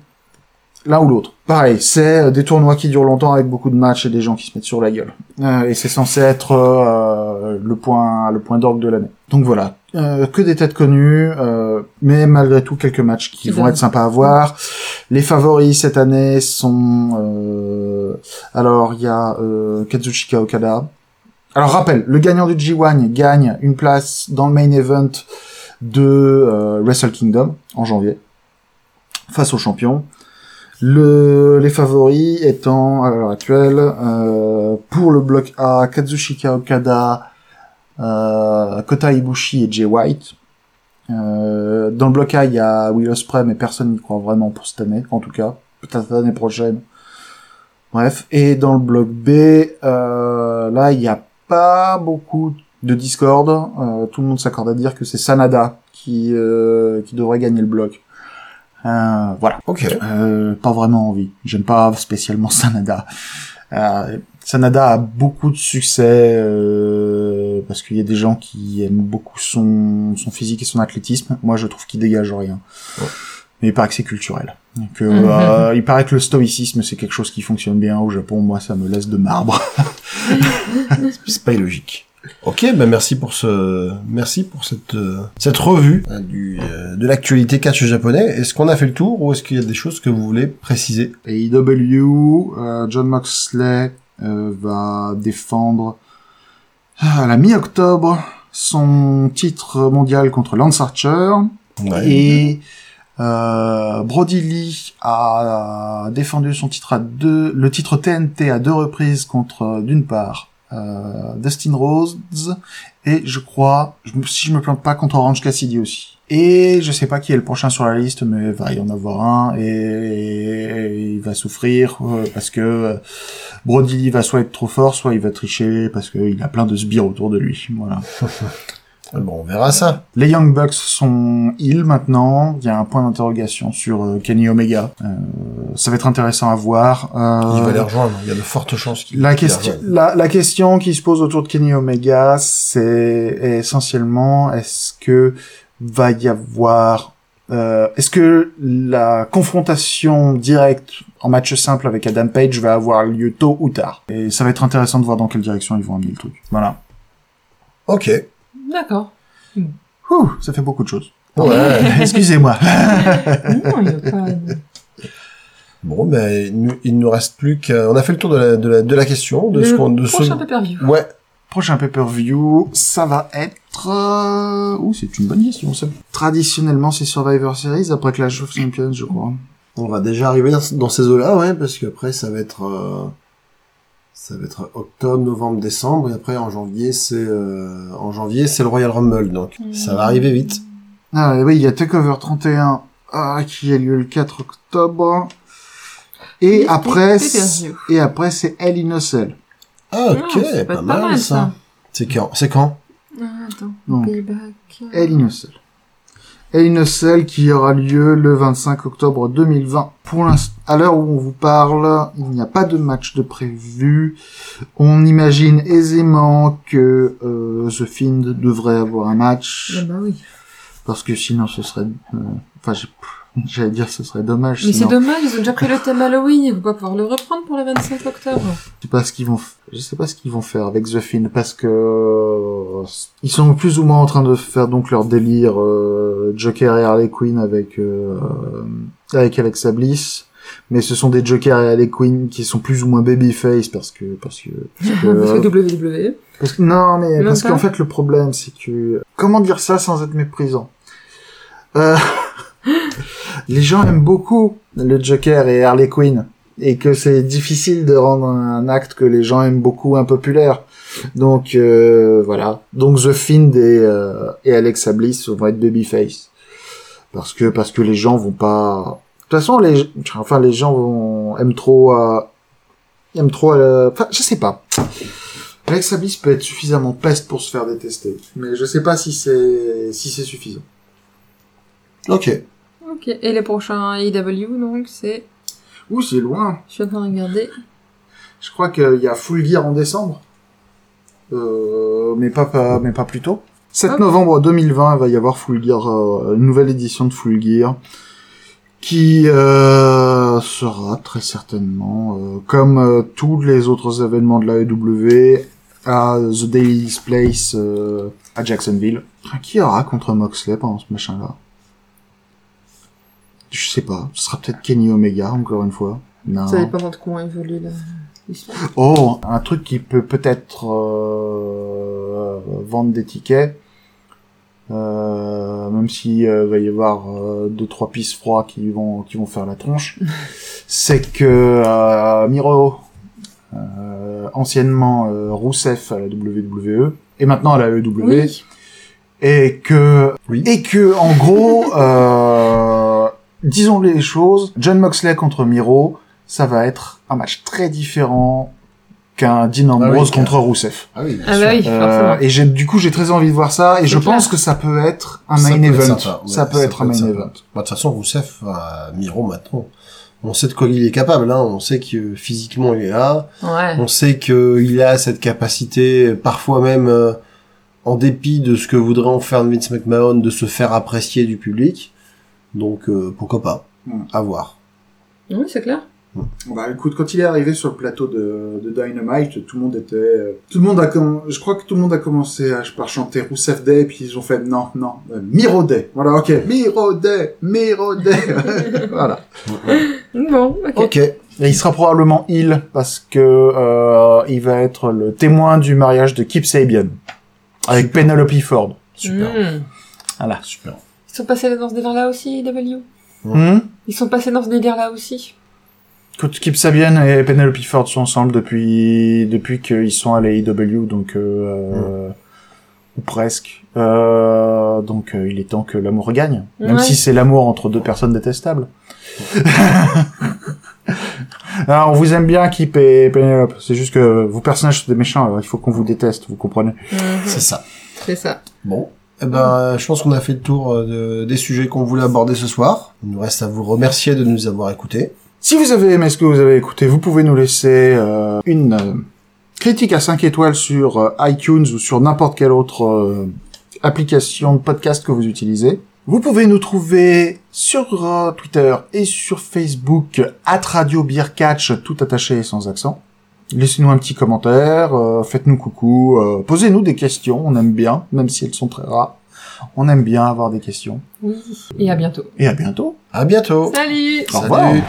Speaker 3: L'un ou l'autre. Pareil, c'est euh, des tournois qui durent longtemps avec beaucoup de matchs et des gens qui se mettent sur la gueule. Euh, et c'est censé être euh, le point le point d'orgue de l'année. Donc voilà, Euh, que des têtes connues, euh, mais malgré tout quelques matchs qui
Speaker 4: Qui
Speaker 3: vont
Speaker 4: donnent.
Speaker 3: être sympas à voir. Les favoris cette année sont euh, alors il y a euh, Kazuchika Okada. Alors rappel, le gagnant du G1 gagne une place dans le main event de euh, Wrestle Kingdom en janvier face au champion. Le, les favoris étant à l'heure actuelle euh, pour le bloc A Kazushika Okada, euh, Kota Ibushi et Jay White. Euh, dans le bloc A, il y a Will Ospreay, mais personne n'y croit vraiment pour cette année, en tout cas, peut-être l'année prochaine. Bref, et dans le bloc B, euh, là, il n'y a pas beaucoup de discorde. Euh, tout le monde s'accorde à dire que c'est Sanada qui euh, qui devrait gagner le bloc. Euh, voilà.
Speaker 5: Ok.
Speaker 3: Euh, pas vraiment envie. J'aime pas spécialement Sanada. Euh, Sanada a beaucoup de succès euh, parce qu'il y a des gens qui aiment beaucoup son, son physique et son athlétisme. Moi, je trouve qu'il dégage rien. Mais il paraît que c'est culturel. Donc, euh,
Speaker 4: Mhm.
Speaker 3: euh, il paraît que le stoïcisme, c'est quelque chose qui fonctionne bien au Japon. Moi, ça me laisse de marbre.
Speaker 5: C'est pas illogique. Ok, ben merci pour ce, merci pour cette euh, cette revue hein, du euh, de l'actualité catch japonais. Est-ce qu'on a fait le tour ou est-ce qu'il y a des choses que vous voulez préciser
Speaker 3: Et IW, E euh, John Moxley euh, va défendre ah, à la mi-octobre son titre mondial contre Lance Archer. Et euh, Brody Lee a défendu son titre à deux, le titre TNT à deux reprises contre, euh, d'une part, euh, Dustin Rhodes et je crois, je me- si je me plante pas, contre Orange Cassidy aussi. Et je sais pas qui est le prochain sur la liste, mais il va y en avoir un et, et il va souffrir euh, parce que euh, Brody Lee va soit être trop fort, soit il va tricher parce qu'il a plein de sbires autour de lui. Voilà.
Speaker 5: Ah Bon, on verra ça.
Speaker 3: Les Young Bucks sont ils maintenant. Il y a un point d'interrogation sur euh, Kenny Omega. Euh, ça va être intéressant à voir. Euh,
Speaker 5: Il va les rejoindre. Il y a de fortes chances qu'il
Speaker 3: la
Speaker 5: qu'il les
Speaker 3: question,
Speaker 5: rejoigne.
Speaker 3: la, la question qui se pose autour de Kenny Omega, c'est essentiellement est-ce que va y avoir, euh, est-ce que la confrontation directe en match simple avec Adam Page va avoir lieu tôt ou tard Et ça va être intéressant de voir dans quelle direction ils vont amener le truc. Voilà.
Speaker 5: Ok.
Speaker 4: D'accord.
Speaker 3: Ouh, ça fait beaucoup de choses.
Speaker 5: Ouais.
Speaker 3: Excusez-moi.
Speaker 4: Non, il y a pas...
Speaker 5: Bon, ben il nous, il nous reste plus qu'à... On a fait le tour de la, de la, de la question, de ce
Speaker 4: Le
Speaker 5: qu'on... De ce...
Speaker 4: prochain pay-per-view.
Speaker 5: Ouais,
Speaker 3: Prochain pay-per-view, ça va être... Euh... Ouh, c'est une bonne question, ça. Traditionnellement, c'est Survivor Series, après Clash of Champions, je crois.
Speaker 6: On va déjà arriver dans, dans ces eaux-là, ouais, parce qu'après, ça va être... euh, ça va être octobre, novembre, décembre, et après, en janvier, c'est... euh, en janvier, c'est le Royal Rumble, donc
Speaker 5: ça va arriver vite.
Speaker 3: Ah et oui, il y a Takeover 31 ah, qui a lieu le 4 octobre. Et
Speaker 4: Les
Speaker 3: après,
Speaker 4: pay-per-view.
Speaker 3: c'est- et après, c'est Hell in a Cell.
Speaker 5: Ah, ok,
Speaker 4: Non, ça peut
Speaker 5: pas,
Speaker 4: être
Speaker 5: mal, ça. C'est quand C'est quand
Speaker 4: Ah, Attends,
Speaker 3: Donc,
Speaker 4: payback.
Speaker 3: Hell in a Cell. Hell in a Cell qui aura lieu le 25 octobre 2020. Pour l'instant, à l'heure où on vous parle, il n'y a pas de match de prévu. On imagine aisément que euh, The Fiend devrait avoir un match
Speaker 4: Ah bah oui.
Speaker 3: parce que sinon ce serait, euh, enfin, j'ai- j'allais dire ce serait dommage.
Speaker 4: Mais c'est
Speaker 3: sinon.
Speaker 4: dommage, ils ont déjà pris le thème Halloween, ils vont pas pouvoir le reprendre pour le 25 octobre.
Speaker 3: Je sais pas ce qu'ils vont, f- je sais pas ce qu'ils vont faire avec The Fiend parce que euh, ils sont plus ou moins en train de faire donc leur délire euh, Joker et Harley Quinn avec euh, avec Alexa Bliss, mais ce sont des Joker et Harley Quinn qui sont plus ou moins babyface parce que parce que parce
Speaker 4: Parce
Speaker 3: que,
Speaker 4: que E. WWE.
Speaker 3: parce que- non mais
Speaker 4: Même
Speaker 3: parce
Speaker 4: pas
Speaker 3: qu'en fait le problème c'est que comment dire ça sans être méprisant. Euh, les gens aiment beaucoup le Joker et Harley Quinn et que c'est difficile de rendre un acte que les gens aiment beaucoup impopulaire. Donc euh, voilà. Donc The Find et, euh, et Alexa Bliss vont être babyface. parce que parce que les gens vont pas. De toute façon, les enfin les gens vont aiment trop euh, aiment trop. euh, Enfin, je sais pas. Alex Sablis peut être suffisamment peste pour se faire détester, mais je sais pas si c'est si c'est suffisant.
Speaker 6: Ok.
Speaker 4: Ok. Et les prochains AEW, donc, c'est...
Speaker 3: Ouh, c'est loin.
Speaker 4: Je suis en train de regarder.
Speaker 3: Je crois qu'il y a Full Gear en décembre, euh, mais pas, pas mais pas plus tôt. 7
Speaker 4: Ah.
Speaker 3: novembre 2020, il va y avoir Full Gear, euh, une nouvelle édition de Full Gear, qui euh, sera très certainement, euh, comme euh, tous les autres événements de l'AEW, à The Daily's Place euh, à Jacksonville. Putain, Qui aura contre Moxley pendant ce machin-là Je sais pas. Ce sera peut-être Kenny Omega, encore une fois. Non.
Speaker 4: Ça dépend de comment évolue là. l'histoire.
Speaker 3: Oh, un truc qui peut peut-être euh, vendre des tickets, Euh, même si euh, va y avoir euh, deux trois pistes froids qui vont qui vont faire la tronche, c'est que euh, Miro, euh, anciennement euh, Rousseff à la WWE et maintenant à la E EW,
Speaker 4: Oui.
Speaker 3: et que et que en gros euh, disons les choses John Moxley contre Miro ça va être un match très différent qu'un Dean Ambrose
Speaker 6: Ah oui,
Speaker 3: contre Rousseff
Speaker 6: Ah oui.
Speaker 4: Ah bah oui,
Speaker 3: Euh,
Speaker 4: forcément.
Speaker 3: et j'ai du coup j'ai très envie de voir ça et je
Speaker 4: clair.
Speaker 3: pense que ça peut être un
Speaker 6: Ça
Speaker 3: main
Speaker 6: peut être
Speaker 3: event
Speaker 6: sympa, ouais,
Speaker 3: ça peut être un main
Speaker 6: sympa.
Speaker 3: event
Speaker 6: Bah, de toute façon, Rousseff, euh, Miro, maintenant, on sait de quoi il est capable. Hein. On sait que physiquement, il est là.
Speaker 4: Ouais.
Speaker 6: On sait que il a cette capacité, parfois même euh, en dépit de ce que voudrait en faire Vince McMahon, de se faire apprécier du public. Donc, euh, pourquoi pas
Speaker 3: Mm.
Speaker 6: À voir.
Speaker 4: Oui, c'est clair.
Speaker 3: Bah écoute, quand il est arrivé sur le plateau de, de Dynamite, tout le monde était, euh, tout le monde a, comm- je crois que tout le monde a commencé à, par chanter Rousseff Day, puis ils ont fait non, non, euh, Miro Day. Voilà, ok, Miro Day, Miro Day. voilà.
Speaker 4: Mm, Bon, ok.
Speaker 6: Ok.
Speaker 3: Et il sera probablement il parce que euh, il va être le témoin du mariage de Kip Sabian avec Penelope Ford.
Speaker 6: Super.
Speaker 4: Hmm.
Speaker 3: Voilà.
Speaker 6: Super.
Speaker 4: Ils sont passés dans ce délire-là aussi, W.
Speaker 3: Hmm
Speaker 4: Ils sont passés dans ce délire-là aussi.
Speaker 3: Écoute, Kip Sabian et Penelope Ford sont ensemble depuis depuis qu'ils sont à l'AEW, donc
Speaker 6: Mmh.
Speaker 3: euh, ou presque. Euh, donc euh, il est temps que l'amour gagne, même
Speaker 4: Ouais.
Speaker 3: si c'est l'amour entre deux personnes détestables. Alors, on vous aime bien, Kip et Penelope. C'est juste que vos personnages sont des méchants. Alors, il faut qu'on vous déteste, vous comprenez
Speaker 5: Mm-hmm.
Speaker 6: C'est ça.
Speaker 4: C'est ça.
Speaker 6: Bon. Eh ben, je pense qu'on a fait le tour euh, de- des sujets qu'on voulait aborder ce soir. Il nous reste à vous remercier de nous avoir écoutés.
Speaker 3: Si vous avez aimé ce que vous avez écouté, vous pouvez nous laisser euh, une euh, critique à 5 étoiles sur euh, iTunes ou sur n'importe quelle autre euh, application de podcast que vous utilisez. Vous pouvez nous trouver sur euh, Twitter et sur Facebook at Radio Beer Catch, tout attaché et sans accent. Laissez-nous un petit commentaire, euh, faites-nous coucou, euh, posez-nous des questions, on aime bien, même si elles sont très rares. On aime bien avoir des questions.
Speaker 4: Oui. Et à bientôt.
Speaker 3: Et à bientôt.
Speaker 6: À bientôt.
Speaker 4: Salut
Speaker 3: Au revoir.
Speaker 6: Salut.